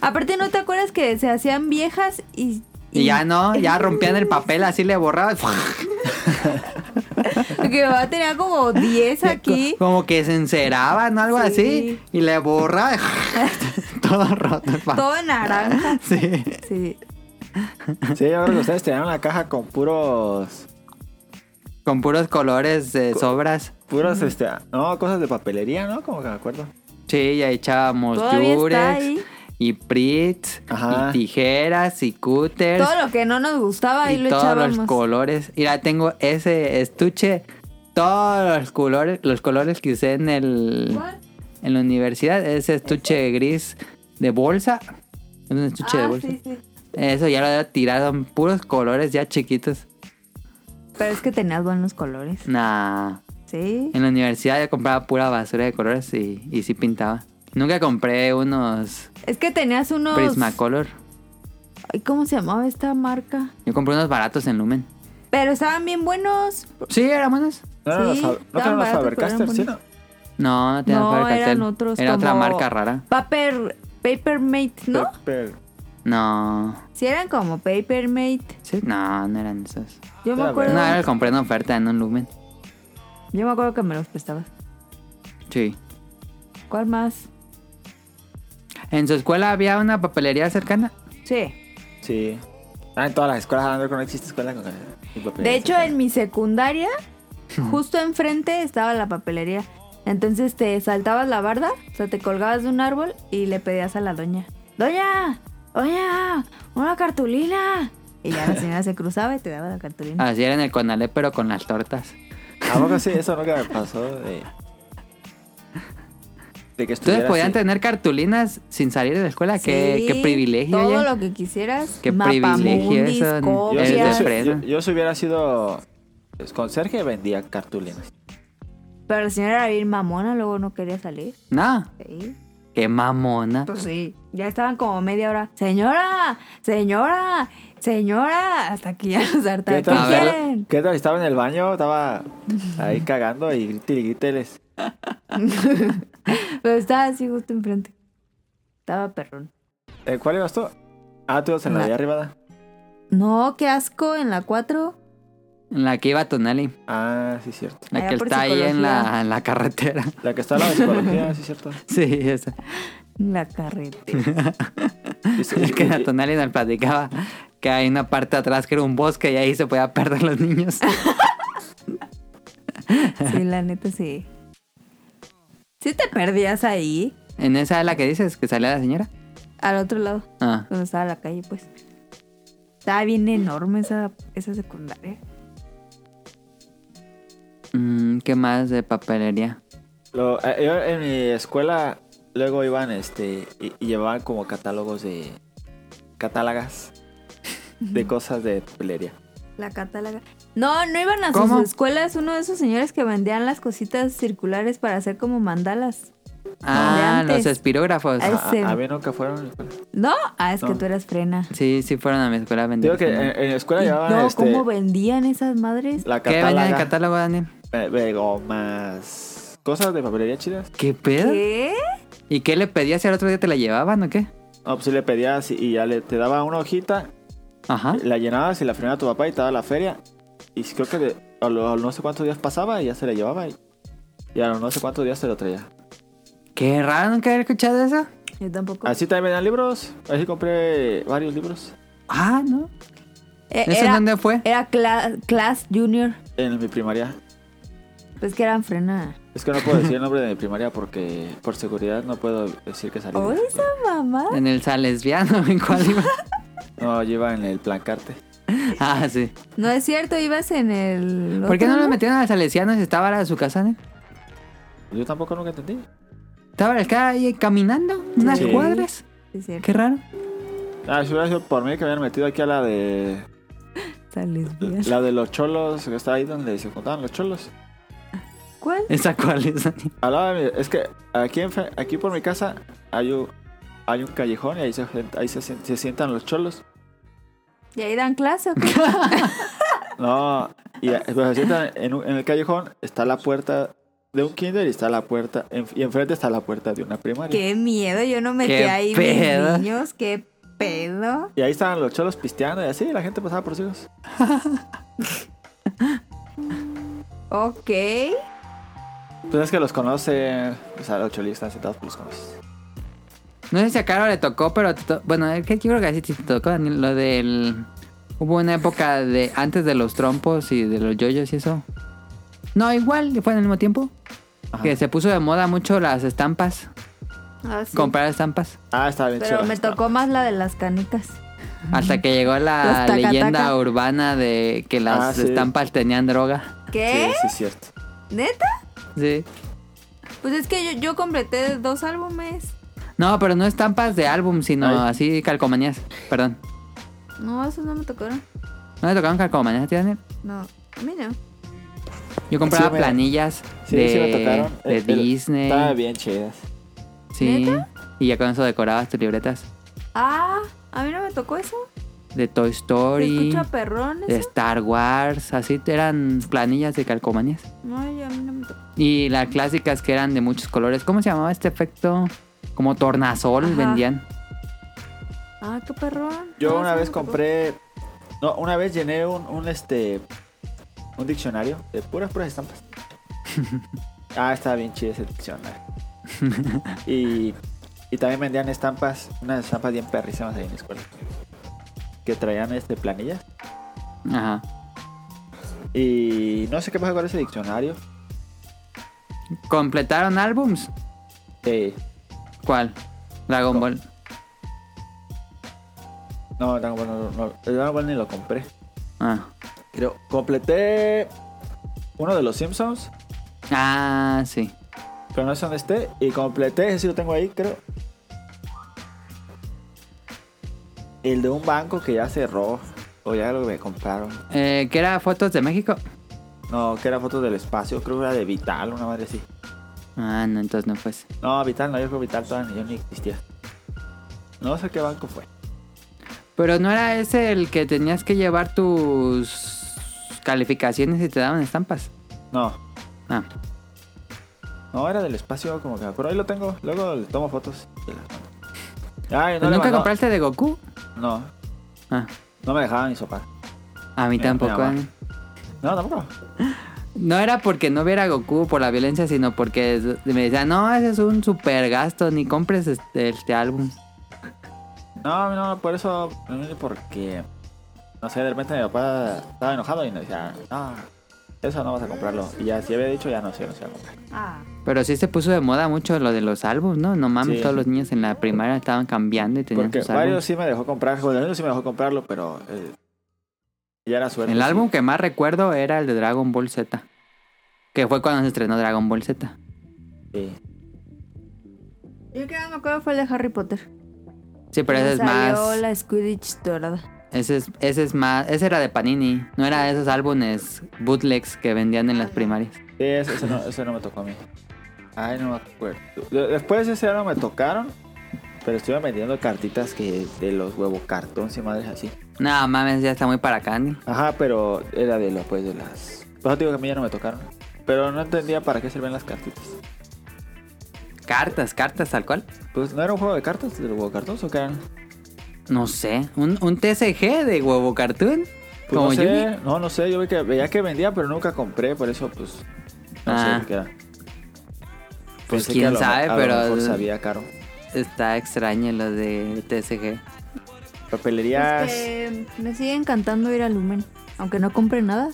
S1: Aparte, ¿no te acuerdas que se hacían viejas y...
S2: Y ya no, ya rompían el papel, así le borraban.
S1: Que mi mamá tenía como 10 aquí.
S2: Como que se enceraban o algo
S1: Sí.
S2: así. Y le borraban. Todo roto el papel.
S1: Todo naranja.
S2: Sí.
S1: Sí.
S3: Sí, yo creo que ustedes tenían una caja con puros.
S2: Con puros colores de sobras.
S3: Puros, este. No, cosas de papelería, ¿no? Como que me acuerdo.
S2: Sí, ya echábamos
S1: Todavía está
S2: yurex
S1: ahí.
S2: y prits
S3: Ajá.
S2: y tijeras y cutters
S1: Todo lo que no nos gustaba ahí
S2: y
S1: lo
S2: todos
S1: echábamos. Ah,
S2: los colores. Mira, tengo ese estuche, todos los colores, los colores que usé en el
S1: ¿Cuál?
S2: en la universidad, ese estuche gris de bolsa, es un estuche de
S1: Ah,
S2: bolsa.
S1: sí, sí.
S2: Eso ya lo había tirado en puros colores ya chiquitos.
S1: Pero es que tenías buenos colores.
S2: Nah.
S1: Sí.
S2: En la universidad yo compraba pura basura de colores y, y sí pintaba. Nunca compré unos
S1: Es que tenías unos.
S2: Prismacolor.
S1: Ay, ¿Cómo se llamaba esta marca?
S2: Yo compré unos baratos en Lumen.
S1: Pero estaban bien buenos.
S2: Sí, eran buenos.
S3: No, eran
S1: Sí,
S3: los Fab- no,
S1: estaban
S3: eran los
S1: baratos, pero
S3: Faber-Caster,
S1: eran
S3: ¿sí, no?
S2: No, no tenían
S1: No,
S2: Faber-Castell.
S1: eran otros.
S2: Era otra
S1: como
S2: marca rara.
S1: Paper. Papermate, ¿no?
S3: Pero-
S2: No.
S1: Sí, eran como Papermate.
S2: Sí, no, no eran esos.
S1: Yo me
S3: Era
S1: acuerdo.
S2: No, era el compré en oferta en un Lumen.
S1: Yo me acuerdo que me los prestabas.
S2: Sí.
S1: ¿Cuál más?
S2: ¿En su escuela había una papelería cercana?
S1: Sí.
S3: Sí. Ah, en todas las escuelas, Android, no existe escuela con sin papelería.
S1: De hecho, en mi secundaria,
S2: Hmm.
S1: justo enfrente estaba la papelería. Entonces te saltabas la barda, o sea, te colgabas de un árbol y le pedías a la doña: ¡Doña! ¡Doña! ¡Una cartulina! Y ya la señora se cruzaba y te daba la cartulina.
S2: Así era en el Conalep, pero con las tortas.
S3: ¿A poco sí? Eso nunca me pasó de. De que estuviera.
S2: Ustedes podían
S3: así.
S2: tener cartulinas sin salir de la escuela. Ah, Qué,
S1: Sí,
S2: qué privilegio.
S1: Todo
S2: oye.
S1: lo que quisieras.
S2: Qué privilegio
S1: mapamundis,
S2: eso,
S3: Yo,
S2: Es
S3: si- yo
S2: de
S1: copias,
S3: si-
S2: fresa.
S3: yo- yo si hubiera sido pues, conserje, vendía cartulinas.
S1: Pero la señora era bien mamona, luego no quería salir.
S2: No,
S1: Sí.
S2: qué mamona.
S1: Pues sí. Ya estaban como media hora. Señora, señora, señora. Hasta que ya nos hartaron. ¿Qué
S3: ¿Qué
S2: A ver.
S1: quieren?
S3: ¿Qué tal? Estaba en el baño, estaba ahí cagando y grite y griteles.
S1: Pero estaba así justo enfrente. Estaba perrón.
S3: ¿Eh, ¿Cuál ibas tú? Ah, tú ibas en la
S2: La-
S3: de arriba.
S1: No, qué asco en la 4.
S2: En la que iba Tonali.
S3: Ah, sí, cierto.
S2: La
S1: Allá
S2: que
S1: por
S2: está ahí en la,
S1: psicología.
S2: en la carretera.
S3: La que está en la de psicología, sí, cierto.
S2: Sí, esa.
S1: La carretera.
S3: Y se-
S2: Es que la
S3: y-
S2: Tonali nos platicaba que hay una parte atrás que era un bosque y ahí se podía perder los niños.
S1: Sí, la neta sí. Sí te perdías ahí.
S2: ¿En esa es la que dices que salía la señora?
S1: Al otro lado,
S2: Ah,
S1: donde estaba la calle, pues. Estaba bien enorme esa, esa secundaria.
S2: mm, ¿qué más de papelería?
S3: Lo- eh, yo en mi escuela luego iban este y, y llevaban como catálogos de catálogas de cosas de papelería.
S1: La catáloga. No, no iban a
S2: ¿Cómo?
S1: sus escuelas uno de esos señores que vendían las cositas circulares para hacer como mandalas.
S2: Ah,
S1: de
S2: los
S1: antes.
S2: espirógrafos.
S1: Ay,
S3: A,
S1: Sí.
S3: a mí nunca fueron. a mi escuela.
S1: ¿No? Ah, es que
S3: No.
S1: tú eras frena.
S2: Sí, sí fueron a mi escuela a vender.
S3: Digo que en, en la escuela
S1: Y
S3: llevaban
S1: no,
S3: este,
S1: ¿cómo vendían esas madres?
S3: la
S2: ¿Qué vendían en
S3: catáloga,
S2: catálogo, Daniel?
S3: eh, de gomas, cosas de papelería chidas.
S2: ¿Qué pedo?
S3: ¿Eh?
S1: ¿Qué?
S2: ¿Y qué le pedías si al otro día te la llevaban o qué?
S3: No, pues sí le pedías y y ya le, te daba una hojita,
S2: Ajá.
S3: la llenabas y la frenaba tu papá y te daba la feria. Y sí, creo que de- a los no sé cuántos días pasaba y ya se la llevaba y, y a los no sé cuántos días se lo traía.
S2: Qué raro, nunca había escuchado eso.
S1: Yo tampoco.
S3: Así también vendían libros. Así compré varios libros
S2: Ah, ¿no?
S1: Eh,
S2: ¿Eso en
S1: era
S2: dónde fue?
S1: era cla- Class Junior.
S3: en mi primaria.
S1: Pues que eran frena.
S3: Es que no puedo decir el nombre de mi primaria porque por seguridad no puedo decir que salí. de la
S1: ¡Oh, esa
S3: escuela.
S1: mamá!
S2: En el Salesviano, ¿en cuál iba?
S3: No, yo iba en el plancarte.
S2: Ah, sí.
S1: No es cierto, ibas en el.
S2: ¿Por qué
S1: otro,
S2: no lo metieron al Salesiano si estaba la de su casa, Daniel?
S3: Yo tampoco nunca entendí.
S2: Estaba el calle caminando unas
S3: Sí.
S2: cuadras.
S1: Sí, es cierto.
S2: Qué raro.
S3: Ah, si hubiera sido por mí que me habían metido aquí a la de.
S1: Esa lesbiana.
S3: La de los cholos, que está ahí donde se juntaban los cholos.
S1: ¿Cuál?
S2: ¿Esa cuál es, Daniel?
S3: Hablaba de mi- Es que aquí, en fe- aquí por mi casa hay un, hay un callejón y ahí, se, ahí se, sien- se sientan los cholos.
S1: ¿Y ahí dan clase o qué?
S3: No, y eh, pues, se sientan en, un- en el callejón, está la puerta de un kinder y está la puerta. en- y enfrente está la puerta de una primaria.
S1: ¡Qué miedo! Yo no metí
S2: Qué
S1: ahí
S2: pedo.
S1: mis niños. ¡Qué pedo!
S3: Y ahí estaban los cholos pisteando y así la gente pasaba por ellos.
S1: Ok.
S3: Pues es que los conoce, pues a los cholistas sentados pues los conoce.
S2: No sé si a Caro le tocó, pero... te to- Bueno, es que yo creo que así te tocó, Daniel, lo del... Hubo una época de antes de los trompos y de los yoyos y eso. No, igual, fue en el mismo tiempo.
S3: Ajá.
S2: Que se puso de moda mucho las estampas.
S1: Ah, sí.
S2: Comprar estampas.
S3: Ah, estaba bien
S1: Pero
S3: chido.
S1: me tocó más la de las canicas.
S2: Hasta que llegó la
S1: Los taca-taca.
S2: leyenda urbana de que las
S3: Ah, sí.
S2: estampas tenían droga.
S1: ¿Qué?
S3: Sí, sí, cierto.
S1: ¿Neta?
S2: Sí.
S1: Pues es que yo, yo completé dos álbumes.
S2: No, pero no estampas de álbum, sino
S3: Ay.
S2: así calcomanías. Perdón.
S1: No, esos no me tocaron.
S2: ¿No te tocaron calcomanías a ti, Daniel?
S1: No, a mí no.
S2: Yo compraba
S3: Sí, me-
S2: planillas
S3: Sí,
S2: de,
S3: sí me tocaron.
S2: de
S3: El- el-
S2: Disney.
S3: Estaba bien chidas.
S2: Sí.
S1: ¿Neta?
S2: Y ya con eso decorabas tus libretas.
S1: Ah, a mí no me tocó eso.
S2: De Toy
S1: ¿Se
S2: Story.
S1: escucha perrón
S2: De
S1: eso?
S2: Star Wars. Así eran planillas de calcomanías.
S1: No, yo a mí no me tocó.
S2: Y las clásicas que eran de muchos colores. ¿Cómo se llamaba este efecto? Como tornasol
S1: Ajá.
S2: vendían.
S1: Ah, qué perrón.
S3: Yo
S1: No,
S3: una
S1: eso no
S3: vez
S1: me tocó.
S3: compré. No, una vez llené un, un, este. Un diccionario de puras, puras estampas. ah, estaba bien chido ese diccionario. y, y también vendían estampas, unas estampas bien perrísimas ahí en la escuela. Que traían este planillas.
S2: Ajá.
S3: Y no sé qué pasa con ese diccionario.
S2: ¿Completaron álbums?
S3: Eh,
S2: ¿Cuál? Dragon
S3: No.
S2: Ball.
S3: no, Dragon Ball no, no, el Dragon Ball ni lo compré.
S2: Ah.
S3: Creo, completé uno de los Simpsons,
S2: Ah, sí.
S3: pero no sé dónde esté. Y completé, ese sí lo tengo ahí, creo. El de un banco que ya cerró. O ya lo que compraron.
S2: Eh, ¿Qué era Fotos de México?
S3: No, que era fotos del espacio. Creo que era de Vital, una madre así.
S2: Ah, no, entonces no pues.
S3: No, Vital no, yo creo que Vital todavía ni, yo ni existía. No sé qué banco fue.
S2: Pero no era ese el que tenías que llevar tus calificaciones y te daban estampas.
S3: No,
S2: Ah,
S3: No, era del espacio, como que me acuerdo. Ahí lo tengo, luego le tomo fotos. y las mando. Ay, no
S2: ¿Pero
S3: le
S2: ¿Nunca
S3: mandó-
S2: compraste de Goku?
S3: No,
S2: Ah,
S3: no me dejaban ni sopar.
S2: a mí
S3: Mira,
S2: tampoco.
S3: mira, va.
S2: eh.
S3: No, tampoco.
S2: No era porque no viera a Goku por la violencia, sino porque es- me decían, no, ese es un super gasto, ni compres este, este álbum.
S3: No, no, por eso, no, porque, no sé, de repente mi papá estaba enojado y me decía, no, Eso no vas a comprarlo. Y ya, si había dicho, ya no, sí, no se va a comprar.
S1: Ah,
S2: Pero sí se puso de moda mucho lo de los álbumes, ¿no? No mames,
S3: Sí.
S2: todos los niños en la primaria estaban cambiando y tenían
S3: Porque
S2: sus álbumes.
S3: varios sí me dejó comprar. Joder, sí me dejó comprarlo, pero eh, ya era suerte.
S2: El
S3: sí.
S2: álbum que más recuerdo era el de Dragon Ball Z. Que fue cuando se estrenó Dragon Ball Z.
S3: Sí.
S1: yo el que no me acuerdo fue el de Harry Potter.
S2: Sí, pero ese es
S1: Salió
S2: más.
S1: la Squidditch dorada.
S2: Ese es, ese es más. Ese era de Panini. No era de esos álbumes bootlegs que vendían en las primarias.
S3: Sí, eso, eso no, eso no me tocó a mí. Ay, no me acuerdo. De- Después de ese álbum me tocaron, pero estuve vendiendo cartitas que de los huevos cartones y madres así.
S2: No mames, ya está muy para acá, Andy.
S3: Ajá, pero era de los, pues, de las... Por eso te digo que a mí ya no me tocaron. Pero no entendía para qué servían las cartitas.
S2: Cartas, cartas, tal cual.
S3: Pues, ¿no era un juego de cartas de los huevos cartones o qué eran?
S2: No sé. ¿Un, un TCG de huevo cartoon?
S3: Pues,
S2: Como
S3: no sé,
S2: Yugi.
S3: no, no sé, yo vi que, veía que vendía, pero nunca compré, por eso, pues, no
S2: Ah.
S3: sé qué era.
S2: Pues
S3: Pensé que
S2: quién
S3: a lo-
S2: sabe,
S3: a lo
S2: pero-
S3: mejor sabía caro.
S2: Está extraño lo de TCG.
S3: Papelerías...
S1: Este, me sigue encantando ir al Lumen. Aunque no compre nada,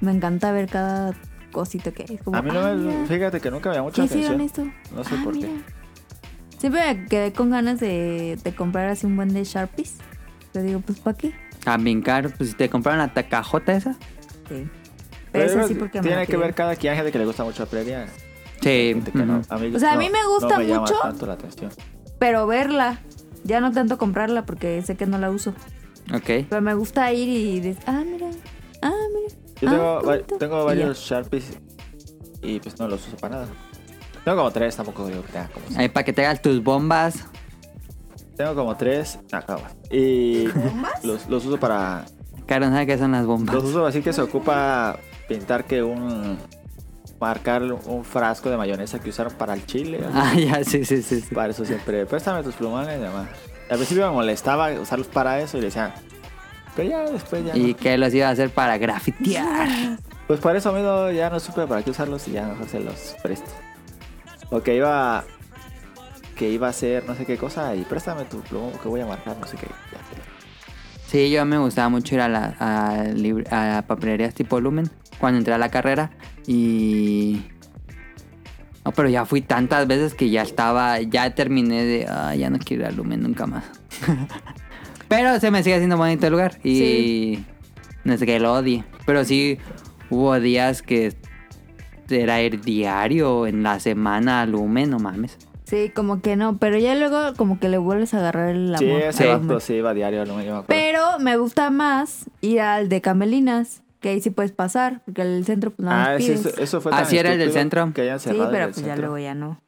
S1: me encanta ver cada cosita que hay. Es como,
S3: A mí no
S1: "Ah,
S3: me...
S1: mira,
S3: Fíjate que nunca me llamó mucha
S1: ¿Qué hicieron
S3: atención.
S1: esto?
S3: No sé
S1: Ah,
S3: por qué.
S1: mira. Siempre me quedé con ganas de, de comprar así un buen de Sharpies. Pero digo, pues ¿para qué?
S2: También caro. Pues si te compraron la tacajota esa.
S1: Sí.
S3: Pero
S1: Pero es
S3: digo,
S1: así porque me
S3: tiene
S1: la
S3: que ver
S1: pidieron.
S3: cada quien, hay gente que le gusta mucho la previa.
S2: Sí.
S3: gente que no.
S2: ujú.
S3: A mí,
S1: O sea, a
S3: no-
S1: mí me gusta
S3: no me llama
S1: mucho.
S3: tanto la atención.
S1: Pero verla. Ya no tanto comprarla porque sé que no la uso.
S2: Ok.
S1: Pero me gusta ir y decir, ah, mira. Ah, mira. ah,
S3: Yo tengo,
S1: qué
S3: va-
S1: bonito".
S3: tengo
S1: Y
S3: varios Sharpies y pues no los uso para nada. Tengo como tres, tampoco digo que tenga como
S2: Ahí para que te hagas tus bombas.
S3: Tengo como tres, no, acabo. Y los, los uso para...
S2: Caro, ¿sabes qué son las bombas?
S3: Los uso así que se ocupa pintar que un... Marcar un frasco de mayonesa que usaron para el chile. ¿no?
S2: Ah, ya, sí, sí, sí. sí.
S3: Para eso siempre, préstame tus plumones y demás. Al principio me molestaba usarlos para eso y le decía... Pero ya después ya...
S2: ¿Y
S3: no.
S2: qué los iba a hacer para grafitear?
S3: Pues por eso mismo ya no supe para qué usarlos y ya mejor se los presto. O que iba... Que iba a hacer no sé qué cosa y préstame tu plumón que voy a marcar no sé qué. Ya te lo-
S2: Sí, yo me gustaba mucho ir a, la, a, libr- a papelerías tipo Lumen cuando entré a la carrera y... No, pero ya fui tantas veces que ya estaba, ya terminé de, ah, ya no quiero ir a Lumen nunca más. pero se me sigue haciendo bonito el lugar y
S1: Sí.
S2: no sé que lo odie. Pero sí hubo días que era ir diario en la semana a Lumen, no mames.
S1: Sí, como que no. Pero ya luego como que le vuelves a agarrar el amor.
S3: Sí,
S1: al
S3: ese
S1: Lumen.
S3: vato sí iba a diario, no me yo me acuerdo.
S1: Pero me gusta más ir al de Camelinas, que ahí sí puedes pasar, porque el centro pues nada más
S3: Ah, sí,
S1: pides.
S3: eso,
S1: sí,
S3: eso fue
S2: Así era el del
S3: estúpido
S2: centro.
S3: Que hayan cerrado
S1: pero
S3: el
S1: pues
S3: del
S1: ya
S3: centro.
S1: luego ya no.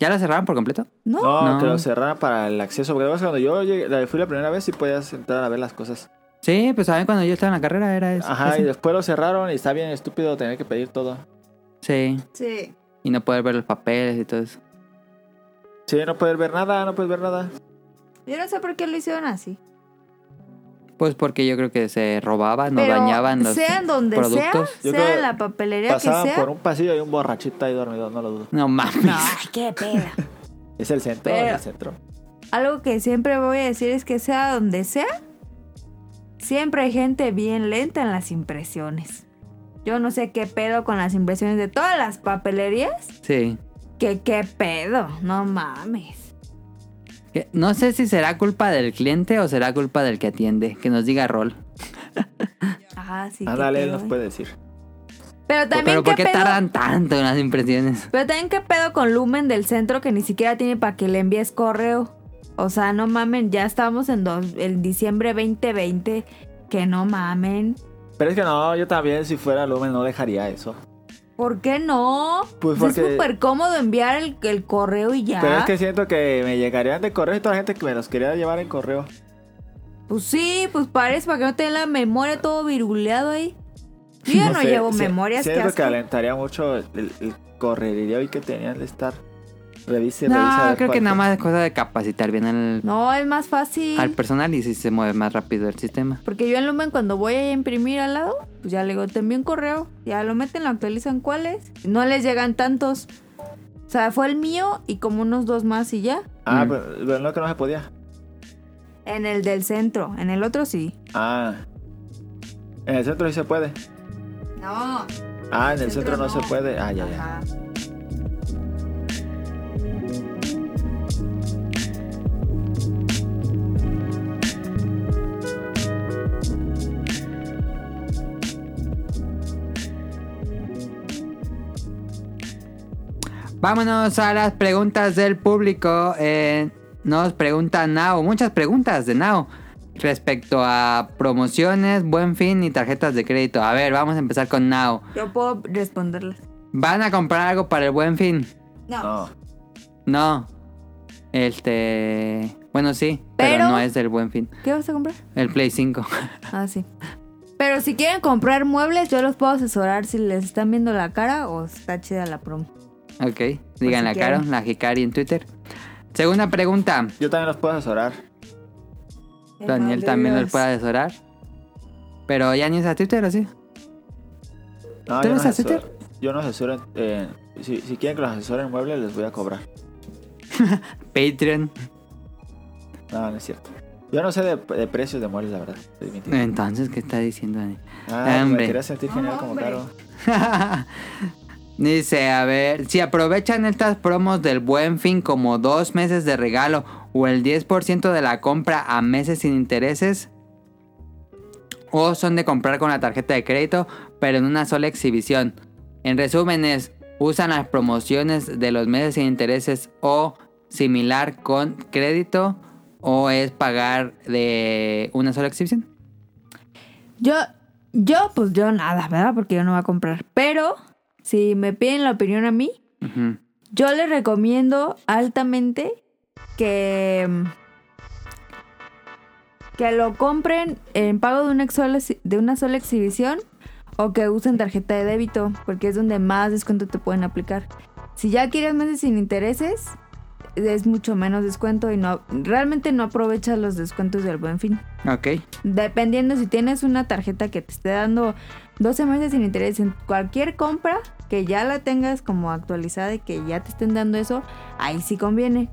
S2: ¿Ya lo cerraron por completo?
S1: No,
S3: No,
S2: No.
S3: que lo cerraran para el acceso. Porque además cuando yo llegué- la- fui la primera vez sí podías entrar a ver las cosas.
S2: Sí, pues saben cuando yo estaba en la carrera era eso.
S3: Ajá, y después lo cerraron y está bien estúpido tener que pedir todo.
S2: Sí.
S1: sí.
S2: Y no poder ver los papeles y todo eso.
S3: Sí, no puedes ver nada, no puedes ver nada.
S1: Yo no sé por qué lo hicieron así.
S2: Pues porque yo creo que se robaban o
S1: pero
S2: dañaban los
S1: sean donde
S2: productos.
S1: sea,
S3: Yo
S1: sea
S3: creo
S1: en la papelería que
S3: Pasaban
S1: sea.
S3: por un pasillo y un borrachito ahí dormido, no lo dudo.
S2: No mames.
S1: No, ay, qué pena.
S3: Es el centro,
S1: Pero-
S3: es el centro.
S1: Algo que siempre voy a decir es que sea donde sea, siempre hay gente bien lenta en las impresiones. Yo no sé qué pedo con las impresiones de todas las papelerías.
S2: Sí.
S1: Que qué pedo, no mames.
S2: Que- No sé si será culpa del cliente o será culpa del que atiende. Que nos diga rol.
S1: Ah, sí. qué
S3: Ándale, él
S1: pedo,
S3: nos
S1: eh.
S3: puede decir.
S1: Pero también
S2: Pero ¿por
S1: qué
S2: qué
S1: pedo.
S2: tardan tanto en las impresiones?
S1: Pero también qué pedo con Lumen del centro que ni siquiera tiene para que le envíes correo. O sea, no mamen, ya estamos en, dos- en diciembre 2020. Que no mamen.
S3: Pero es que no, yo también si fuera Lumen no dejaría eso.
S1: ¿Por qué no?
S3: Pues
S1: Es
S3: porque-
S1: súper cómodo enviar el, el correo y ya.
S3: Pero es que siento que me llegarían de correo y toda la gente que me los quería llevar en correo.
S1: Pues sí, pues parece para que no tenga la memoria todo viruleado ahí. Yo ya no,
S3: sé,
S1: llevo
S3: si-
S1: memorias que
S3: Siento que,
S1: asco.
S3: alentaría mucho el, el, el correrío y que tenían de estar. Revise, revise. a
S2: No,
S3: ver
S2: creo
S3: cuál
S2: que nada
S3: fue.
S2: más es cosa de capacitar bien al,
S1: No, es más fácil.
S2: al personal y si se mueve más rápido el sistema.
S1: Porque yo en Lumen cuando voy a imprimir al lado, pues ya le digo, te envío un correo, ya lo meten, lo actualizan cuáles, no les llegan tantos. O sea, fue el mío y como unos dos más y ya.
S3: Ah,
S2: Mm.
S3: pero, pero no que no se podía.
S1: En el del centro, en el otro sí.
S3: Ah. En el centro sí se puede.
S1: No.
S3: Ah, en el centro no se puede. Ah, ya, ya.
S1: Ajá.
S2: Vámonos a las preguntas del público. Eh, nos pregunta Nao, muchas preguntas de Nao respecto a promociones, buen fin y tarjetas de crédito. A ver, vamos a empezar con Nao.
S1: Yo puedo responderlas.
S2: ¿Van a comprar algo para el buen fin?
S1: No.
S3: No.
S2: No. Este. Bueno, sí, pero,
S1: Pero-
S2: no es del buen fin.
S1: ¿Qué vas a comprar?
S2: El Play 5.
S1: Ah, sí. Pero si quieren comprar muebles, yo los puedo asesorar si les están viendo la cara o está chida la promo.
S2: ok, díganla,
S1: Pues si
S2: Caro,
S1: quieren.
S2: la Hikari en Twitter. Segunda pregunta.
S3: Yo también los puedo asesorar.
S2: Daniel también los puede asesorar. Pero ya ni es a Twitter, ¿o sí?
S3: No,
S2: ¿Tú
S3: yo no
S2: eres
S3: asesoro-
S2: asesor?
S3: Yo no asesoro. en- eh, si, si quieren que los asesoren en muebles, les voy a cobrar.
S2: Patreon.
S3: No, no es cierto. Yo no sé de, de precios de muebles, la verdad. Estoy mintiendo.
S2: Entonces, ¿qué está diciendo Daniel?
S3: Ah,
S2: Hombre.
S3: me quería sentir genial como
S1: Hombre.
S3: caro.
S2: Dice, a ver, si aprovechan estas promos del buen fin como dos meses de regalo o el 10% de la compra a meses sin intereses, o son de comprar con la tarjeta de crédito, pero en una sola exhibición. En resumen es, usan las promociones de los meses sin intereses o similar con crédito, o es pagar de una sola exhibición.
S1: Yo, yo, pues yo nada, ¿verdad? Porque yo no voy a comprar. Pero si me piden la opinión a mí,
S2: Ujú.
S1: yo les recomiendo altamente que, mm, que lo compren en pago de una, sola, de una sola exhibición o que usen tarjeta de débito, porque es donde más descuento te pueden aplicar. Si ya quieres meses sin intereses, es mucho menos descuento y no realmente no aprovechas los descuentos del buen fin.
S2: Ok.
S1: Dependiendo si tienes una tarjeta que te esté dando 12 meses sin interés en cualquier compra, que ya la tengas como actualizada y que ya te estén dando eso, ahí sí conviene.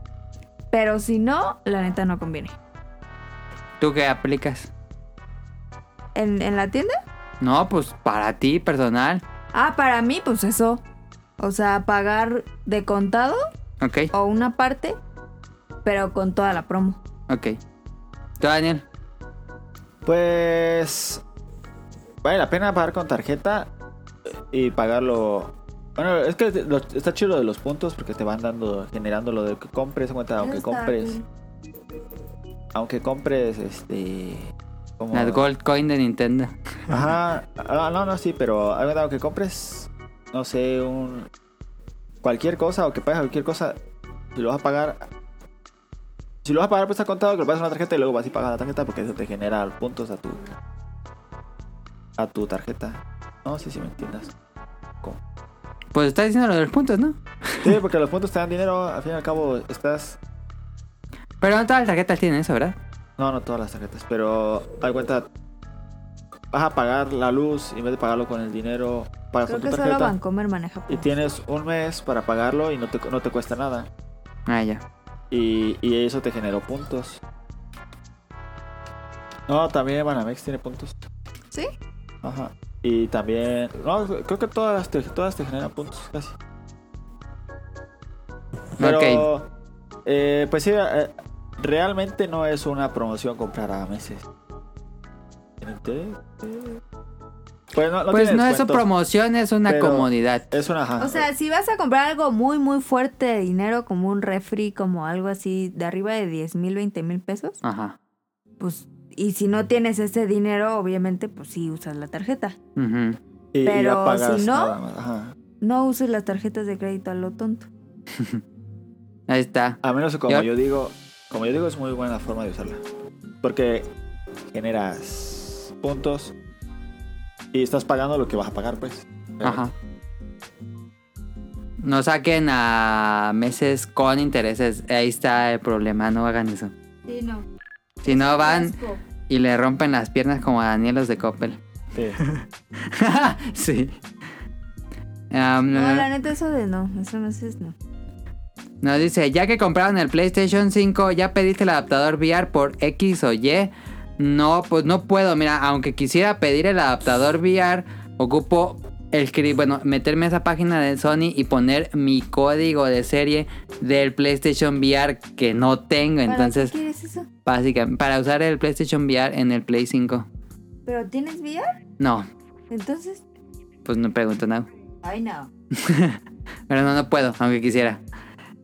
S1: Pero si no, la neta no conviene.
S2: ¿Tú qué aplicas?
S1: ¿En, en la tienda?
S2: No, pues para ti, personal.
S1: Ah, para mí, pues eso. O sea, pagar de contado
S2: Ok,
S1: o una parte, pero con toda la promo.
S2: ok. ¿Tú, Daniel?
S3: Pues. Vale la pena pagar con tarjeta y pagarlo. Bueno, es que lo- está chido lo de los puntos porque te van dando, generando lo de que compres, cuenta, aunque
S1: Eso está
S3: compres,
S1: cool.
S3: aunque compres, este. Como,
S2: Las Gold Coin de Nintendo.
S3: Ajá. Ah, no, no, sí, pero haz de cuenta, aunque compres, no sé, un. Cualquier cosa o que pagues cualquier cosa, si lo vas a pagar. Si lo vas a pagar, pues está contado que lo pagas en una tarjeta y luego vas y pagas la tarjeta porque eso te genera puntos a tu. a tu tarjeta. No sé si me entiendas.
S2: Pues estás diciendo lo de los puntos, ¿no?
S3: Sí, porque los puntos te dan dinero, al fin y al cabo estás.
S2: Pero no todas las tarjetas tienen eso, ¿verdad?
S3: No, no todas las tarjetas, pero haz de cuenta. Vas a pagar la luz y en vez de pagarlo con el dinero, pagas
S1: Creo
S3: con
S1: que
S3: tu
S1: solo
S3: tarjeta.
S1: Bancomer maneja.
S3: Y tienes un mes para pagarlo y no te, no te cuesta nada.
S2: Ah, ya.
S3: Y, y eso te generó puntos. No, también Banamex tiene puntos.
S1: ¿Sí?
S3: Ajá. Y también... No, creo que todas te, todas te generan puntos casi. Pero...
S2: Ok.
S3: eh, pues sí, eh, realmente no es una promoción comprar a meses. Pues no, no
S2: pues
S3: tiene
S2: no es su
S3: descuentos.
S2: promoción, es una
S3: pero-
S2: comodidad.
S3: Es una... ajá.
S1: O sea, si vas a comprar algo muy, muy fuerte de dinero, como un refri, como algo así de arriba de 10 mil, 20 mil pesos,
S2: Ajá.
S1: pues, y si no tienes ese dinero, obviamente, pues sí usas la tarjeta.
S2: Ujú.
S3: Y- y ya
S1: pero si
S3: pagas
S1: no-
S3: nada más, ajá.
S1: No uses las tarjetas de crédito a lo tonto.
S2: Ahí está.
S3: A menos que como
S2: Yo-
S3: yo, digo, como yo digo es muy buena forma de usarla. Porque generas puntos y estás pagando lo que vas a pagar, pues.
S2: Ajá. No saquen a meses con intereses. Ahí está el problema, no hagan eso.
S1: Sí, no.
S2: Si no van y le rompen las piernas como a Daniel los de Coppel. sí.
S3: Sí.
S2: Am,
S1: No, la neta, eso de no. Eso no es no.
S2: Nos dice, ya que compraron el PlayStation 5, ya pediste el adaptador VR por X o Y. No, pues no puedo, mira, aunque quisiera pedir el adaptador VR, Ocupo el cri- bueno, meterme a esa página de Sony y poner mi código de serie del PlayStation VR que no tengo.
S1: ¿Para
S2: Entonces,
S1: qué quieres eso?
S2: básicamente, para usar el PlayStation VR en el Play 5.
S1: ¿Pero tienes VR?
S2: No,
S1: Entonces,
S2: pues no pregunto nada.
S1: ay no.
S2: Pero no, no puedo, aunque quisiera.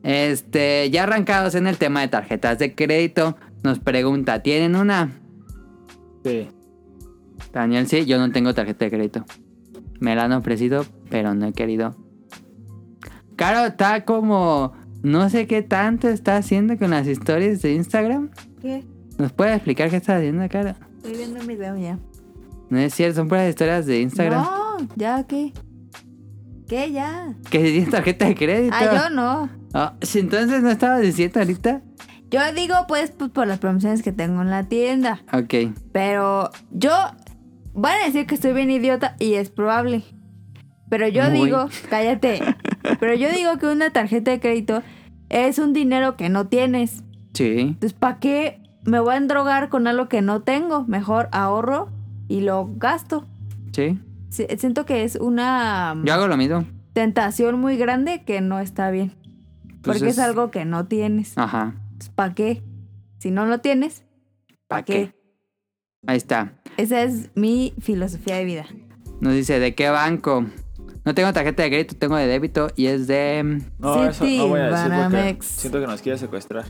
S2: Este, ya arrancados en el tema de tarjetas de crédito, nos pregunta, ¿tienen una?
S3: Sí.
S2: Daniel, sí, yo no tengo tarjeta de crédito. Me la han ofrecido, pero no he querido. Caro está como, no sé qué tanto está haciendo con las historias de Instagram.
S1: ¿Qué?
S2: ¿Nos puede explicar qué está haciendo, Caro?
S1: Estoy viendo un video ya.
S2: No es cierto, son puras historias de Instagram.
S1: No, ya, ¿qué? ¿Qué ya?
S2: Que si tienes tarjeta de crédito.
S1: Ah, yo no.
S2: Ah, si entonces no estaba diciendo ahorita.
S1: Yo digo, pues, pues, por las promociones que tengo en la tienda.
S2: Ok.
S1: Pero yo. Van a decir que estoy bien idiota y es probable. Pero yo
S2: Muy.
S1: digo, cállate. pero yo digo que una tarjeta de crédito es un dinero que no tienes.
S2: Sí.
S1: Entonces, ¿para qué me voy a endrogar con algo que no tengo? Mejor ahorro y lo gasto.
S2: Sí.
S1: Si- Siento que es una
S2: Yo hago lo mismo.
S1: tentación muy grande que no está bien.
S2: Pues
S1: porque es... algo que no tienes.
S2: Ajá.
S1: ¿Para qué? Si no lo tienes, ¿para
S2: ¿Para qué?
S1: qué?
S2: Ahí está.
S1: Esa es mi filosofía de vida.
S2: Nos dice, ¿de qué banco? No tengo tarjeta de crédito, tengo de débito y es de... mm,
S3: No, eso
S1: City,
S3: no voy a decir porque
S1: Banamex.
S3: siento que nos quiere secuestrar.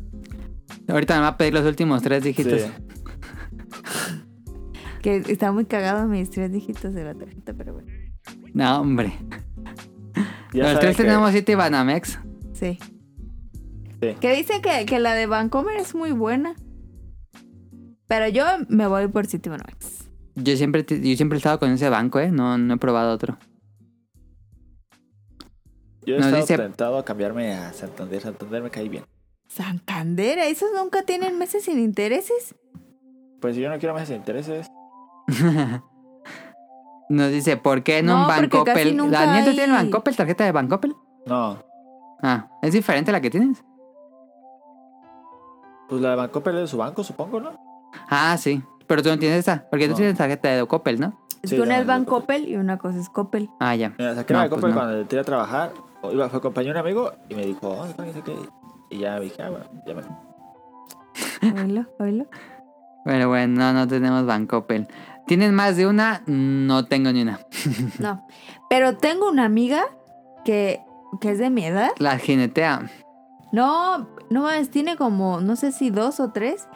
S2: Ahorita me va a pedir los últimos tres dígitos.
S3: Sí.
S1: Que está muy cagado mis tres dígitos de la tarjeta, pero bueno.
S2: No, hombre.
S3: Ya
S2: los
S3: sabe
S2: tres
S3: que-
S2: tenemos City y Banamex.
S1: Sí.
S3: Sí.
S1: Que dice que, que la de Vancomer es muy buena. Pero yo me voy por Citibanamex.
S2: Yo siempre, te- yo siempre he estado con ese banco, ¿eh? No, no he probado otro.
S3: Yo he
S2: nos
S3: estado
S2: dice-
S3: tentado a cambiarme a Santander. Santander me cae bien.
S1: Santander, ¿esos nunca tienen meses sin intereses?
S3: Pues si yo no quiero más intereses.
S2: Nos dice, ¿por qué en
S1: No,
S2: un
S1: porque casi
S2: Bancopel?
S1: nunca
S2: Daniel, ¿tú
S1: hay-
S2: tienes Bancopel? ¿Tarjeta de Bancopel?
S3: No.
S2: Ah, ¿es diferente a la que tienes?
S3: Pues la de Bancopel es de su banco, supongo, ¿no?
S2: Ah, sí. Pero tú no tienes esa. Porque tú
S3: No.
S2: tienes tarjeta de Coppel, ¿no?
S1: Es
S3: Sí,
S1: que una
S3: la
S1: es
S3: de
S1: Bancopel y una cosa es Coppel.
S2: Ah, ya.
S3: Mira, saqué
S2: No,
S3: la de
S2: pues
S3: Coppel
S2: no.
S3: cuando entré a trabajar. o Iba, fue acompañé a un amigo y me dijo, "Oh, ¿cómo dice que-?" Y ya dije, ah, bueno, ya me.
S1: Oílo, oílo.
S2: Pero bueno, no, no tenemos Bancopel. ¿Tienen más de una? No tengo ni una.
S1: No. Pero tengo una amiga que, que es de mi edad.
S2: La jinetea.
S1: No, no mames, tiene como, no sé si dos o tres.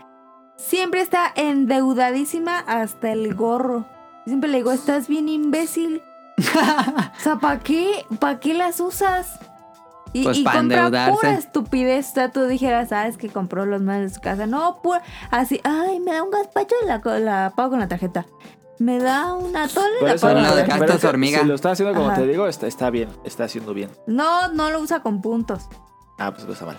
S1: Siempre está endeudadísima hasta el gorro. Siempre le digo, estás bien imbécil. o sea, ¿para qué? ¿Para qué las usas? Y,
S2: Pues
S1: y
S2: pa'
S1: compra
S2: endeudarse.
S1: pura estupidez. O sea, tú dijeras, sabes que compró los males de su casa. No, pura. Así, ay, me da un gazpacho y la, co- la pago con la tarjeta. Me da una tola y
S3: Pero
S1: la
S3: eso
S1: pago con
S2: no
S1: la
S2: lo
S3: pero
S1: tarjeta.
S2: gastas
S3: es que
S2: hormiga.
S3: Si lo está haciendo como
S1: Ajá.
S3: te digo, está, está bien. Está haciendo bien.
S1: No, no lo usa con puntos.
S3: Ah, pues no está mal.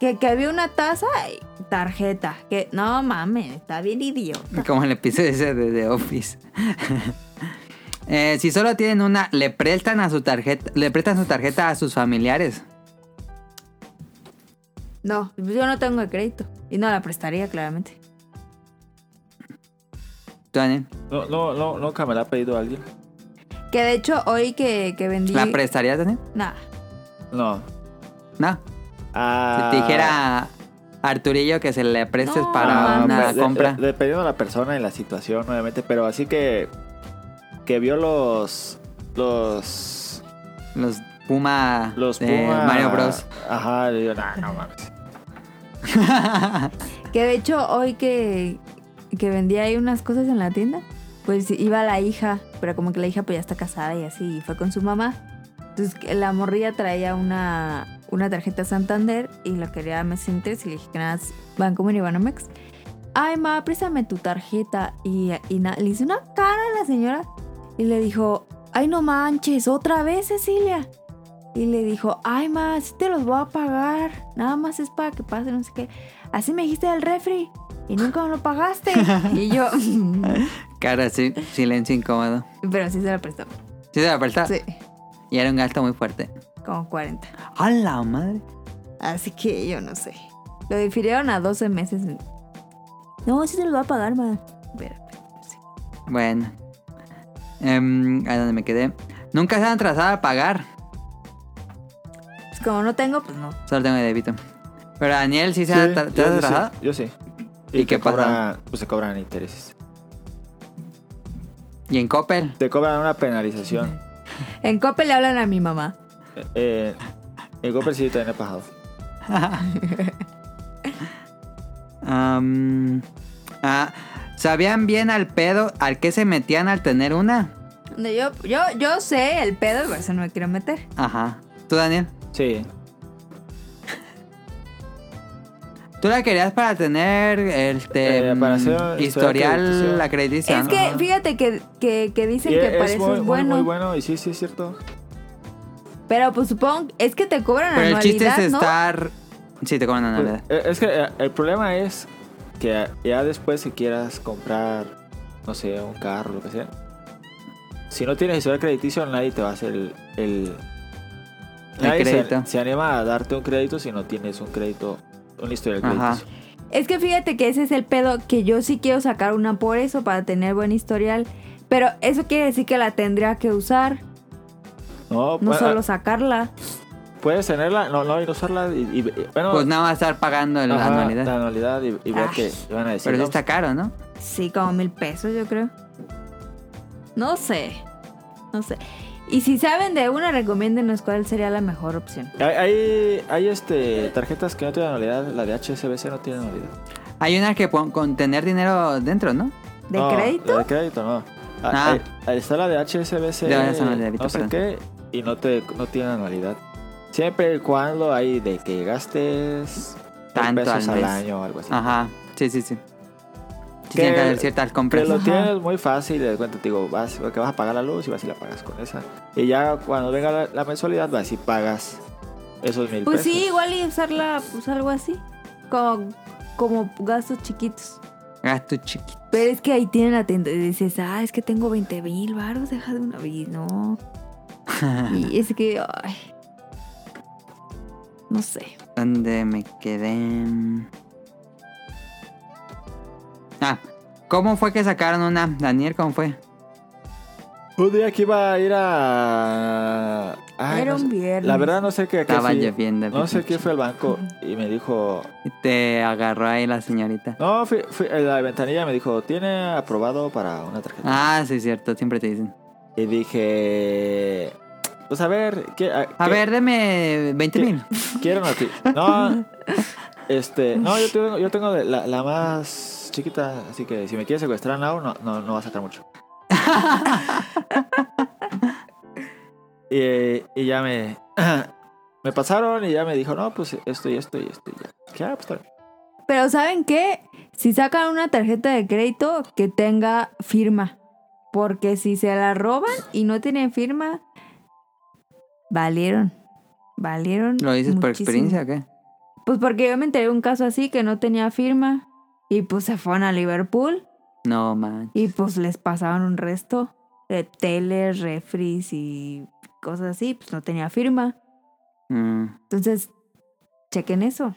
S1: Que, que había una taza y tarjeta. Que no mames, está bien idiota.
S2: Como el episodio ese de The Office. Eh, si solo tienen una, le prestan a su tarjeta, le prestan su tarjeta a sus familiares.
S1: No, pues yo no tengo de crédito. Y no la prestaría, claramente.
S2: ¿Tú, Daniel?
S3: No, no, no, nunca me la ha pedido alguien.
S1: Que de hecho, hoy que, que vendí.
S2: ¿La prestarías, Daniel?
S1: Nah.
S3: No.
S2: No. Si
S3: Ah,
S2: te dijera Arturillo que se le prestes
S1: No,
S2: para
S1: mames.
S2: una
S3: pues, de-
S2: compra.
S3: de- dependiendo de la persona y la situación, obviamente. Pero así que. Que vio los. Los.
S2: Los Puma
S3: eh. Los
S2: de
S3: Puma-
S2: Mario Bros.
S3: Ajá, le digo, nah, no mames.
S1: Que de hecho, hoy que, que vendí ahí unas cosas en la tienda, pues iba la hija. Pero como que la hija pues ya está casada y así. Y fue con su mamá. Entonces que la morrilla traía una, una tarjeta Santander y la quería me interés y le dije que nada, más Bancomer y Banamex. Ay, ma, préstame tu tarjeta. Y, y na- le hice una cara a la señora y le dijo, ay, no manches, otra vez, Cecilia. Y le dijo, ay, ma, sí te los voy a pagar. Nada más es para que pase, no sé qué. Así me dijiste del refri y nunca me lo pagaste. y yo,
S2: Cara, sí, silencio incómodo.
S1: pero sí se la prestó.
S2: Sí se la presta.
S1: Sí,
S2: Y era un gasto muy fuerte.
S1: como 40.
S2: ¡A la madre!
S1: Así que yo no sé. Lo difirieron a 12 meses. No, sí se lo va a pagar, ma. Pero, pues, no sé.
S2: Bueno. Em, a donde me quedé. Nunca se han atrasado a pagar.
S1: Pues como no tengo, pues no.
S2: Solo tengo de débito. Pero Daniel sí se ha
S3: Sí,
S2: atra- te
S3: yo
S2: has
S3: sí,
S2: atrasado.
S3: Yo sí.
S2: ¿Y qué
S3: te cobran- Pues se cobran intereses.
S2: Y en Coppel.
S3: Te cobran una penalización.
S1: En Coppel le hablan a mi mamá.
S3: eh, el Copper sí también he pasado.
S2: Am, ah, ¿Sabían bien al pedo al que se metían al tener una?
S1: No, Yo, yo, yo sé el pedo, por eso no me quiero meter.
S2: Ajá. ¿Tú, Daniel?
S3: Sí.
S2: ¿Tú la querías para tener este
S3: Eh, para
S2: mm,
S3: hacer
S2: historial
S3: historial
S2: la crediticia?
S1: es
S2: ¿no?
S1: que fíjate que, que, que dicen
S3: Y
S1: que
S3: es
S1: para eso
S3: muy,
S1: es
S3: muy,
S1: bueno.
S3: muy bueno. Y sí, sí, es cierto.
S1: Pero pues supongo, es que te cobran
S2: Pero el chiste
S1: anualidad,
S2: es
S1: ¿no?
S2: estar... Sí, te cobran anualidad.
S3: Eh, Es que eh, el problema es que ya después si quieras comprar, no sé, un carro, lo que sea. Si no tienes historial crediticio, nadie te va a hacer el... el-
S2: El
S3: nadie se-
S2: crédito.
S3: Se, anima a darte un crédito si no tienes un crédito, un historial
S2: Ajá.
S3: crediticio.
S1: Es que fíjate que ese es el pedo, que yo sí quiero sacar una por eso, para tener buen historial. Pero eso quiere decir que la tendría que usar,
S3: No,
S1: no
S3: bueno,
S1: solo sacarla.
S3: puedes tenerla, no, no, y no usarla. Y, y- y- bueno,
S2: Pues nada más estar pagando la
S3: ajá,
S2: anualidad.
S3: La anualidad y, y ver
S2: Ah.
S3: que van a decir.
S2: Pero sí
S3: no,
S2: está caro, ¿no?
S1: Sí, como mil pesos, yo creo. No sé. No sé. Y si saben de una, recomiéndenos cuál sería la mejor opción.
S3: Hay, hay, hay, este, tarjetas que no tienen anualidad, la de HSBC no tiene anualidad.
S2: Hay una que pon- con tener dinero dentro, ¿no?
S1: ¿De
S3: No,
S1: crédito?
S3: la de crédito, no. Ah,
S2: Ah.
S3: ahí- ahí está la de HSBC,
S2: Ya, ya se me olvidó,
S3: no sé
S2: perdón.
S3: qué, y no, te, no tiene anualidad. Siempre y cuando hay de que gastes mil
S2: Tanto
S3: pesos
S2: al
S3: al,
S2: mes. Ah,
S3: año o algo así.
S2: Ajá. Sí, sí, sí. Sí,
S3: Que-
S2: tienen que hacer ciertas compras.
S3: Pero lo
S1: Ajá.
S3: tienes muy fácil, de cuenta, te digo, vas, que vas a pagar la luz y vas y la pagas con esa. Y ya cuando venga la, la mensualidad, vas y pagas esos mil
S1: Pues
S3: pesos.
S1: sí, igual y usarla, pues algo así. Como, como gastos chiquitos.
S2: Gasto Ah, chiquito.
S1: Pero es que ahí tienen la tienda y dices, ah, es que tengo 20 mil baros, deja de una vez, no. y es que, ay, no sé.
S2: ¿Dónde me quedé? Ah. ¿Cómo fue que sacaron una? Daniel, ¿cómo fue?
S3: Un día que iba a ir a. Ay,
S1: Era
S3: no
S1: un
S3: sé.
S1: viernes.
S3: La verdad, no sé qué. qué
S2: Estaba
S3: fui.
S2: lloviendo.
S3: No sé qué fue el banco y me dijo.
S2: Y Te agarró ahí la señorita.
S3: No, fui, fui- en la ventanilla me dijo, tiene aprobado para una tarjeta.
S2: Ah, sí, cierto. Siempre te dicen.
S3: Y dije, pues a ver, ¿qué,
S2: A
S3: qué-
S2: ver, deme 20
S3: qué-
S2: mil.
S3: Quiero noti- No, este, no, yo tengo, yo tengo de la, la más chiquita, así que si me quieres secuestrar now, no, no, no va a sacar mucho. y, eh, y ya me, me pasaron y ya me dijo, no, pues esto y esto y esto y ya. Dije, "Ah, pues está bien".
S1: Pero ¿saben qué? Si sacan una tarjeta de crédito, que tenga firma. Porque si se la roban y no tienen firma, valieron. Valieron.
S2: ¿Lo dices por
S1: muchísimo.
S2: experiencia o qué?
S1: Pues porque yo me enteré de un caso así que no tenía firma. Y pues se fueron a Liverpool.
S2: No, man.
S1: Y pues les pasaban un resto de teles, refris y cosas así, pues no tenía firma.
S2: Mm.
S1: Entonces, chequen eso,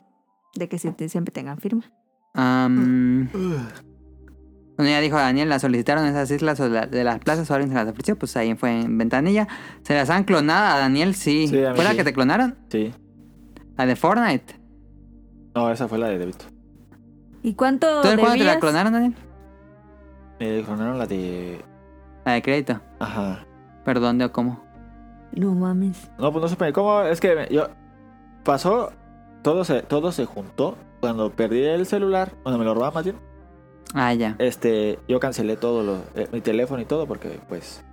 S1: de que si- siempre tengan firma.
S2: Am, Bueno, ya dijo Daniel, la solicitaron esas islas o la- de las plazas o alguien se las ofreció, pues ahí fue en ventanilla. ¿Se las han clonado a Daniel? Sí.
S3: Sí, a mí
S2: ¿Fue la
S3: sí.
S2: que te clonaron?
S3: Sí.
S2: La de Fortnite.
S3: No, esa fue la de débito.
S1: ¿Y cuánto
S2: ¿Tú cuándo te la
S1: debías?
S2: clonaron, Daniel?
S3: Me dijeron la de...
S2: La de crédito.
S3: Ajá.
S2: ¿Pero dónde o cómo?
S1: No mames.
S3: No, pues no supe cómo, es que me- yo... Pasó, todo se, todo se juntó. Cuando perdí el celular, cuando me lo robaron más bien,
S2: Ah, ya.
S3: este, yo cancelé todo, lo, eh, mi teléfono y todo, porque pues,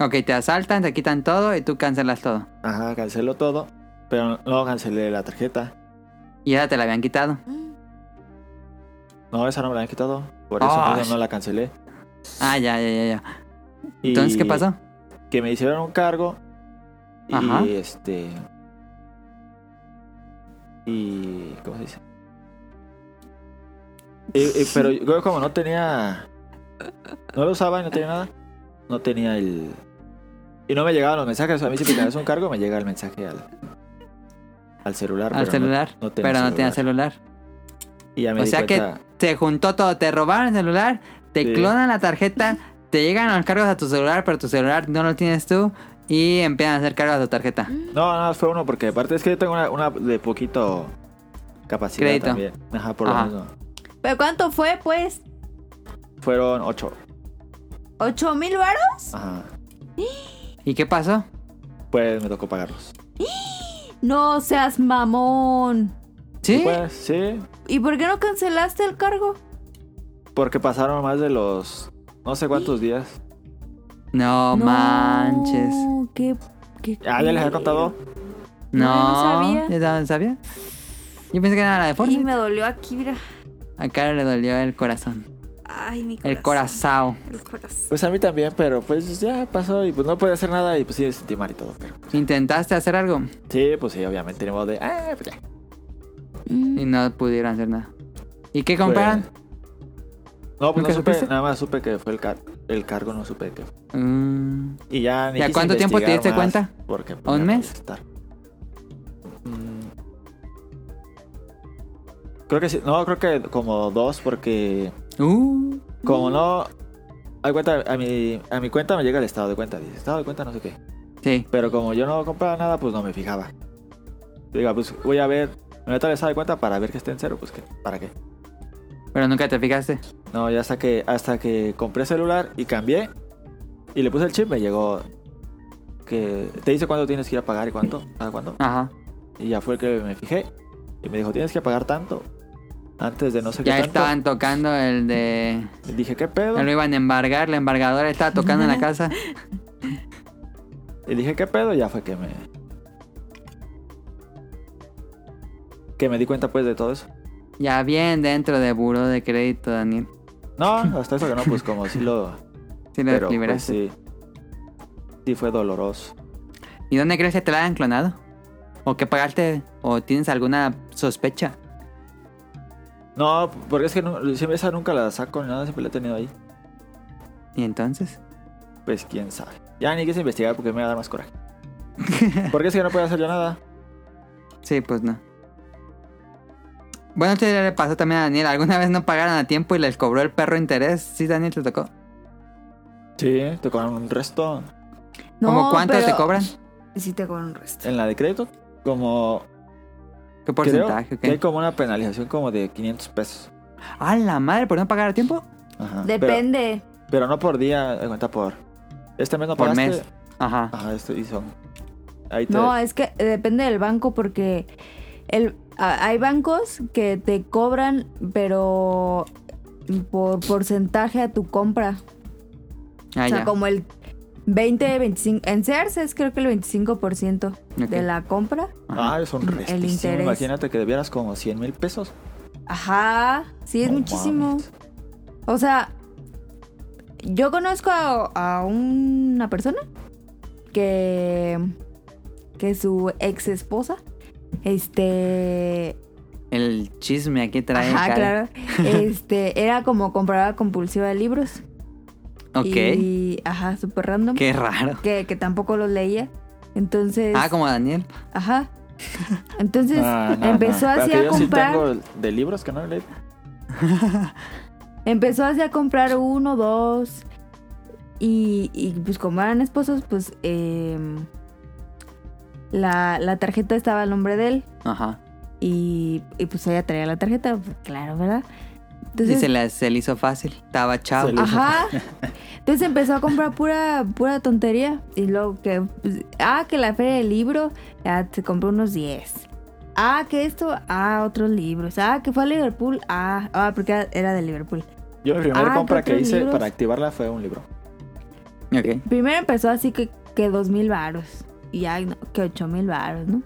S2: Ok, te asaltan, te quitan todo y tú cancelas todo.
S3: ajá, canceló todo, pero no cancelé la tarjeta.
S2: Y ya te la habían quitado.
S3: No, esa no me la han quitado, por eso
S2: Ah.
S3: mismo no la cancelé.
S2: Ah, ya, ya, ya, ya.
S3: Y ah,
S2: Entonces, ¿qué pasó?
S3: Que me hicieron un cargo y
S2: Ajá.
S3: este... Y... ¿Cómo se dice? Y- y- pero yo como no tenía... No lo usaba y no tenía nada. No tenía el... Y no me llegaban los mensajes. A mí si me das un cargo me llega el mensaje al... Al celular.
S2: Al
S3: pero no-
S2: celular.
S3: no tenía
S2: pero no tenía
S3: celular.
S2: celular.
S3: Y ya me
S2: O
S3: di
S2: sea que
S3: cuenta-
S2: se juntó todo. Te robaron el celular, te
S3: Sí.
S2: clonan la tarjeta, Te llegan los cargos a tu celular, pero tu celular no lo tienes tú y empiezan a hacer cargos a tu tarjeta.
S3: No, no, fue uno porque aparte es que yo tengo una, una de poquito capacidad
S2: Crédito.
S3: también. Ajá, por
S2: Ajá.
S3: lo mismo.
S1: ¿Pero cuánto fue, pues?
S3: Fueron ocho.
S1: ¿Ocho mil varos?
S3: Ajá.
S2: ¿Y qué pasó?
S3: Pues me tocó pagarlos.
S1: No seas mamón.
S2: ¿Sí?
S3: Pues sí,
S1: ¿Y por qué no cancelaste el cargo?
S3: porque pasaron más de los no sé cuántos días.
S2: No, manches.
S1: No, ¿Qué, qué
S3: Ah, ya les había contado.
S1: No,
S2: No,
S1: yo no sabía.
S2: ¿Ya no sabía? Yo pensé que era la de
S1: Y
S2: Fortnite.
S1: me dolió aquí, mira.
S2: A Caro le dolió el corazón.
S1: Ay, mi corazón.
S2: El corazón.
S1: El corazón.
S3: Pues a mí también, pero pues ya pasó y pues no pude hacer nada y pues sí sentí mal y todo. Pero
S2: Intentaste hacer algo
S3: sí, pues sí, obviamente ni modo de. Ah, pues ya.
S1: Mm.
S2: y no pudieron hacer nada. ¿Y qué compraron?
S3: No, pues
S2: ¿Nunca
S3: no supe,
S2: supiste?
S3: nada más supe que fue el, car- el cargo, no supe que fue.
S2: Mm,
S3: Y ya ni
S2: ¿Y a
S3: quise
S2: cuánto tiempo te
S3: investigar
S2: diste
S3: más Porque, pues,
S2: ¿Un
S3: ya no
S2: mes?
S3: quise estar. Mm. Creo que sí, no, creo que como dos porque
S2: uh,
S3: como no... A, cuenta, a, mi, a mi cuenta me llega el estado de cuenta, dice estado de cuenta no sé qué.
S2: sí.
S3: Pero como yo no compraba nada, pues no me fijaba. Diga, pues voy a ver, me voy a atravesar de cuenta para ver que esté en cero, pues que, ¿para qué?
S2: Pero nunca te fijaste.
S3: No, ya hasta que, hasta que compré celular y cambié y le puse el chip, me llegó que te dice cuánto tienes que ir a pagar y cuánto, cada cuánto.
S2: Ajá.
S3: Y ya fue el que me fijé y me dijo, tienes que pagar tanto antes de no sé
S2: Ya
S3: qué tanto.
S2: estaban tocando el de.
S3: Y dije, ¿qué pedo?
S2: ya Lo iban a embargar, la embargadora estaba tocando en la casa.
S3: Y dije, ¿qué pedo? Y ya fue que me... Que me di cuenta pues de todo eso.
S2: Ya bien dentro de buró de crédito, Daniel.
S3: No, hasta eso que no, pues como si lo...
S2: Sí lo
S3: Pero pues,
S2: liberaste.
S3: sí. Sí fue doloroso.
S2: ¿Y dónde crees que te la hayan clonado? ¿O que pagaste? ¿O tienes alguna sospecha?
S3: No, porque es que nu- siempre- esa nunca la saco ni nada, siempre la he tenido ahí.
S2: ¿Y entonces?
S3: Pues quién sabe. Ya ni quise investigar porque me va a dar más coraje. Porque es que no puedo hacer yo nada.
S2: Sí, pues no. Bueno, esto ya le pasó también a Daniel. ¿Alguna vez no pagaron a tiempo y les cobró el perro interés? Sí, Daniel, te tocó.
S3: Sí, te cobran un resto.
S1: No,
S2: ¿Cómo cuánto
S1: pero-
S2: te cobran?
S1: Sí, te cobran un resto.
S3: En la de crédito, como
S2: ¿Qué
S3: creo
S2: porcentaje? o
S3: que
S2: qué?
S3: hay como una penalización como de 500 pesos.
S2: ¡A la madre! ¿Por no pagar a tiempo?
S3: Ajá. Pero,
S1: Depende.
S3: pero no por día, de cuenta por. Este mes no
S2: Por
S3: pagaste. Ah.
S2: mes. Ajá.
S3: Ajá, esto y son. Ahí te.
S1: No, es que eh, depende del banco porque el, a- hay bancos que te cobran, pero por porcentaje a tu compra.
S2: Ah,
S1: o sea,
S2: ya.
S1: como el 20, 25. En Sears es creo que el 25%
S2: Ok.
S1: de la compra.
S2: Ajá.
S3: Ah, es un resto.
S1: interés.
S3: Imagínate que debieras como 100 mil pesos.
S1: Ajá, sí,
S2: Oh,
S1: es
S3: No
S1: muchísimo.
S3: mames.
S1: O sea, yo conozco a, a una persona que, que su ex esposa, este,
S2: El chisme aquí trae.
S1: ajá,
S2: cara.
S1: claro, este, era como compradora compulsiva de libros.
S2: Ok.
S1: Y, ajá, súper random.
S2: Qué raro.
S1: Que, que tampoco los leía. Entonces,
S2: Ah, como Daniel.
S1: ajá. Entonces
S3: Ah, no,
S1: empezó
S3: no.
S1: así
S3: Porque
S1: a
S3: yo
S1: comprar.
S3: Sí tengo de libros que no he leído.
S1: Empezó así a comprar uno, dos. Y, y, pues como eran esposos, pues em, la, la tarjeta estaba al nombre de él.
S2: Ajá.
S1: Y, y, pues ella traía la tarjeta, pues, claro, ¿verdad?
S2: y se
S1: Entonces,
S2: le, se le hizo fácil. Estaba chavo.
S3: Se le-
S1: ajá. Entonces empezó a comprar pura, pura tontería. Y luego que, pues, ah, que la feria del libro, ya se compró unos 10. Ah, que esto, ah, otros libros. Ah, que fue a Liverpool, ah, ah porque era de Liverpool.
S3: Yo mi primera
S1: Ah, ¿qué
S3: compra que
S1: otros
S3: hice
S1: libros?
S3: para activarla fue un libro.
S2: Ah, Ok.
S1: Primero empezó así que, que 2 mil varos. Y ya, no, que 8 mil varos, ¿no?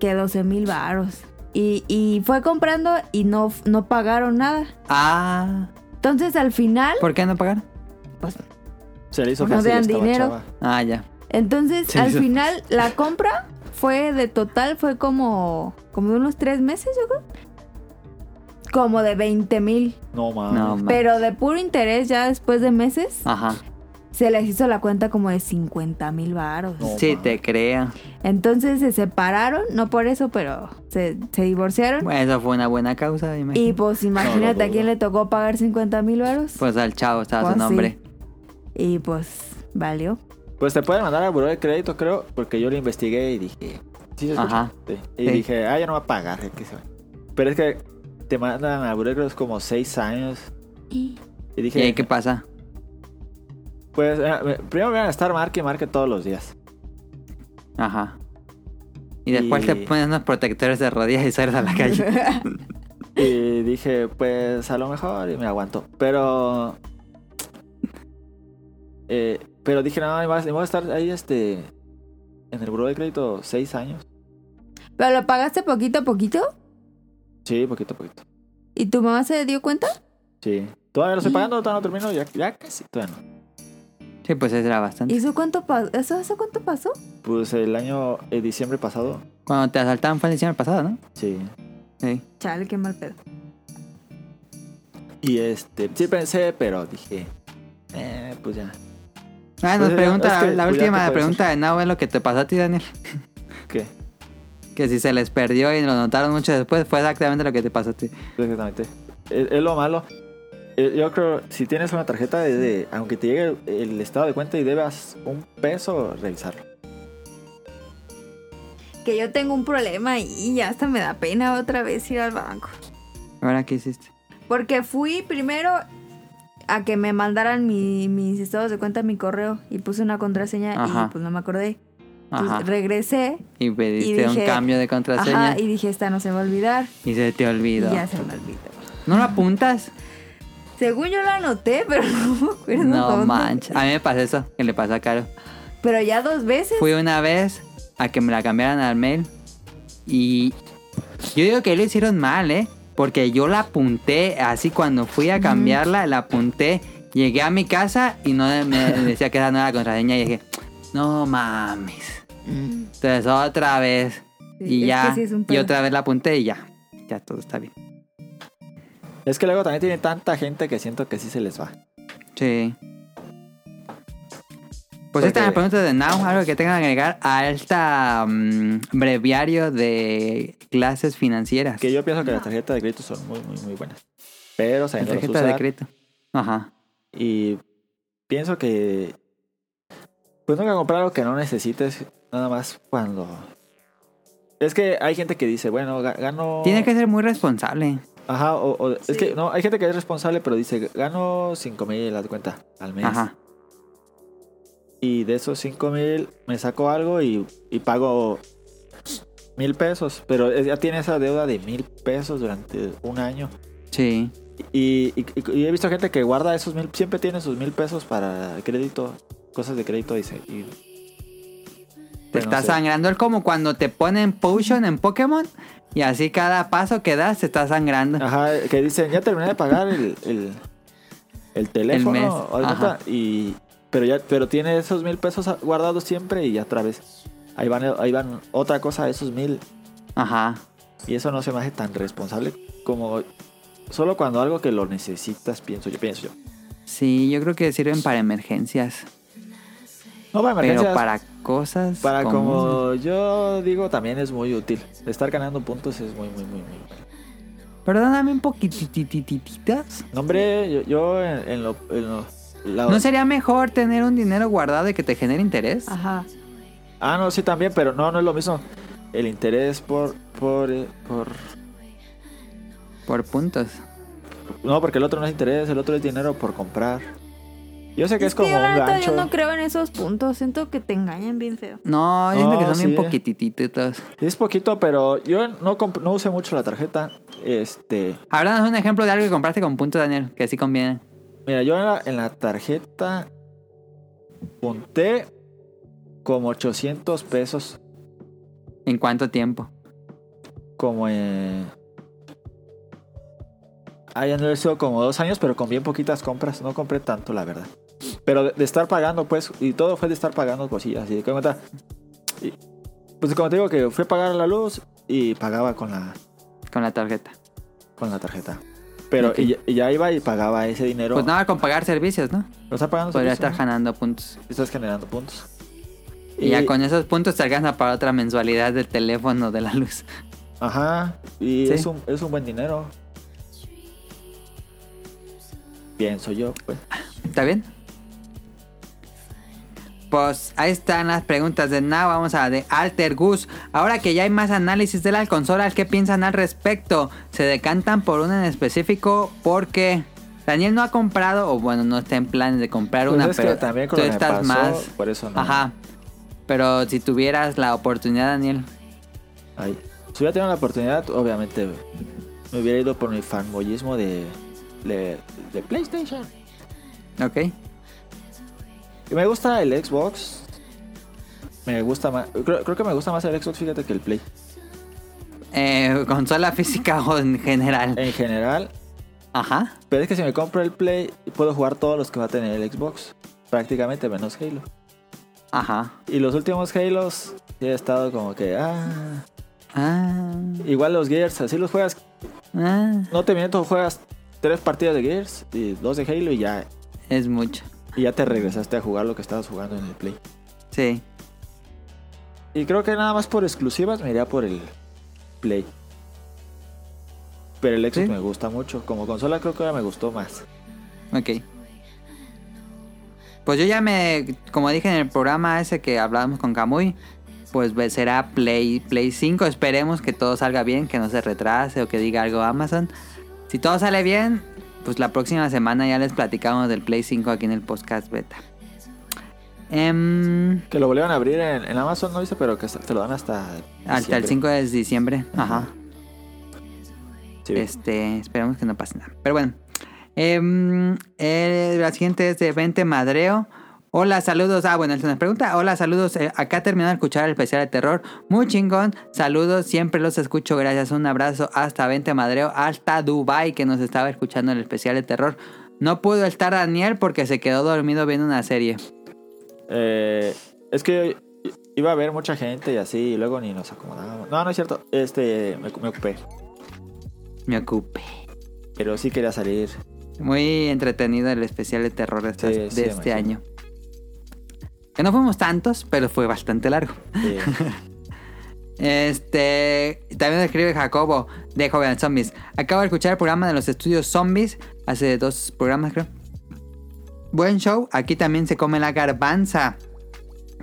S1: Que 12 mil varos. Y, y fue comprando y no, no pagaron nada.
S2: Ah.
S1: Entonces al final,
S2: ¿Por qué no pagar?
S1: pues,
S3: Se le hizo
S1: No
S3: fácil
S1: vean
S3: estaba
S1: dinero.
S3: chava.
S2: Ah, ya.
S1: entonces
S2: Sí,
S1: al
S2: sí.
S1: final la compra fue de total, fue como, como de unos 3 meses, yo creo. Como de 20 mil.
S3: No mames.
S2: No, Ah. man.
S1: Pero de puro interés, ya después de meses,
S2: Ajá.
S1: se les hizo la cuenta como de 50 mil varos.
S3: No
S2: sí,
S3: mames.
S2: te creo.
S1: Entonces se separaron, no por eso, pero se, se divorciaron.
S2: Bueno, eso fue una buena causa, imagino.
S1: Y pues imagínate
S3: No lo
S1: a quién
S3: dudo.
S1: le tocó pagar 50 mil varos.
S2: Pues al chavo estaba
S1: Pues
S2: su
S1: sí.
S2: nombre.
S1: Y pues valió.
S3: Pues te pueden mandar al buró de crédito, creo, porque yo lo investigué y dije. ¿Sí se escucha?
S2: Ajá.
S3: Sí. Y
S2: Sí.
S3: dije, ah, ya no va a pagar. ya que se va. Pero es que te mandan al buró de crédito es como seis años. Y
S2: ¿Y ahí
S3: dije,
S2: qué pasa?
S3: pues eh, primero me van a estar marque y marque todos los días.
S2: Ajá. Y después
S3: Y-
S2: te ponen unos protectores de rodillas y sales a la calle.
S3: Y dije, pues a lo mejor y me aguanto. Pero. eh, pero dije, no, me voy a estar ahí este. En el buró de crédito seis años.
S1: Pero lo pagaste poquito a poquito
S3: Sí, poquito a poquito.
S1: y tu mamá se dio cuenta.
S3: Sí. Todavía lo estoy pagando, todavía no termino, ya, ya casi, todavía no.
S2: sí, pues eso era
S1: ¿Y
S2: bastante.
S1: eso cuánto, pa- eso, eso cuánto pasó?
S3: Pues el año, el diciembre pasado,
S2: Cuando te asaltaban fue el diciembre pasado, ¿no?
S3: sí.
S2: Sí.
S1: Chale, qué mal pedo.
S3: Y este, sí pensé, pero dije, eh, pues ya,
S2: Ah, nos
S3: Pues,
S2: pregunta,
S3: es que
S2: la
S3: ya te
S2: última
S3: puedes
S2: pregunta de Nao es lo que te pasó a ti, Daniel.
S3: ¿qué?
S2: Que si se les perdió y lo notaron mucho después, fue exactamente lo que te pasó a ti.
S3: Exactamente. Es, es lo malo. Eh, Yo creo, si tienes una tarjeta, de, de- aunque te llegue el, el estado de cuenta y debas un peso, revisarlo.
S1: Que yo tengo un problema y ya hasta me da pena otra vez ir al banco.
S2: Ahora, ¿qué hiciste?
S1: Porque fui primero a que me mandaran mi- mis estados de cuenta a mi correo y puse una contraseña
S2: Ajá.
S1: y pues no me acordé. Entonces
S2: Ajá.
S1: regresé
S2: Y pediste
S1: Pues y dije-
S2: un cambio de contraseña
S1: ajá, y dije, esta no se va a olvidar.
S2: y... se te
S1: Y
S2: olvidó.
S1: ya se me olvidó.
S2: ¿No lo apuntas?
S1: Según yo la anoté, pero no me acuerdo.
S2: No
S1: dónde.
S2: manches. A mí me pasó eso, que le pasó a Caro.
S1: Pero ya dos veces.
S2: Fui una vez a que me la cambiaran al mail y yo digo que lo hicieron mal, ¿eh? Porque yo la apunté, así cuando fui a cambiarla, la apunté, llegué a mi casa y no me decía que esa no era la contraseña y dije, no mames.
S1: Mm.
S2: Entonces otra vez
S1: Sí, es
S2: y
S1: que
S2: ya,
S1: sí es un
S2: y
S1: pedo.
S2: otra vez la apunté y ya, ya todo está bien.
S3: Es que luego también tiene tanta gente que siento que sí se les va.
S2: Sí. Pues esta es la
S3: Porque-
S2: pregunta de Now, algo que tengan que agregar a esta mm, breviario de clases financieras.
S3: Que yo pienso que las tarjetas de crédito son muy, muy, muy buenas. Pero
S2: La
S3: sabiendo
S2: tarjeta de crédito. Ajá.
S3: Y pienso que. Pues nunca comprar lo que no necesites, nada más cuando. Es que hay gente que dice, bueno, ga- gano.
S2: Tienes que ser muy responsable.
S3: Ajá, o, o- es que no, hay gente que es responsable, pero dice, gano 5 mil, haz de cuenta, al mes.
S2: Ajá.
S3: Y de esos 5 mil me saco algo y, y pago mil pesos. Pero es- ya tiene esa deuda de mil pesos durante un año.
S2: Sí.
S3: Y, y- y- y he visto gente que guarda esos mil, siempre tiene sus mil pesos para crédito, cosas de crédito, dice. Y,
S2: Te
S3: Pues no
S2: está
S3: sé.
S2: sangrando. Es como cuando te ponen potion en Pokémon y así cada paso que das se está sangrando.
S3: Ajá, que dicen, ya terminé de pagar el, el, el teléfono.
S2: mes,
S3: o algo
S2: ajá.
S3: ta- y, pero ya pero tiene esos mil pesos guardados siempre y otra vez. Ahí van, ahí van otra cosa, esos mil.
S2: Ajá.
S3: Y eso no se me hace tan responsable como solo cuando algo que lo necesitas, pienso yo, pienso yo.
S2: Sí, yo creo que sirven para emergencias.
S3: No para emergencias,
S2: Pero para cosas.
S3: para
S2: comunes.
S3: como yo digo, también es muy útil. Estar ganando puntos es muy, muy, muy, muy bueno.
S2: Perdóname un poquititititas.
S3: No, hombre, yo, yo en, en lo... en lo- la-
S2: ¿No sería mejor tener un dinero guardado y que te genere interés?
S1: Ajá.
S3: Ah, no, sí también, pero no, no es lo mismo. El interés por, por, eh, por...
S2: Por puntos.
S3: No, porque el otro no es interés, el otro es dinero por comprar. Yo sé que es,
S1: Es que
S3: como
S1: yo,
S3: un
S1: la neta,
S3: gancho.
S1: yo no creo en esos puntos. Siento que te engañan bien feo.
S2: No, yo siento que
S3: No,
S2: son bien
S3: sí.
S2: poquitititos.
S3: Es poquito, pero yo no, comp- no usé mucho la tarjeta. Este...
S2: Háblanos un ejemplo de algo que compraste con puntos, Daniel, que sí conviene.
S3: Mira, yo en la, en la tarjeta punté como 800 pesos,
S2: ¿En cuánto tiempo?
S3: como en... Ah, ya no he sido como dos años, pero con bien poquitas compras. No compré tanto, la verdad. Pero de, de estar pagando, pues, y todo fue de estar pagando cosillas. Y de cuenta, y- pues como te digo, que fui a pagar la luz y pagaba con la,
S2: Con la tarjeta.
S3: con la tarjeta. Pero
S2: Ok.
S3: y ya- y, ya iba y pagaba ese dinero.
S2: Pues nada, con pagar servicios, ¿no?
S3: Lo estás pagando.
S2: Podría
S3: servicio,
S2: estar ganando puntos.
S3: ¿no? Estás generando puntos.
S2: Y, ya con esos puntos te alcanza para otra mensualidad del teléfono, de la luz.
S3: Ajá, y
S2: Sí.
S3: es, un, es un buen dinero. Pienso yo, pues.
S2: ¿Está bien? pues ahí están las preguntas de Now. Vamos a de Alter Goose. Ahora que ya hay más análisis de las consolas, ¿qué piensan al respecto? ¿Se decantan por una en específico? Porque Daniel no ha comprado, o bueno, no está en planes de comprar
S3: Pues
S2: una,
S3: es que
S2: pero
S3: también con
S2: tú
S3: lo que me
S2: estás
S3: pasó,
S2: más.
S3: por eso no.
S2: Ajá. Pero si tuvieras la oportunidad, Daniel.
S3: Ay. Si hubiera tenido la oportunidad, obviamente me hubiera ido por mi fanboyismo de, de, de PlayStation.
S2: Ok.
S3: Y Me gusta el Xbox. Me gusta más. Creo, creo que me gusta más el Xbox, fíjate, que el Play.
S2: Eh, consola física o en general.
S3: En general.
S2: Ajá.
S3: Pero es que si me compro el Play, puedo jugar todos los que va a tener el Xbox. Prácticamente menos Halo.
S2: Ajá.
S3: Y los últimos Halos sí he estado como que. Ah.
S2: Ah,
S3: Igual los Gears, así los juegas.
S2: ah,
S3: No te miento, juegas tres partidas de Gears y dos de Halo y ya,
S2: es mucho.
S3: y ya te regresaste a jugar lo que estabas jugando en el Play.
S2: Sí.
S3: Y creo que nada más por exclusivas me iría por el Play. Pero el Xbox
S2: Sí.
S3: me gusta mucho. Como consola creo que ahora me gustó más.
S2: Ok. Pues yo ya me, como dije en el programa ese que hablábamos con Kamui, pues ve- será Play, Play 5. Esperemos que todo salga bien, que no se retrase o que diga algo Amazon. Si todo sale bien, pues la próxima semana ya les platicamos del Play 5 aquí en el podcast beta. Em,
S3: Que lo volvieron a abrir en, en Amazon, no dice, pero que se- te lo dan hasta...
S2: hasta el
S3: diciembre.
S2: 5 de diciembre. Ajá.
S3: Sí.
S2: Este, esperemos que no pase nada. Pero bueno. Em, eh, la siguiente es de Vente Madreo. Hola, saludos. Ah, bueno, es una pregunta. Hola, saludos. Eh, acá terminó de escuchar el especial de terror. Muy chingón. Saludos, siempre los escucho. Gracias. Un abrazo hasta Vente Madreo, hasta Dubai que nos estaba escuchando el especial de terror. No pudo estar Daniel porque se quedó dormido viendo una serie.
S3: Eh, es que iba a haber mucha gente y así, y luego ni nos acomodábamos. No, no es cierto. Este, me, me ocupé.
S2: Me ocupé.
S3: Pero sí quería salir.
S2: Muy entretenido el especial de terror de, estas-
S3: Sí,
S2: de
S3: sí, me
S2: este
S3: imagino.
S2: año. Que no fuimos tantos, pero fue bastante largo.
S3: eh,
S2: Este. También escribe Jacobo de Joven Zombies. Acabo de escuchar el programa de los estudios Zombies hace dos programas, creo. Buen show. Aquí también se come la garbanza.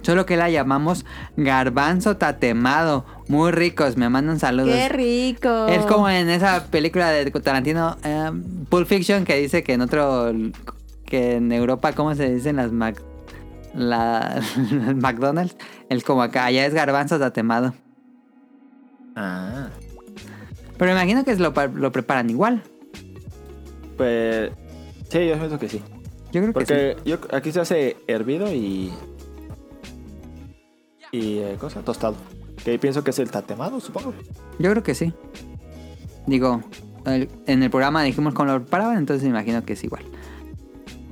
S2: Solo que la llamamos garbanzo tatemado. Muy ricos. Me mandan saludos.
S1: ¡Qué rico!
S2: Es como en esa película de Tarantino, em, Pulp Fiction, que dice que en otro. que en Europa, ¿cómo se dicen las Mac. La, las McDonald's? El como acá, allá es garbanzo tatemado.
S3: ah.
S2: Pero me imagino que lo, pa- lo preparan igual.
S3: Pues sí, yo siento que sí.
S2: Yo creo que
S3: Porque yo, aquí se hace hervido y. Y eh, cosa, tostado. Que pienso que es el tatemado, supongo.
S2: sí. Yo creo que sí. Digo, el- en el programa dijimos cómo lo preparaban, entonces me imagino que es igual.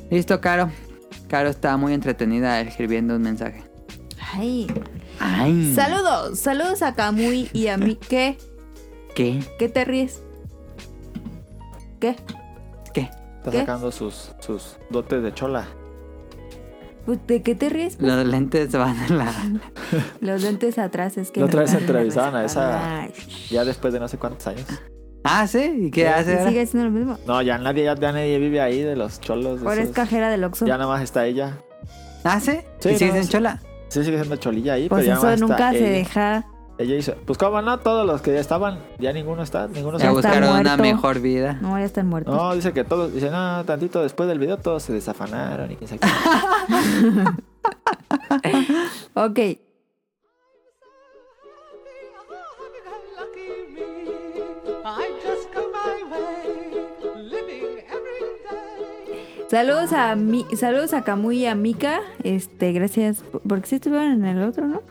S2: Listo, Caro. Caro está muy entretenida escribiendo un mensaje.
S1: Ay.
S2: ¡Ay!
S1: Saludos, saludos a Kamui y a mí. ¿Qué?
S2: ¿Qué?
S1: ¿Qué te ríes? ¿Qué?
S2: ¿Qué?
S3: Está
S1: ¿Qué?
S3: sacando sus, sus dotes de chola.
S1: Pues, ¿De qué te ríes?
S2: Los lentes van a la.
S1: Los lentes atrás es que.
S3: La
S1: no
S3: otra vez
S1: van
S3: entrevistaban a esa-
S1: resbalar.
S3: Ya después de no sé cuántos años.
S2: Ah, sí. ¿Y qué
S3: Sí,
S1: Y
S2: hace? ahora?
S1: sigue siendo lo mismo.
S3: No, ya nadie, ya, ya nadie vive ahí de los cholos. de
S1: Ahora es
S3: esos.
S1: cajera del Oxxo.
S3: Ya nada más está ella.
S2: ¿Ah, sí?
S3: Sí,
S2: ¿Y sigue
S3: nada
S2: siendo
S3: más.
S2: chola?
S3: Sí, sigue siendo cholilla ahí,
S1: Pues
S3: pero ya nada
S1: eso
S3: más
S1: nunca
S3: está
S1: se
S3: ella.
S1: deja.
S3: Ella hizo. Pues como no, todos los que ya estaban, ya ninguno está, ninguno
S1: Ya
S2: Ya
S3: se
S1: está
S2: buscaron una
S1: muerto.
S2: mejor vida.
S1: No, ya están muertos.
S3: No, dice que todos, dice, no, tantito después del video todos se desafanaron y quién sabe qué.
S1: Ok. Saludos a mi, saludos a Camu y a Mika. Este, gracias. por- Porque sí estuvieron en el otro, ¿no?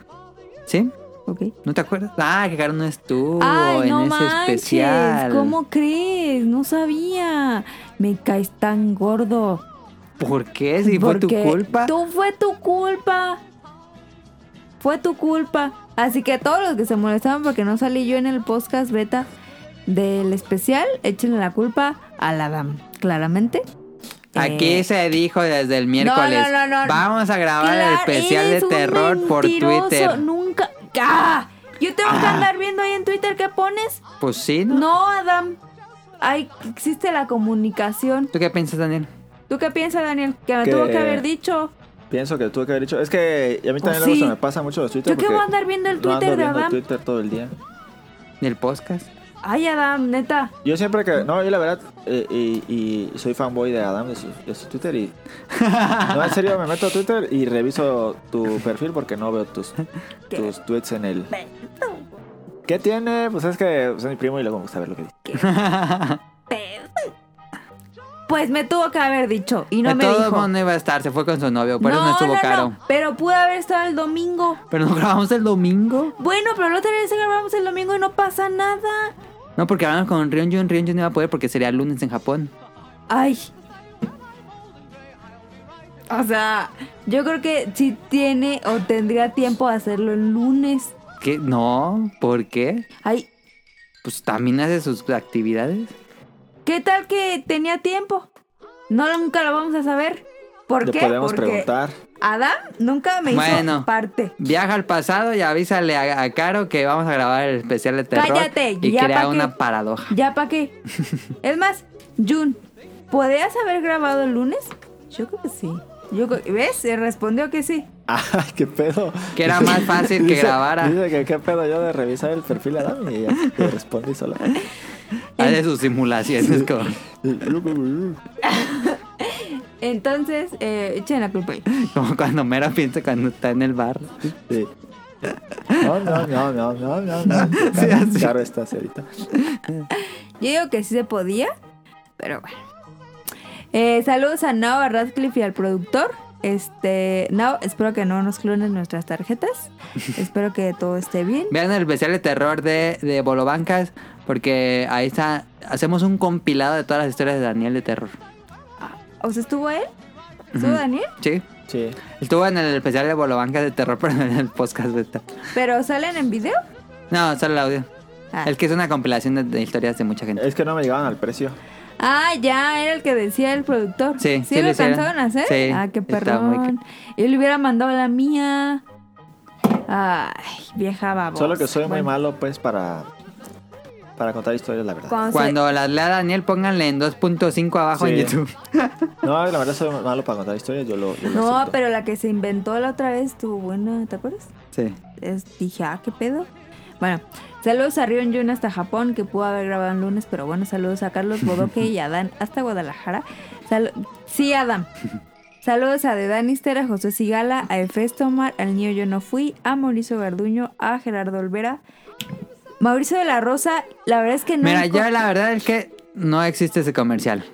S2: ¿Sí?
S1: Ok.
S2: ¿No te acuerdas? Ah, que Caro no estuvo
S1: Ay,
S2: en
S1: no
S2: ese
S1: manches.
S2: especial.
S1: ¿Cómo crees? No sabía. Me caes tan gordo.
S2: ¿Por qué? Si fue tu
S1: Porque
S2: culpa.
S1: Tú fue tu culpa. Fue tu culpa. Así que a todos los que se molestaban porque no salí yo en el podcast beta del especial, échenle la culpa a la DAM, claramente.
S2: Aquí
S1: Eh,
S2: se dijo desde el miércoles.
S1: no, no, no.
S2: Vamos a grabar el
S1: Clar,
S2: especial de
S1: eres un
S2: terror por
S1: mentiroso.
S2: Twitter.
S1: Nunca. ¡Ah! Yo tengo que andar viendo ahí en Twitter qué pones.
S2: Pues sí, ¿no?
S1: No, Adam. Ahí existe la comunicación.
S2: ¿Tú qué piensas, Daniel?
S1: ¿Tú qué piensas, Daniel? Que me
S3: Que-
S1: tuvo que haber dicho.
S3: Pienso que tuve que haber dicho. Es que a mí
S1: Pues
S3: también
S1: sí.
S3: luego se me pasa mucho los Twitter.
S1: Yo que voy a
S3: porque
S1: andar viendo el
S3: no ando
S1: Twitter de
S3: viendo
S1: Adam.
S3: Twitter todo el día.
S2: Del podcast.
S1: Ay, Adam, neta.
S3: Yo siempre que. No, yo la verdad. eh, y, y soy fanboy de Adam de su, de su Twitter. Y. No, en serio, me meto a Twitter y reviso tu perfil porque no veo tus,
S1: Qué
S3: tus tweets en él. ¿Qué tiene? Pues es que pues, es mi primo y luego me gusta ver lo que dice.
S1: Pues me tuvo que haber dicho y no
S2: De
S1: me
S2: todo
S1: dijo.
S2: mundo iba a estar, se fue con su novio, por eso no estuvo caro.
S1: pero pude haber estado el domingo.
S2: Pero nos grabamos el domingo.
S1: Bueno, pero la otra vez grabamos el domingo y no pasa nada.
S2: No, porque hablamos con Ryunjun, Ryunjun no iba a poder porque sería lunes en Japón.
S1: Ay. O sea, yo creo que si tiene o tendría tiempo de hacerlo el lunes.
S2: ¿Qué? No, ¿por qué?
S1: Ay,
S2: Pues también hace sus actividades.
S1: ¿qué tal que tenía tiempo? No, nunca lo vamos a saber. ¿Por
S3: Le
S1: qué?
S3: podemos
S1: Porque
S3: preguntar.
S1: Adam nunca me hizo
S2: Bueno.
S1: parte.
S2: Viaja al pasado y avísale a, a Caro que vamos a grabar el especial de terror.
S1: Cállate,
S2: Y
S1: ya
S2: crea
S1: pa'
S2: una
S1: qué.
S2: paradoja.
S1: ¿Ya para qué? es más, Jun, ¿podrías haber grabado el lunes? Yo creo que sí. Yo creo- ¿Ves? Se respondió que sí.
S3: Ay, qué pedo.
S2: Que era más fácil que
S3: Dice-
S2: grabara.
S3: Dice que qué pedo yo de revisar el perfil de Adam y ella te responde sola.
S2: Hace sus simulaciones con.
S1: Entonces, eh, echen la culpa ahí.
S2: Como cuando Mero piensa cuando está en el bar.
S3: Sí. No, no, no, no, no, no, no.
S2: Sí, así.
S3: Claro estás ahorita.
S1: Yo digo que sí se podía, pero bueno. Eh, saludos a Nao, a Radcliffe y al productor. Este, Nao, espero que no nos clonen nuestras tarjetas. espero que todo esté bien.
S2: Vean el especial de terror de, de Bolobancas. Porque ahí está. Hacemos un compilado de todas las historias de Daniel de terror.
S1: ¿O sea, estuvo él? ¿Estuvo
S2: Ujú.
S1: Daniel?
S2: Sí.
S3: Sí.
S2: Estuvo en el especial de Bolobancas de terror, pero no en el podcast de terror.
S1: ¿Pero salen en video?
S2: No, solo el audio.
S1: Ah.
S2: El que es una compilación de, de historias de mucha gente.
S3: Es que no me llegaban al precio.
S1: Ah, ya, era el que decía el productor.
S2: Sí,
S1: ¿Sí,
S2: sí
S1: lo
S2: lo hicieron.
S1: alcanzaron a hacer?
S2: Sí,
S1: ah, qué
S2: está muy
S1: perrón. Yo le hubiera mandado la mía. Ay, vieja babosa.
S3: Solo que soy muy
S1: Bueno,
S3: malo, pues, para, para contar historias, la verdad.
S1: cuando se-
S2: Cuando las lea Daniel, pónganle en 2.5 abajo en
S3: Sí.
S2: YouTube.
S3: No, la verdad soy malo para contar historias, yo lo. yo lo
S1: No,
S3: acepto.
S1: pero la que se inventó la otra vez estuvo buena, ¿te acuerdas?
S2: Sí.
S1: Es- dije, ah, qué pedo. Bueno, saludos a Rion Jun hasta Japón, que pudo haber grabado el lunes, pero bueno, saludos a Carlos Bodoque y a Dan hasta Guadalajara. Salu- sí, Adam. Saludos a The Danister, a José Sigala, a Efestomar, al niño Yo No Fui, a Mauricio Garduño, a Gerardo Olvera. Mauricio de la Rosa, la verdad es que no.
S2: Mira,
S1: enco-
S2: yo la verdad es que no existe ese comercial.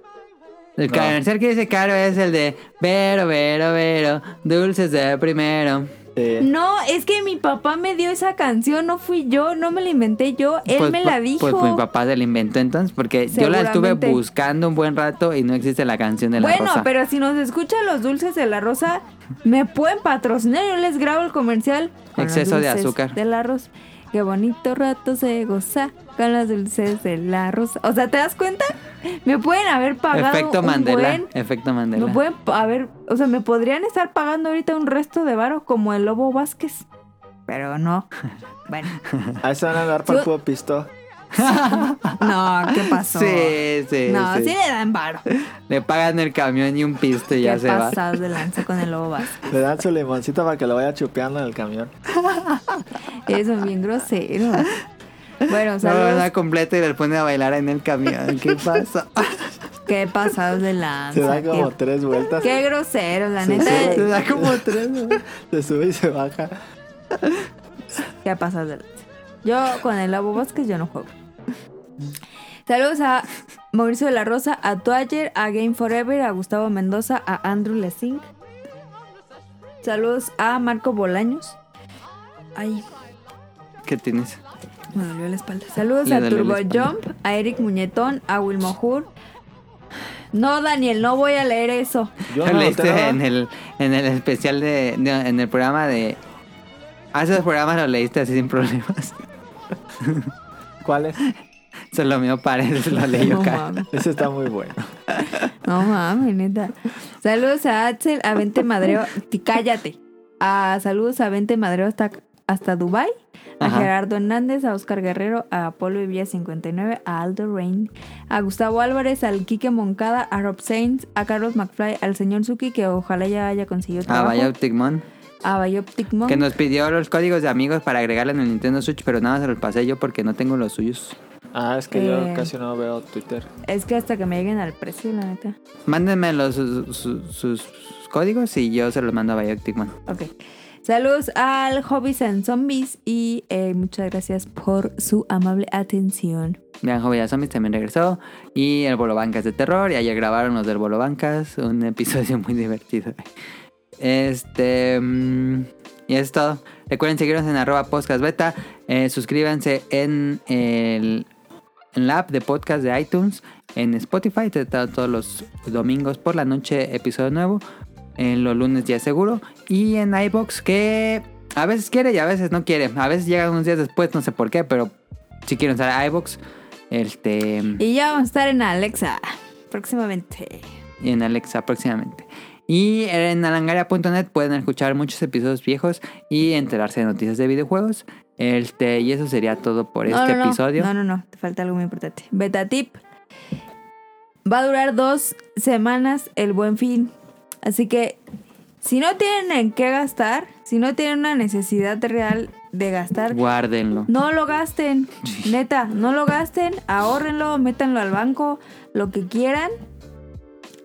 S2: El comercial que dice Caro es el de Vero, Vero, Vero, dulces de primero.
S3: Sí.
S1: No, es que mi papá me dio esa canción, no fui yo, no me la inventé yo, él
S2: Pues,
S1: me la
S2: pues,
S1: dijo.
S2: Pues, mi papá se la inventó entonces, porque yo la estuve
S1: Seguramente.
S2: buscando un buen rato y no existe la canción de la
S1: Bueno,
S2: rosa.
S1: pero si nos escuchan los dulces de la rosa, me pueden patrocinar. Yo les grabo el comercial. con los
S2: Exceso de
S1: dulces
S2: azúcar.
S1: Del arroz. Qué bonito rato se goza con los dulces de la rosa. O sea, ¿te das cuenta? Me pueden haber pagado.
S2: efecto
S1: un
S2: Mandela,
S1: buen-
S2: efecto Mandela.
S1: me pueden pa- haber. O sea, me podrían estar pagando ahorita un resto de varo como el Lobo Vázquez. Pero no. Bueno,
S3: A eso van a dar para
S1: Yo-
S3: el puro pisto.
S1: no, ¿qué pasó?
S2: Sí, sí,
S1: No, sí,
S2: sí.
S1: le dan varo.
S2: Le pagan el camión y un pisto y ya
S1: ¿Qué
S2: se va.
S1: pasados de lanza con el Lobo Vázquez?
S3: Le dan su limoncito para que lo vaya chupeando en el camión.
S1: Eres un bien grosero. Bueno,
S2: No,
S1: saludos.
S2: da completo y le pone a bailar en el camión. ¿Qué pasa?
S1: Qué pasados de
S3: Se
S1: lanza.
S3: da como
S1: Qué,
S3: tres vueltas.
S1: qué ¿eh? groseros, la
S3: Se
S1: neta.
S3: sube.
S2: Se da como
S3: tres, ¿no? Se sube y se baja.
S1: Qué pasados de lanza. Yo con el Lobo Vázquez yo no juego. Saludos a Mauricio de la Rosa, a Toayer, a Game Forever, a Gustavo Mendoza, a Andrew Lessing. Saludos a Marco Bolaños. Ay,
S2: ¿Qué tienes?
S1: Me dolió la espalda. Saludos
S2: Le
S1: a
S2: dolió
S1: Turbo
S2: la espalda.
S1: Jump, a Eric Muñetón, a Wilmo Hur. No, Daniel, no voy a leer eso.
S3: Yo
S2: Lo
S3: no
S2: leíste
S3: notaba.
S2: en el, en el especial de, de- En el programa de. Hace dos programas lo leíste así sin problemas.
S3: ¿Cuál es?
S2: Solo mío paredes, lo leí
S1: no,
S2: yo acá.
S1: mames,
S3: Ese está muy bueno.
S1: no mames, neta. Saludos a Axel, a Vente Madreo. Ti- Cállate. A, saludos a Vente Madreo hasta, hasta Dubai. a
S2: Ajá.
S1: Gerardo Hernández, a Oscar Guerrero, a Polo Villa 59, a Aldo Rain, a Gustavo Álvarez, al Quique Moncada, a Rob Sainz, a Carlos McFly, al señor Suki, que ojalá ya haya conseguido
S2: A
S1: trabajo,
S2: Bioptic Mon,
S1: a Bioptic Monk.
S2: que nos pidió los códigos de amigos para agregarle en el Nintendo Switch, pero nada más se los pasé yo porque no tengo los suyos.
S3: Ah, es que
S1: Eh.
S3: yo casi no veo Twitter.
S1: Es que hasta que me lleguen al precio, la neta.
S2: Mándenme los, sus, sus- sus códigos y yo se los mando a Bioptic Mon.
S1: Ok. Saludos al Hobbies and Zombies y eh, muchas gracias por su amable atención.
S2: Vean, Joven de Zombies también regresó. Y el Bolo Bancas de Terror. Y ayer grabaron los del Bolo Bancas. Un episodio muy divertido. Este. mm, Y es todo. Recuerden seguirnos en arroba podcast beta. Eh, suscríbanse en, el, en la app de podcast de iTunes. En Spotify. Te está todos los domingos por la noche episodio nuevo. En los lunes ya seguro. Y en iBox que a veces quiere y a veces no quiere. A veces llegan unos días después, no sé por qué, pero si quieren usar iBox. Este.
S1: Y ya vamos a estar en Alexa próximamente.
S2: y en Alexa próximamente. Y en alangaria.net pueden escuchar muchos episodios viejos y enterarse de noticias de videojuegos. Este, y eso sería todo por
S1: No,
S2: este
S1: no, no.
S2: episodio.
S1: No, no, no. Te falta algo muy importante. Beta tip. Va a durar dos semanas el buen fin. Así que si no tienen en qué gastar, si no tienen una necesidad real de gastar,
S2: Guárdenlo.
S1: no lo gasten. Neta, no lo gasten. Ahórrenlo, métanlo al banco, lo que quieran.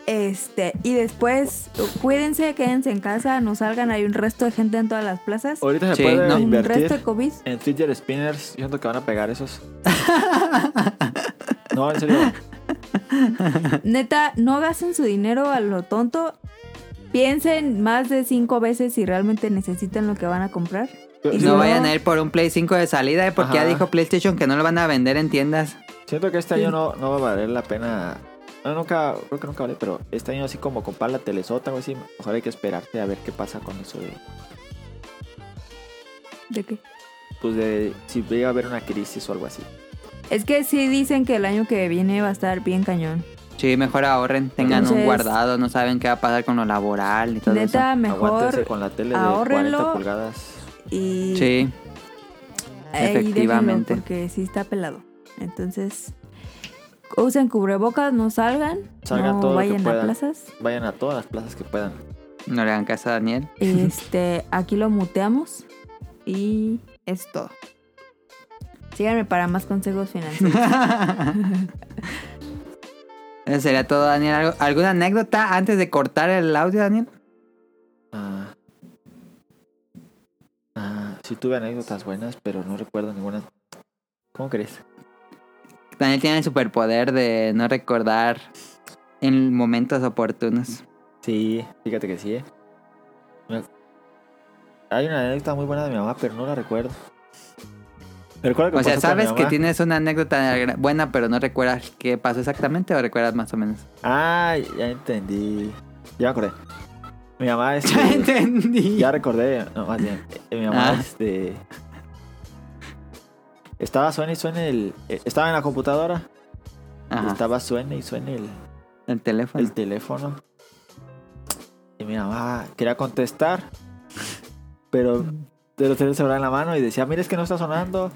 S1: Este, y después cuídense, quédense en casa, no salgan. Hay un resto de gente en todas las plazas.
S3: Ahorita se
S2: Sí,
S3: puede
S2: no.
S1: Un resto de
S3: invertir
S1: COVID.
S3: en Twitter Spinners. Yo siento que van a pegar esos. no, en serio.
S1: Neta, no gasten su dinero a lo tonto. Piensen más de cinco veces si realmente necesitan lo que van a comprar.
S3: Yo-
S1: Y
S2: No
S1: no-
S2: vayan a ir por un Play 5 de salida, eh, porque ya
S3: Ajá.
S2: dijo PlayStation que no lo van a vender en tiendas.
S3: Siento que este año no, no va a valer la pena. No, nunca, creo que nunca vale, pero este año así como comprar la telesota o así, mejor hay que esperarte a ver qué pasa con eso de,
S1: ¿De qué?
S3: pues de si llega a haber una crisis o algo así.
S1: Es que sí dicen que el año que viene va a estar bien cañón.
S2: Sí, mejor ahorren, tengan un
S1: Entonces-
S2: guardado, no saben qué va a pasar con lo laboral y todo
S1: Neta,
S3: Aguántense
S1: mejor.
S3: con la tele de
S1: ahórrenlo.
S3: 40 pulgadas.
S1: Y,
S2: eso. Sí,
S1: eh, y
S2: efectivamente.
S1: déjenlo porque sí está pelado. Entonces, usen cubrebocas, no salgan.
S3: Salgan
S1: no
S3: todo lo que
S1: vayan a
S3: puedan.
S1: plazas.
S3: Vayan a todas las plazas que puedan.
S2: no le hagan caso a Daniel.
S1: Este, aquí lo muteamos. Y es todo. Síganme para más consejos financieros.
S2: Eso sería todo, Daniel. ¿Algo- ¿Alguna anécdota antes de cortar el audio, Daniel?
S3: Ah. Ah, sí tuve anécdotas buenas, pero no recuerdo ninguna. ¿Cómo crees?
S2: Daniel tiene el superpoder de no recordar en momentos oportunos.
S3: Sí, fíjate que sí, ¿eh? Me- Hay una anécdota muy buena de mi mamá, pero no la recuerdo. Recuerdo que
S2: O sea,
S3: pasó con mi
S2: sabes que
S3: mamá.
S2: tienes una anécdota gra- buena, pero no recuerdas qué pasó exactamente o recuerdas más o menos.
S3: Ah, ya entendí. Ya me acordé. Mi mamá es.
S2: Ya entendí.
S3: Ya recordé, no, más bien, eh, mi mamá,
S2: Ah.
S3: este... Estaba suene y suene el... eh, Estaba en la computadora, y
S2: Ajá,
S3: estaba suene y suene el,
S2: el
S3: el
S2: teléfono.
S3: teléfono. Y mi mamá quería contestar, pero pero tenía el celular en la mano y decía, mira, es que no está sonando.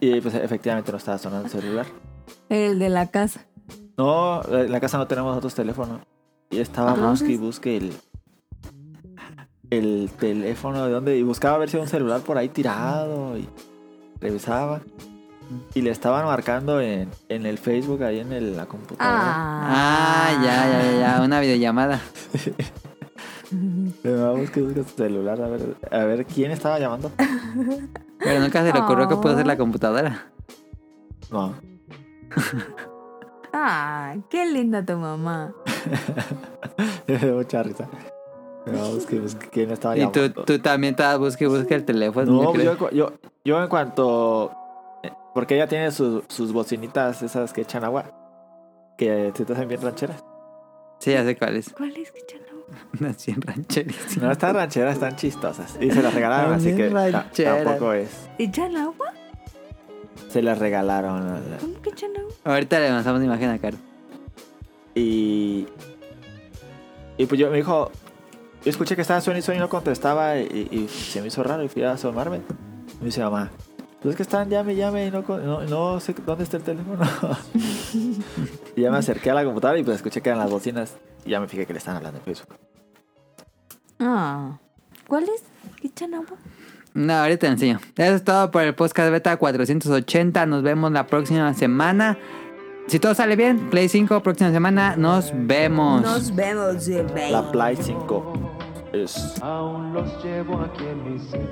S3: y pues efectivamente no estaba sonando el celular.
S1: El de la casa.
S3: No, en la casa no tenemos otros teléfonos. Y estaba
S1: Entonces-
S3: busque y busque el, el teléfono de donde. Y buscaba ver si había un celular por ahí tirado. Y revisaba. Y le estaban marcando en, en el Facebook, ahí en el- la computadora.
S2: Ah, ya, ya, ya, ya, una videollamada.
S3: Le daba busque y busque su celular a ver, a ver quién estaba llamando.
S2: Pero nunca se le ocurrió que pudo ser
S1: Oh.
S2: la computadora.
S3: No.
S1: Ah, qué linda tu mamá.
S3: Me dio mucha risa. Le daba busque y busque quién estaba
S2: Y
S3: llamando.
S2: tú, tú también te busca y busca el teléfono. yo
S3: No,
S2: creo.
S3: yo, cu- yo, yo en cuanto... eh, Porque ella tiene su- sus bocinitas esas que echan agua. Que se te hacen bien rancheras.
S2: Sí, ya sé cuál es.
S1: ¿Cuál es que chano?
S2: Una cien rancherísima.
S3: No están rancheras, están chistosas. Y se las regalaron,
S2: Están
S3: así que
S2: bien
S3: ta-
S2: rancheras.
S3: tampoco es.
S1: ¿Y agua?
S3: Se las regalaron. la- la-
S1: ¿Cómo que echan agua?
S2: Ahorita le lanzamos una imagen a Caro.
S3: Y... Y pues yo me dijo... Yo escuché que estaba Sony, Sony no contestaba y, y se me hizo raro y fui a asomarme. Me dice mamá, pues es que están llame, llame y no, con- no, no sé dónde está el teléfono. y ya me acerqué a la computadora y pues escuché que eran las bocinas y ya me fijé que le están hablando en Facebook.
S1: Ah. ¿Cuál es? ¿Qué chanabo?
S2: No, ahorita te enseño. Eso es todo por el podcast beta 480. Nos vemos la próxima semana. Si todo sale bien, Play 5, próxima semana. Nos vemos.
S1: Nos vemos, baby.
S3: La Play 5 es...
S8: aún los llevo aquí en mi ser.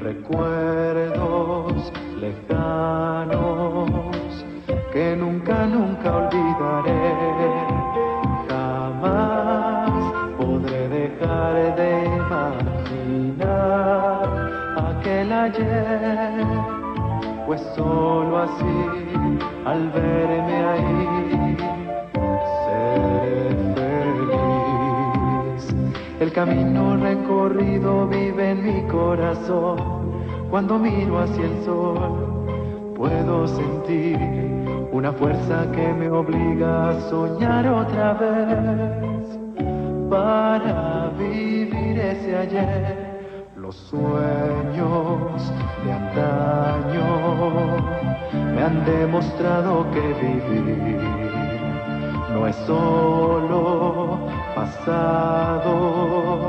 S8: Recuerdos lejanos que nunca, nunca olvidaré. Jamás podré dejar de imaginar aquel ayer pues solo así al verme ahí seré feliz. El camino recorrido vive en mi corazón. Cuando miro hacia el sol, puedo sentir una fuerza que me obliga a soñar otra vez para vivir ese ayer. Los sueños de antaño me han demostrado que vivir no es solo pasado,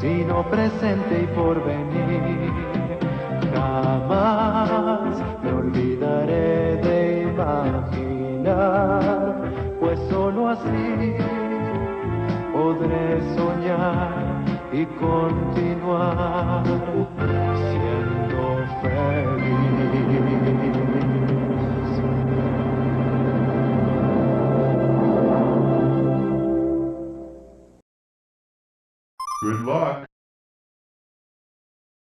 S8: sino presente y porvenir. Jamás me olvidaré de imaginar, pues solo así podré soñar y continuar siendo feliz.
S9: Good luck.